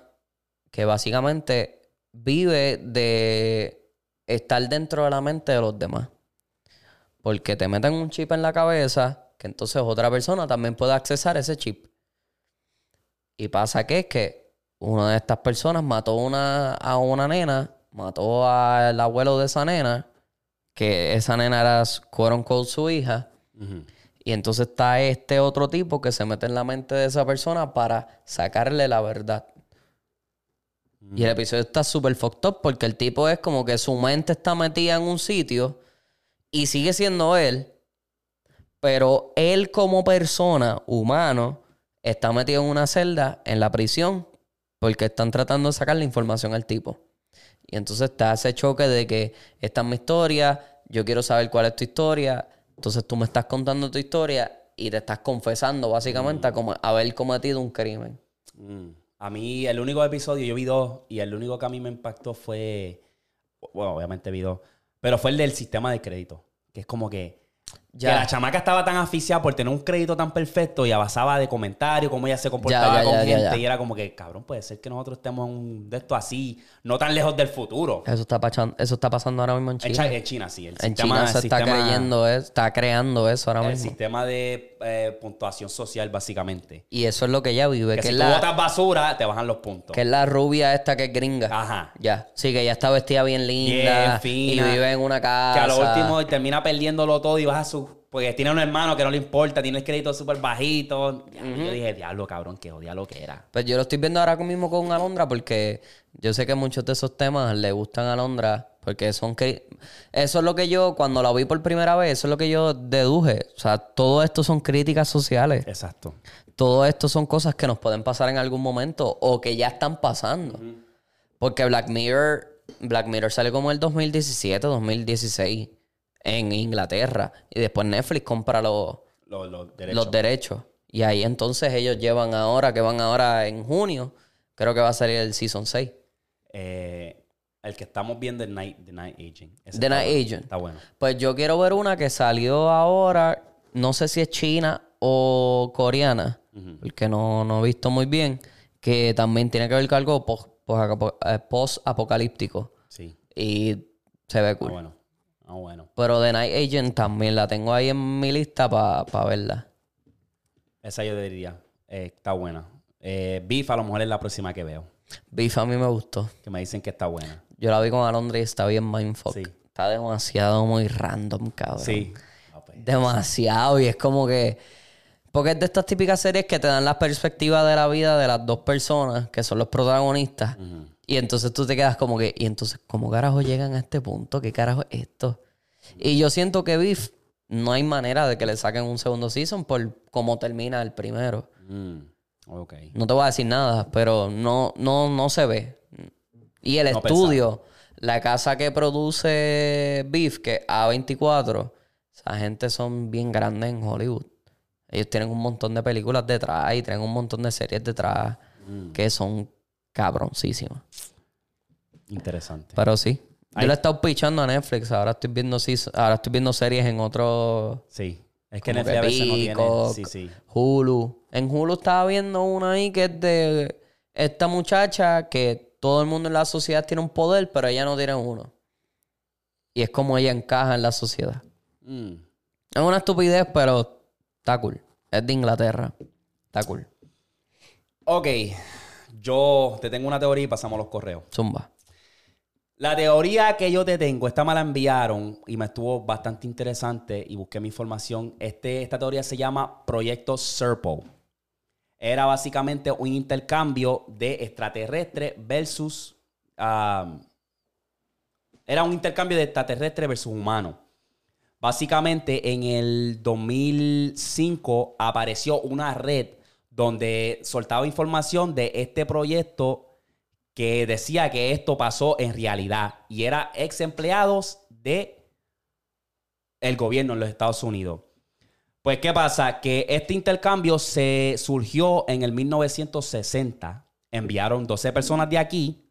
B: que básicamente vive de estar dentro de la mente de los demás. Porque te meten un chip en la cabeza que entonces otra persona también puede accesar ese chip. Y pasa que es que una de estas personas mató una, a una nena, mató al abuelo de esa nena, que esa nena era, quote unquote, su hija.
A: Ujú.
B: Y entonces está este otro tipo que se mete en la mente de esa persona para sacarle la verdad. Y el episodio está súper fucked up porque el tipo es como que su mente está metida en un sitio y sigue siendo él, pero él como persona, humano, está metido en una celda en la prisión porque están tratando de sacar la información al tipo. Y entonces está ese choque de que esta es mi historia, yo quiero saber cuál es tu historia, entonces tú me estás contando tu historia y te estás confesando básicamente a como haber cometido un crimen.
A: Mm. A mí, el único episodio, yo vi dos, y el único que a mí me impactó fue. Bueno, obviamente vi dos, pero fue el del sistema de crédito. Que es como que.
B: Ya.
A: que la chamaca estaba tan asfixiada por tener un crédito tan perfecto y abasaba de comentarios, cómo ella se comportaba
B: Ya, ya,
A: con
B: ya, ya,
A: gente.
B: ya.
A: Y era como que, cabrón, puede ser que nosotros estemos en un de esto así, no tan lejos del futuro.
B: Eso está, pachan- eso está pasando ahora mismo en
A: En
B: China.
A: China, en China sí. El
B: En
A: sistema,
B: China
A: el
B: se está,
A: sistema-
B: creyendo eso- está creando eso ahora
A: El
B: mismo.
A: sistema de eh, puntuación social, básicamente.
B: Y eso es lo que ella vive,
A: Que,
B: Pues
A: si
B: que, es
A: tú
B: la,
A: botas basura, te bajan los puntos.
B: que es la rubia esta que es gringa.
A: Ajá.
B: Ya, sí, que ya está vestida bien linda
A: Ah. Bien fina.
B: y vive en una casa.
A: Que a lo último termina perdiéndolo todo y vas a su. Porque tiene un hermano que no le importa, tiene el crédito súper bajito. Ya, Yo dije, diablo, cabrón, que odia lo que era.
B: Pues yo lo estoy viendo ahora mismo con Alondra porque yo sé que muchos de esos temas le gustan a Alondra porque son que eso es lo que yo cuando la vi por primera vez, eso es lo que yo deduje, o sea, todo esto son críticas sociales.
A: Exacto.
B: todo esto son cosas que nos pueden pasar en algún momento o que ya están pasando. Porque Black Mirror, Black Mirror sale como el 2017, 2016 en Inglaterra y después Netflix compra los,
A: Los, los derechos.
B: los derechos. Y ahí entonces ellos llevan ahora, que van ahora en junio, creo que va a salir el Season 6.
A: Eh, el que estamos viendo es Night, The Night Agent. Ese
B: The
A: está
B: Night
A: bueno.
B: Agent.
A: Está bueno.
B: Pues yo quiero ver una que salió ahora, no sé si es china o coreana, porque no, no he visto muy bien, que también tiene que ver con algo pos- posacapo- eh, post-apocalíptico.
A: Sí.
B: Y se ve
A: Está
B: cool.
A: Ah, bueno. Está bueno.
B: Pero The Night Agent también la tengo ahí en mi lista para verla.
A: Esa yo diría. eh, está buena. Eh, Beef a lo mejor es la próxima que veo.
B: Beef a mí me gustó.
A: Que me dicen que está buena.
B: Yo la vi con Alondra y está bien mindfuck.
A: Sí.
B: Está demasiado muy random, cabrón.
A: Sí. Ah, pues.
B: Demasiado. Y es como que. Porque es de estas típicas series que te dan la perspectiva de la vida de las dos personas que son los
A: Mm.
B: protagonistas. Y entonces tú te quedas como que. Y entonces, ¿cómo carajo llegan a este punto? ¿Qué carajo es esto? Y yo siento que Biff no hay manera de que le saquen un segundo season por cómo termina el primero.
A: Mm, ok.
B: No te voy a decir nada, pero no, no, no se ve. Y el
A: No
B: estudio, la casa que produce Beef, que es A24, esa gente son bien grandes en Hollywood. Ellos tienen un montón de películas detrás y tienen un montón de series detrás
A: Mm.
B: que son cabroncísimas.
A: Interesante.
B: Pero sí. Yo
A: Ahí-
B: le he estado pichando a Netflix. Ahora estoy viendo seas- ahora estoy viendo series en otros
A: Sí. Es que
B: como
A: Netflix
B: que
A: a veces no tiene.
B: Peacock,
A: Sí, sí.
B: Hulu. En Hulu estaba viendo una ahí que es de esta muchacha que todo el mundo en la sociedad tiene un poder, pero ella no tiene uno. Y es como ella encaja en la sociedad.
A: Mm.
B: Es una estupidez, pero está cool. Es de Inglaterra. Está cool.
A: Ok, yo te tengo una teoría y pasamos a los correos.
B: Zumba.
A: La teoría que yo te tengo, esta me la enviaron y me estuvo bastante interesante y busqué mi información. Este, esta teoría se llama Proyecto Serpo. Era básicamente un intercambio de extraterrestres versus... ah, era un intercambio de extraterrestres versus humanos. Básicamente en el 2005 apareció una red donde soltaba información de este proyecto que decía que esto pasó en realidad y era ex empleados de el gobierno en los Estados Unidos. Pues, ¿qué pasa? Que este intercambio se surgió en el 1960. Enviaron 12 personas de aquí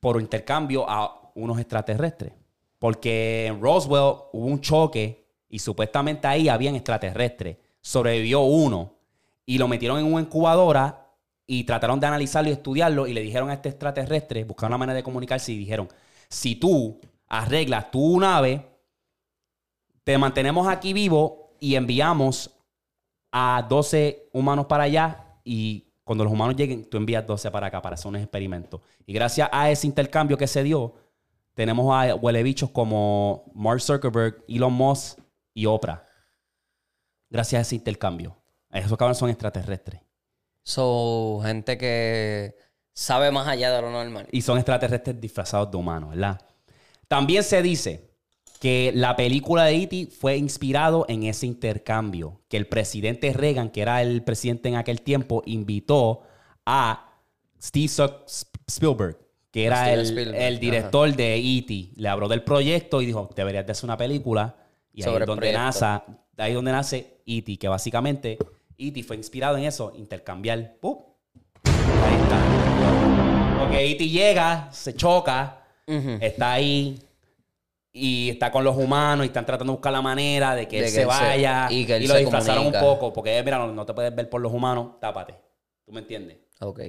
A: por intercambio a unos extraterrestres. Porque en Roswell hubo un choque y supuestamente ahí habían extraterrestres. Sobrevivió uno y lo metieron en una incubadora y trataron de analizarlo y estudiarlo y le dijeron a este extraterrestre, buscaron una manera de comunicarse y dijeron, si tú arreglas tu nave, te mantenemos aquí vivo y enviamos a 12 humanos para allá y cuando los humanos lleguen, tú envías 12 para acá para hacer unos experimentos. Y gracias a ese intercambio que se dio, tenemos a huelebichos como Mark Zuckerberg, Elon Musk y Oprah. Gracias a ese intercambio. Esos cabrones son extraterrestres.
B: So, gente que sabe más allá de lo normal.
A: Y son extraterrestres disfrazados de humanos, ¿verdad? También se dice que la película de E.T. fue inspirado en ese intercambio, que el presidente Reagan, que era el presidente en aquel tiempo, invitó a Steve Zuck- Spielberg, que era
B: Steven
A: el,
B: Spielberg,
A: el director de E.T. Le habló del proyecto y dijo, deberías de hacer una película. Y ahí
B: Sobre
A: es
B: el
A: donde,
B: proyecto.
A: nace, ahí es donde nace E.T., que básicamente E.T. fue inspirado en eso, intercambiar. ¡Pup! Ahí está. Porque E.T. llega, se choca,
B: Ujú.
A: está ahí y está con los humanos y están tratando de buscar la manera de que
B: De
A: él
B: que
A: se
B: él se-
A: vaya.
B: y
A: Y,
B: que él
A: lo
B: se
A: disfrazaron un
B: comunica.
A: poco porque, eh, mira, no, no te puedes ver por los humanos, tápate. ¿Tú me entiendes?
B: Ok.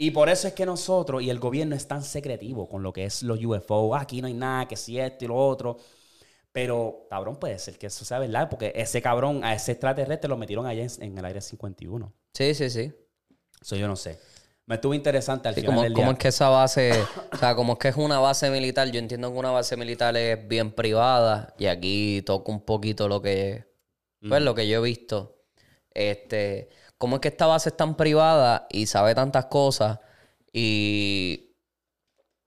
A: Y por eso es que nosotros y el gobierno es tan secretivo con lo que es los UFO. Ah, aquí no hay nada, que si esto y lo otro. Pero, cabrón, puede ser que eso sea verdad, porque ese cabrón, a ese extraterrestre lo metieron allá en, en el área 51.
B: Sí, sí, sí.
A: Eso yo no sé. Me estuvo interesante al
B: Sí,
A: final
B: como,
A: del
B: como
A: día.
B: es que esa base, o sea, como es que es una base militar, yo entiendo que una base militar es bien privada y aquí toca un poquito lo que, pues, lo que yo he visto. Este, cómo es que esta base es tan privada y sabe tantas cosas y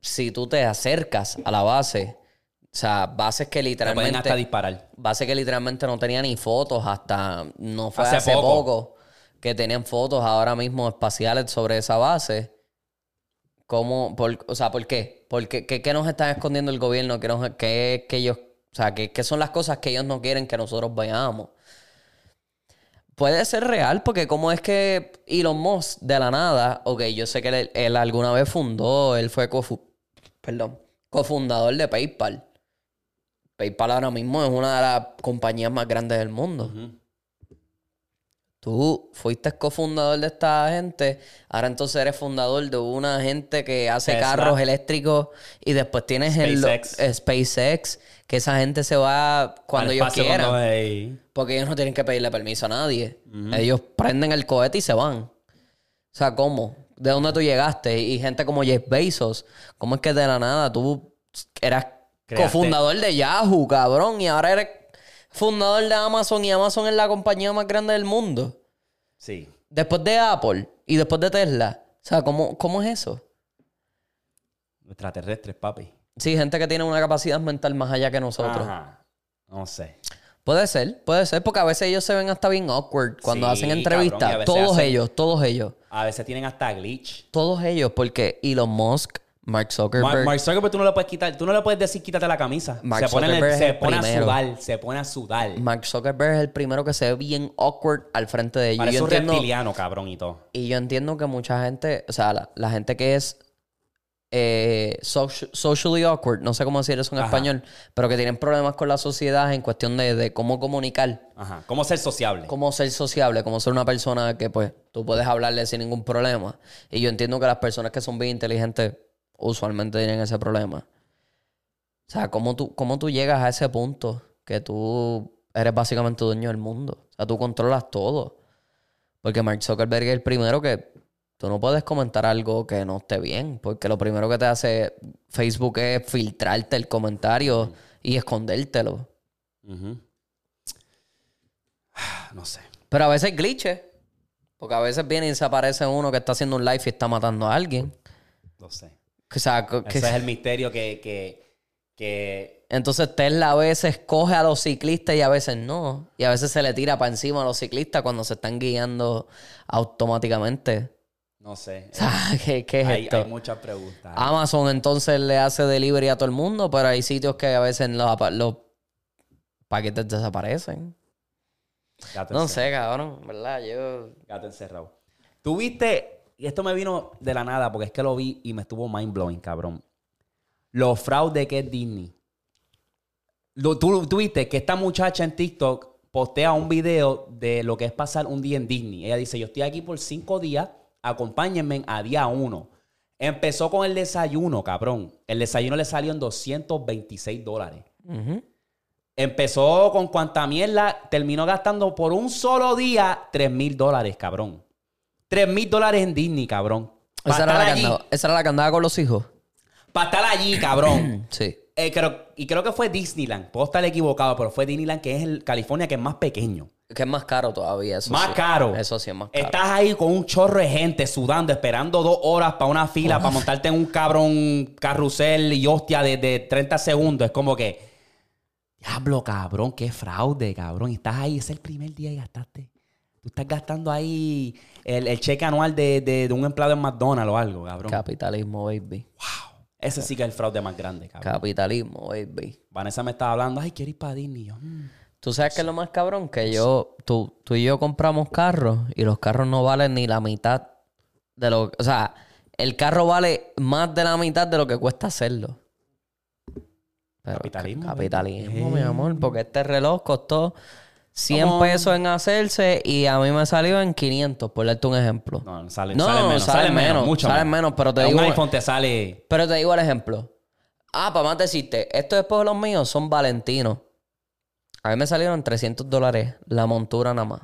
B: si tú te acercas a la base, o sea, bases que
A: Te pueden hasta
B: literalmente,
A: disparar.
B: bases que literalmente no tenía ni fotos hasta, no fue
A: Hace
B: hace,
A: poco.
B: poco que tenían fotos ahora mismo espaciales sobre esa base. ¿Cómo? Por- o sea, ¿por qué? ¿Por qué, qué- qué nos están escondiendo el gobierno? ¿Qué, nos- qué- qué ellos, o sea, qué, qué son las cosas que ellos no quieren que nosotros veamos? Puede ser real, porque como es que Elon Musk de la nada, ok, yo sé que él, él alguna vez fundó, él fue cofu- perdón, cofundador de PayPal. PayPal ahora mismo es una de las compañías más grandes del mundo.
A: Ujú.
B: Tú fuiste cofundador de esta gente, ahora entonces eres fundador de una gente que hace
A: Tesla.
B: carros eléctricos y después tienes el lo-
A: SpaceX.
B: eh, SpaceX, que esa gente se va cuando
A: Al
B: ellos
A: espacio
B: quieran,
A: cuando- Ey.
B: porque ellos no tienen que pedirle permiso a nadie. Ellos prenden el cohete y se van. O sea, ¿cómo? ¿De dónde tú llegaste? Y gente como Jeff Bezos, ¿cómo es que de la nada tú eras
A: Creaste.
B: cofundador de Yahoo, cabrón, y ahora eres fundador de Amazon y Amazon es la compañía más grande del mundo?
A: Sí.
B: después de Apple y después de Tesla. O sea, ¿cómo, cómo es eso?
A: Extraterrestres, papi.
B: Sí, gente que tiene una capacidad mental más allá que nosotros.
A: Ajá. No sé.
B: Puede ser, puede ser, porque a veces ellos se ven hasta bien awkward cuando
A: Sí, cabrón, y
B: hacen
A: a
B: entrevistas.
A: veces
B: todos
A: hacen-
B: ellos, todos ellos,
A: A veces tienen hasta glitch.
B: todos ellos, porque Elon Musk, Mark Zuckerberg.
A: Mar- Mark Zuckerberg, tú no le puedes quitar, tú no le puedes decir quítate la camisa.
B: Mark
A: se pone, en el-
B: Zuckerberg es
A: se
B: el
A: pone a
B: primero.
A: sudar, se pone a sudar.
B: Mark Zuckerberg es el primero que se ve bien awkward al frente de ellos.
A: Parece
B: Yo
A: un
B: entiendo-
A: reptiliano, cabrón, y todo.
B: Y yo entiendo que mucha gente, o sea, la, la gente que es eh, soci- socially awkward, no sé cómo decir eso en
A: Ajá.
B: español, pero que tienen problemas con la sociedad en cuestión de, de cómo comunicar,
A: Ajá. ¿Cómo ser sociable?
B: cómo ser sociable, cómo ser una persona que pues tú puedes hablarle sin ningún problema. Y yo entiendo que las personas que son bien inteligentes usualmente tienen ese problema. O sea, ¿cómo tú, cómo tú llegas a ese punto que tú eres básicamente dueño del mundo? O sea, tú controlas todo. Porque Mark Zuckerberg es el primero que tú no puedes comentar algo que no esté bien. Porque lo primero que te hace Facebook es filtrarte el comentario y escondértelo.
A: Ujú. Ah, No sé.
B: Pero a veces glitches. Porque a veces viene y se aparece uno que está haciendo un live y está matando a alguien.
A: No sé.
B: O sea, que-
A: Ese es el misterio que, que, que
B: Entonces Tesla a veces coge a los ciclistas y a veces no. Y a veces se le tira para encima a los ciclistas cuando se están guiando automáticamente.
A: no sé.
B: O sea, ¿qué, qué es
A: hay,
B: esto? Ah,
A: hay muchas preguntas.
B: Amazon entonces le hace delivery a todo el mundo, pero hay sitios que a veces los, apa- los paquetes desaparecen.
A: Gato
B: No
A: encerrado.
B: sé, cabrón, ¿verdad? Yo.
A: Gato encerrado. Tuviste, y esto me vino de la nada porque es que lo vi y me estuvo mind blowing, cabrón. Los fraudes que es Disney. Lo, tú tuviste que esta muchacha en TikTok postea un video de lo que es pasar un día en Disney. Ella dice, yo estoy aquí por cinco días, acompáñenme a día uno. Empezó con el desayuno, cabrón. El desayuno le salió en 226 dólares.
B: Ujú.
A: Empezó con cuanta mierda, terminó gastando por un solo día 3 mil dólares, cabrón. 3 mil dólares en Disney, cabrón. Para
B: Esa era,
A: estar,
B: la que
A: allí,
B: andaba, esa era la que andaba con los hijos.
A: pa' estar allí, cabrón.
B: Sí.
A: Eh, creo- y creo que fue Disneyland. Puedo estar equivocado, pero fue Disneyland, que es el California, que es más pequeño.
B: Que es más caro todavía. Eso
A: más
B: sí.
A: caro.
B: Eso sí es más caro.
A: Estás ahí con un chorro de gente sudando, esperando dos horas para una fila, para montarte en un cabrón carrusel y hostia de, de 30 segundos. Es como que, diablo, cabrón, qué fraude, cabrón. Y Estás ahí, es el primer día y gastaste. Tú estás gastando ahí el, el cheque anual de, de- de un empleado en McDonald's o algo, cabrón.
B: Capitalismo, baby.
A: Ese sí que es el fraude más grande, cabrón.
B: Capitalismo, baby.
A: Vanessa me estaba hablando, ay, quiero ir para Disney. Yo, "Mm".
B: Tú sabes que es lo más cabrón que yo, tú, tú y yo compramos carros y los carros no valen ni la mitad de lo, o sea, el carro vale más de la mitad de lo que cuesta hacerlo. Pero
A: Capitalismo,
B: ca-
A: baby.
B: Capitalismo,
A: Eh.
B: mi amor, porque este reloj costó 100
A: Vamos.
B: pesos en hacerse y a mí me salió en 500, por darte un ejemplo.
A: No, sale,
B: No,
A: sale
B: no,
A: menos,
B: sale
A: sale menos,
B: menos,
A: mucho
B: sale menos, pero te
A: un
B: digo-
A: iPhone te sale...
B: Pero te digo el ejemplo. Ah, para más decirte, estos espejuelos míos son valentinos. A mí me salieron 300 dólares la montura nada más.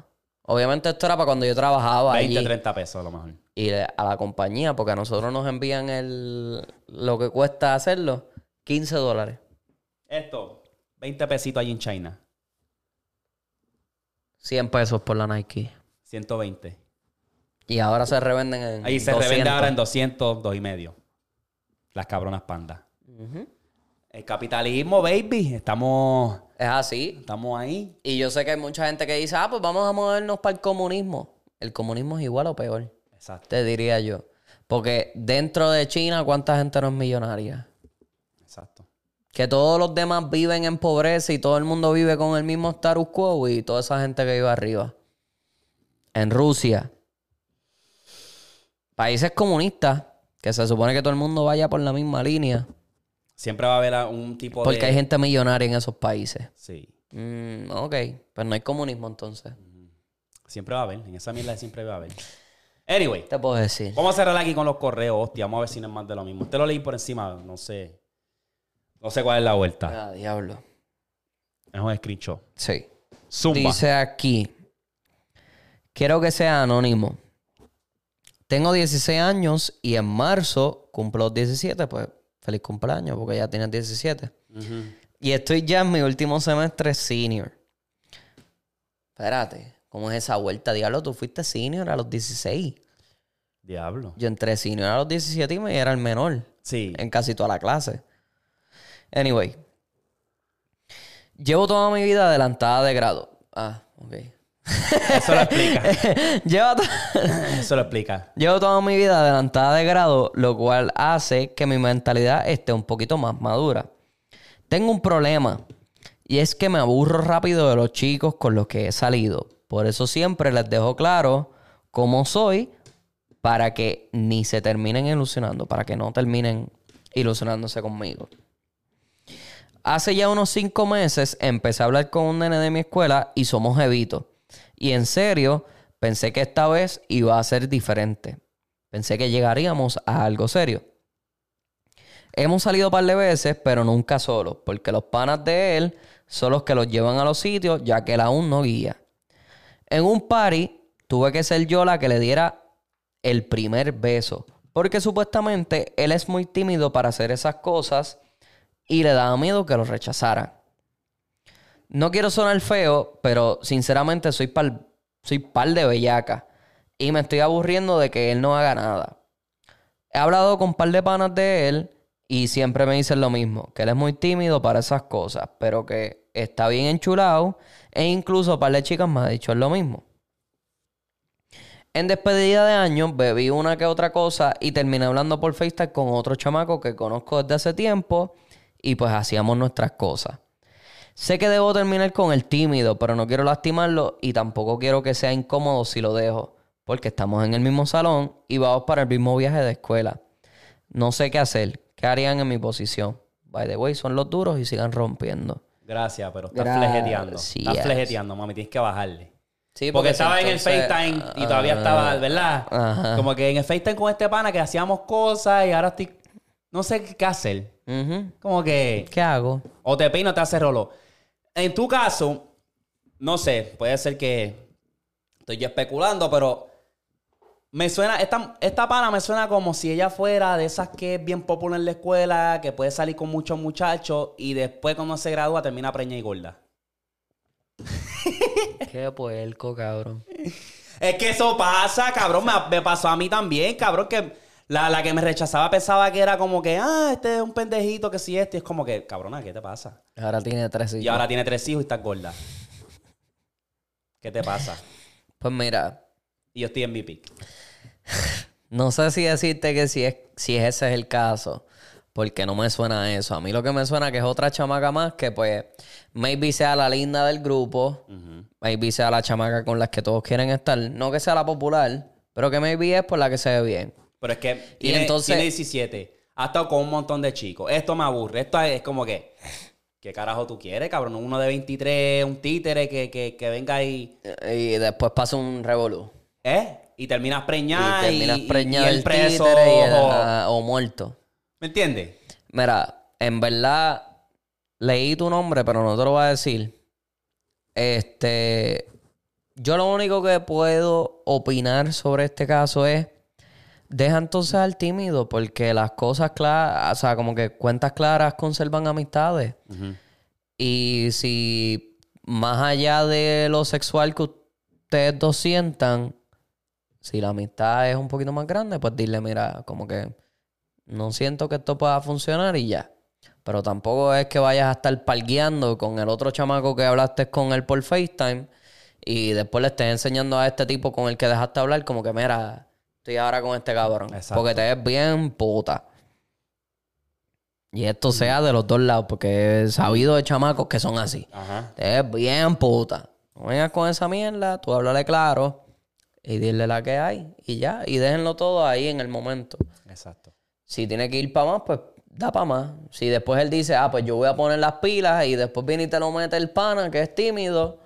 B: Obviamente esto era para cuando yo trabajaba
A: 20,
B: allí
A: 30 pesos a lo mejor.
B: y le- a la compañía, porque a nosotros nos envían el lo que cuesta hacerlo, 15 dólares.
A: Esto, 20 pesitos allí en China.
B: 100 pesos por la Nike.
A: 120.
B: Y ahora se revenden en
A: Ahí se
B: 200.
A: revende ahora en 200, 2 y medio. Las cabronas pandas. El capitalismo, baby. Estamos,
B: Es así.
A: estamos ahí.
B: Y yo sé que hay mucha gente que dice, ah, pues vamos a movernos para el comunismo. El comunismo es igual o peor.
A: Exacto,
B: te diría yo. Porque dentro de China, ¿cuánta gente no es millonaria?
A: exacto.
B: Que todos los demás viven en pobreza y todo el mundo vive con el mismo status quo y toda esa gente que vive arriba. En Rusia. Países comunistas, que se supone que todo el mundo vaya por la misma línea.
A: Siempre va a haber a un tipo
B: Porque
A: de...
B: hay gente millonaria en esos países.
A: Sí.
B: Mm, ok, pues no hay comunismo entonces.
A: Siempre va a haber. En esa mierda siempre va a haber. Anyway.
B: ¿Qué te puedo decir?
A: Vamos a cerrar aquí con los correos, hostia. Vamos a ver si no es más de lo mismo. Usted lo leí por encima. No sé. No sé cuál es la vuelta.
B: Ah, diablo.
A: Es un screenshot.
B: Sí.
A: Zumba.
B: Dice aquí, quiero que sea anónimo. Tengo 16 años y en marzo cumplo los 17, pues feliz cumpleaños porque ya tienes 17.
A: Ujú.
B: Y estoy ya en mi último semestre senior. Espérate, ¿cómo es esa vuelta? Diablo, tú fuiste senior a los 16.
A: Diablo.
B: Yo entré senior a los 17 y me era el menor
A: Sí.
B: en casi toda la clase. Anyway. Llevo toda mi vida adelantada de grado. Ah, ok.
A: Eso lo explica.
B: llevo, to-
A: Eso lo explica.
B: llevo toda mi vida adelantada de grado, lo cual hace que mi mentalidad esté un poquito más madura. Tengo un problema y es que me aburro rápido de los chicos con los que he salido. Por eso siempre les dejo claro cómo soy para que ni se terminen ilusionando, para que no terminen ilusionándose conmigo. Hace ya unos cinco meses empecé a hablar con un nene de mi escuela y somos evitos. Y en serio, pensé que esta vez iba a ser diferente. Pensé que llegaríamos a algo serio. Hemos salido un par de veces, pero nunca solos, porque los panas de él son los que los llevan a los sitios, ya que él aún no guía. En un party, tuve que ser yo la que le diera el primer beso, porque supuestamente él es muy tímido para hacer esas cosas y le daba miedo que lo rechazaran. No quiero sonar feo, pero sinceramente soy par, soy par de bellaca y me estoy aburriendo de que él no haga nada. He hablado con un par de panas de él y siempre me dicen lo mismo, que él es muy tímido para esas cosas, pero que está bien enchulado e incluso un par de chicas me ha dicho lo mismo. En despedida de año bebí una que otra cosa y terminé hablando por FaceTime con otro chamaco que conozco desde hace tiempo y pues hacíamos nuestras cosas. Sé que debo terminar con el tímido, pero no quiero lastimarlo y tampoco quiero que sea incómodo si lo dejo, porque estamos en el mismo salón y vamos para el mismo viaje de escuela. No sé qué hacer. ¿Qué harían en mi posición? By the way, son los duros y sigan rompiendo.
A: Gracias, pero estás
B: Gracias.
A: flejeteando. Estás flejeteando, mami. Tienes que bajarle.
B: Sí, ah,
A: Porque estaba en el FaceTime y todavía estaba, ¿verdad?
B: Ajá.
A: Como que en el FaceTime con este pana que hacíamos cosas y ahora estoy... No sé qué hacer. Como que...
B: ¿Qué hago?
A: O te peino o te hace rollo. En tu caso, no sé, puede ser que estoy yo especulando, pero me suena, esta, esta pana me suena como si ella fuera de esas que es bien popular en la escuela, que puede salir con muchos muchachos y después cuando se gradúa termina preña y gorda.
B: Qué puerco, cabrón.
A: Es que eso pasa, cabrón. Me, me pasó a mí también, cabrón, que la, la que me rechazaba pensaba que era como que, ah, este es un pendejito, que si este. Y es como que, cabrona, ¿qué te pasa?
B: Ahora tiene tres hijos.
A: Y ahora tiene tres hijos y estás gorda. ¿Qué te pasa?
B: Pues mira,
A: Y yo estoy en mi pick.
B: no sé si decirte que si, es, si ese es el caso, porque no me suena a eso. A mí lo que me suena que es otra chamaca más que pues maybe sea la linda del grupo, maybe sea la chamaca con las que todos quieren estar, no que sea la popular, pero que maybe es por la que se ve bien.
A: Pero es que tiene,
B: entonces-
A: tiene 17. Ha estado con un montón de chicos. Esto me aburre. Esto es como que... ¿Qué carajo tú quieres, cabrón? Uno de 23, un títere que, que, que venga ahí...
B: Y después pasa un revolú.
A: ¿Eh? Y terminas preñada
B: Y
A: y,
B: terminas
A: y-
B: preñado
A: y el
B: del
A: preso.
B: títere y el-
A: o-
B: ah, o muerto.
A: ¿Me entiendes?
B: Mira, en verdad leí tu nombre, pero no te lo voy a decir. Este, yo lo único que puedo opinar sobre este caso es deja entonces al tímido, porque las cosas claras, o sea, como que cuentas claras conservan amistades. Y si más allá de lo sexual que ustedes dos sientan, si la amistad es un poquito más grande, pues dile, mira, como que no siento que esto pueda funcionar y ya. Pero tampoco es que vayas a estar palgueando con el otro chamaco que hablaste con él por FaceTime y después le estés enseñando a este tipo con el que dejaste hablar, como que mira, estoy ahora con este cabrón.
A: Exacto.
B: Porque te ves bien puta. Y esto sea de los dos lados, porque he sabido de chamacos que son así.
A: Ajá.
B: Te ves bien puta. No vengas con esa mierda, tú háblale claro y dile la que hay y ya. Y déjenlo todo ahí en el momento.
A: Exacto.
B: Si tiene que ir para más, pues da para más. Si después él dice, ah, pues yo voy a poner las pilas y después viene y te lo mete el pana, que es tímido,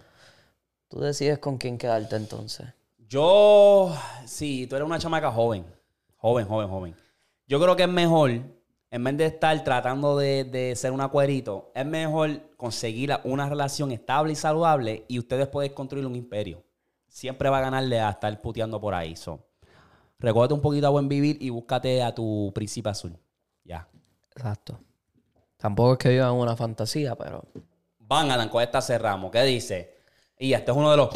B: tú decides con quién quedarte entonces.
A: Yo, sí, tú eres una chamaca joven. Joven, joven, joven. Yo creo que es mejor, en vez de estar tratando de, de ser un acuerito, es mejor conseguir una relación estable y saludable y ustedes pueden construir un imperio. Siempre va a ganarle a estar puteando por ahí. So. Recuérdate un poquito a buen vivir y búscate a tu príncipe azul. Ya.
B: Exacto. Tampoco es que vivan una fantasía, pero...
A: Van a con esta cerramos. ¿Qué dice? Y este es uno de los.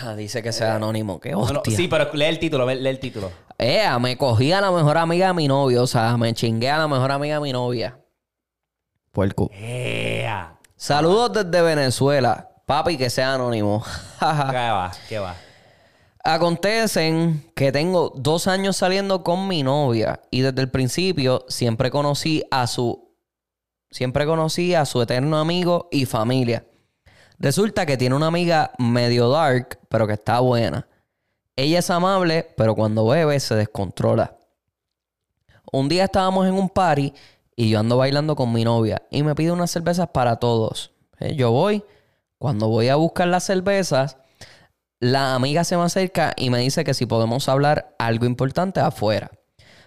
B: Ah, dice que sea anónimo, qué
A: uno de
B: hostia.
A: los- sí, pero lee el título, ve- lee el título.
B: Ea, Eh, me cogí a la mejor amiga de mi novio. O sea, me chingué a la mejor amiga de mi novia. Puerco.
A: ¡Ea!
B: Saludos desde Venezuela. Papi, que sea anónimo.
A: ¿Qué va? ¿Qué va?
B: Acontecen que tengo dos años saliendo con mi novia y desde el principio siempre conocí a su. Siempre conocí a su eterno amigo y familia. Resulta que tiene una amiga medio dark, pero que está buena. Ella es amable, pero cuando bebe se descontrola. Un día estábamos en un party y yo ando bailando con mi novia y me pide unas cervezas para todos. Eh, Yo voy, cuando voy a buscar las cervezas, la amiga se me acerca y me dice que si podemos hablar algo importante afuera.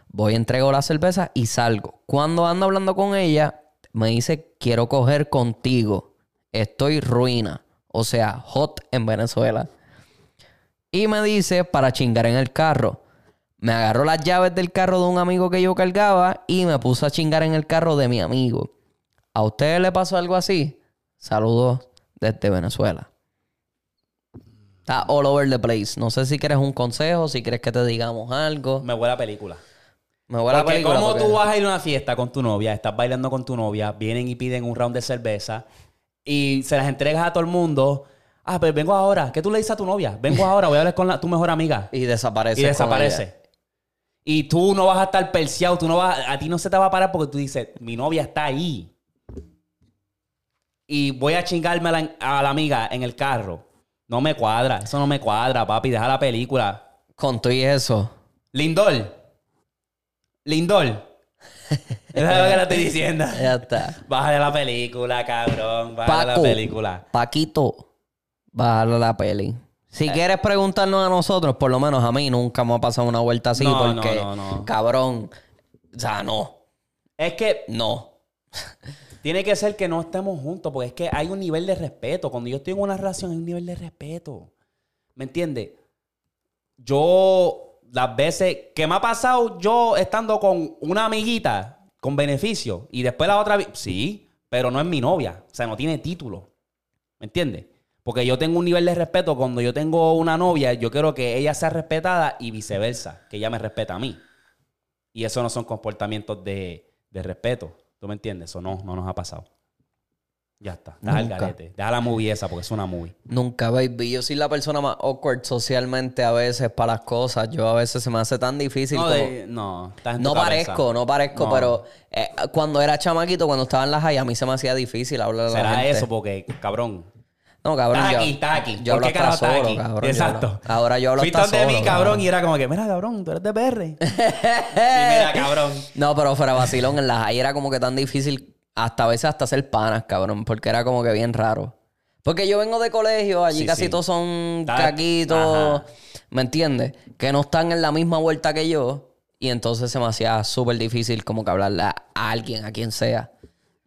B: Voy, entrego la cerveza y salgo. Cuando ando hablando con ella, me dice, quiero coger contigo. Estoy ruina. O sea, hot en Venezuela. Y me dice, para chingar en el carro. Me agarró las llaves del carro de un amigo que yo cargaba y me puso a chingar en el carro de mi amigo. ¿A ustedes le pasó algo así? Saludos desde Venezuela. Está all over the place. No sé si quieres un consejo, si quieres que te digamos algo.
A: Me huele a película.
B: Me voy a la
A: Porque
B: película.
A: ¿Cómo
B: porque-
A: tú vas a ir a una fiesta con tu novia? Estás bailando con tu novia, vienen y piden un round de cerveza y se las entregas a todo el mundo. Ah, pero vengo ahora. ¿Qué tú le dices a tu novia? Vengo ahora, voy a hablar con la- tu mejor amiga.
B: Y desaparece.
A: Y desaparece. Y tú no vas a estar perseado, tú no vas, a ti no se te va a parar porque tú dices, mi novia está ahí. y voy a chingarme a la, a la amiga en el carro. No me cuadra, eso no me cuadra, papi, deja la película.
B: Con todo y eso.
A: Lindol. Lindol. Eso es lo que le estoy diciendo.
B: Ya está.
A: Bájale la película, cabrón. Bájale la
B: Paco.
A: película.
B: Paquito, bájale la peli.
A: Eh.
B: Si quieres preguntarnos a nosotros, por lo menos a mí nunca me ha pasado una vuelta así
A: No, no,
B: porque,
A: no, no.
B: cabrón, o sea, no,
A: Es que
B: no.
A: tiene que ser que no estemos juntos, porque es que hay un nivel de respeto. Cuando yo estoy en una relación, hay un nivel de respeto. ¿Me entiendes? Yo, las veces que me ha pasado yo estando con una amiguita con beneficio y después la otra, vi- sí, pero no es mi novia, o sea, no tiene título. ¿Me entiendes? Porque yo tengo un nivel de respeto. Cuando yo tengo una novia, yo quiero que ella sea respetada y viceversa, que ella me respeta a mí. Y eso no son comportamientos de, de respeto. ¿Tú me entiendes? Eso no, no nos ha pasado. Ya está. Deja el
B: Nunca.
A: garete. Deja la movie esa porque es una movie.
B: Nunca, baby. Yo soy la persona más awkward socialmente a veces para las cosas. Yo a veces se me hace tan difícil.
A: No,
B: como-
A: de- no, estás en tu
B: No
A: cabeza.
B: parezco, no parezco,
A: No.
B: pero eh, cuando era chamaquito, cuando estaba en la high, a mí se me hacía difícil hablar a la
A: Será
B: gente.
A: eso porque, cabrón.
B: No, cabrón.
A: Estás
B: yo-
A: aquí, estás aquí. ¿Por
B: Yo hablo
A: qué
B: hasta
A: carajo estás
B: solo,
A: aquí?
B: cabrón. yo hablo-
A: Exacto.
B: ahora yo hablo
A: Fuiste
B: hasta
A: donde
B: solo.
A: mí, cabrón, y era como que, mira, cabrón, tú eres de PR. y mira, cabrón.
B: No, pero fuera vacilón, en la high era como que tan difícil hasta a veces hasta hacer panas, cabrón, porque era como que bien raro. Porque yo vengo de colegio, allí
A: Sí,
B: casi
A: sí.
B: todos son
A: Está-
B: caquitos,
A: Ajá.
B: ¿me entiendes? Que no están en la misma vuelta que yo. Y entonces se me hacía súper difícil como que hablarle a alguien, a quien sea.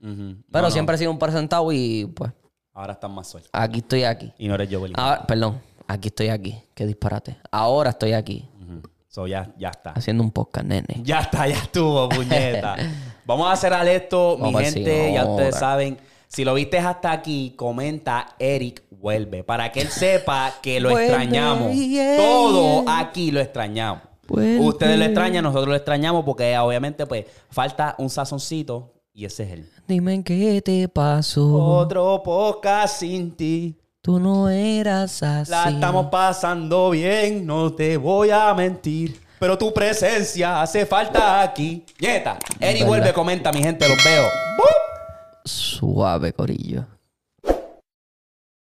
A: Ujú.
B: Pero
A: No, no,
B: siempre he sido un presentado y pues
A: Ahora estás más suelto.
B: aquí estoy aquí.
A: Y no eres yo, Belín.
B: Ahora- perdón, aquí estoy aquí. Qué disparate. Ahora estoy aquí
A: Ujú. So, ya, ya está.
B: haciendo un podcast, nene.
A: Ya está, ya estuvo, puñeta. Vamos a cerrar esto, mi
B: Vamos para
A: gente. Ya
B: encima,
A: ustedes
B: ahora.
A: saben. Si lo viste hasta aquí, comenta Eric vuelve. Para que él sepa que lo
B: Vuelve,
A: extrañamos.
B: yeah.
A: Todo aquí lo extrañamos.
B: Vuelve.
A: Ustedes lo extrañan, nosotros lo extrañamos porque obviamente pues falta un sazoncito y ese es él.
B: Dime qué te pasó.
A: Otro podcast sin ti.
B: Tú no eras así.
A: La estamos pasando bien, no te voy a mentir. Pero tu presencia hace falta aquí. Nieta, Eri
B: verdad.
A: vuelve, comenta, mi gente, los veo.
B: Suave, corillo.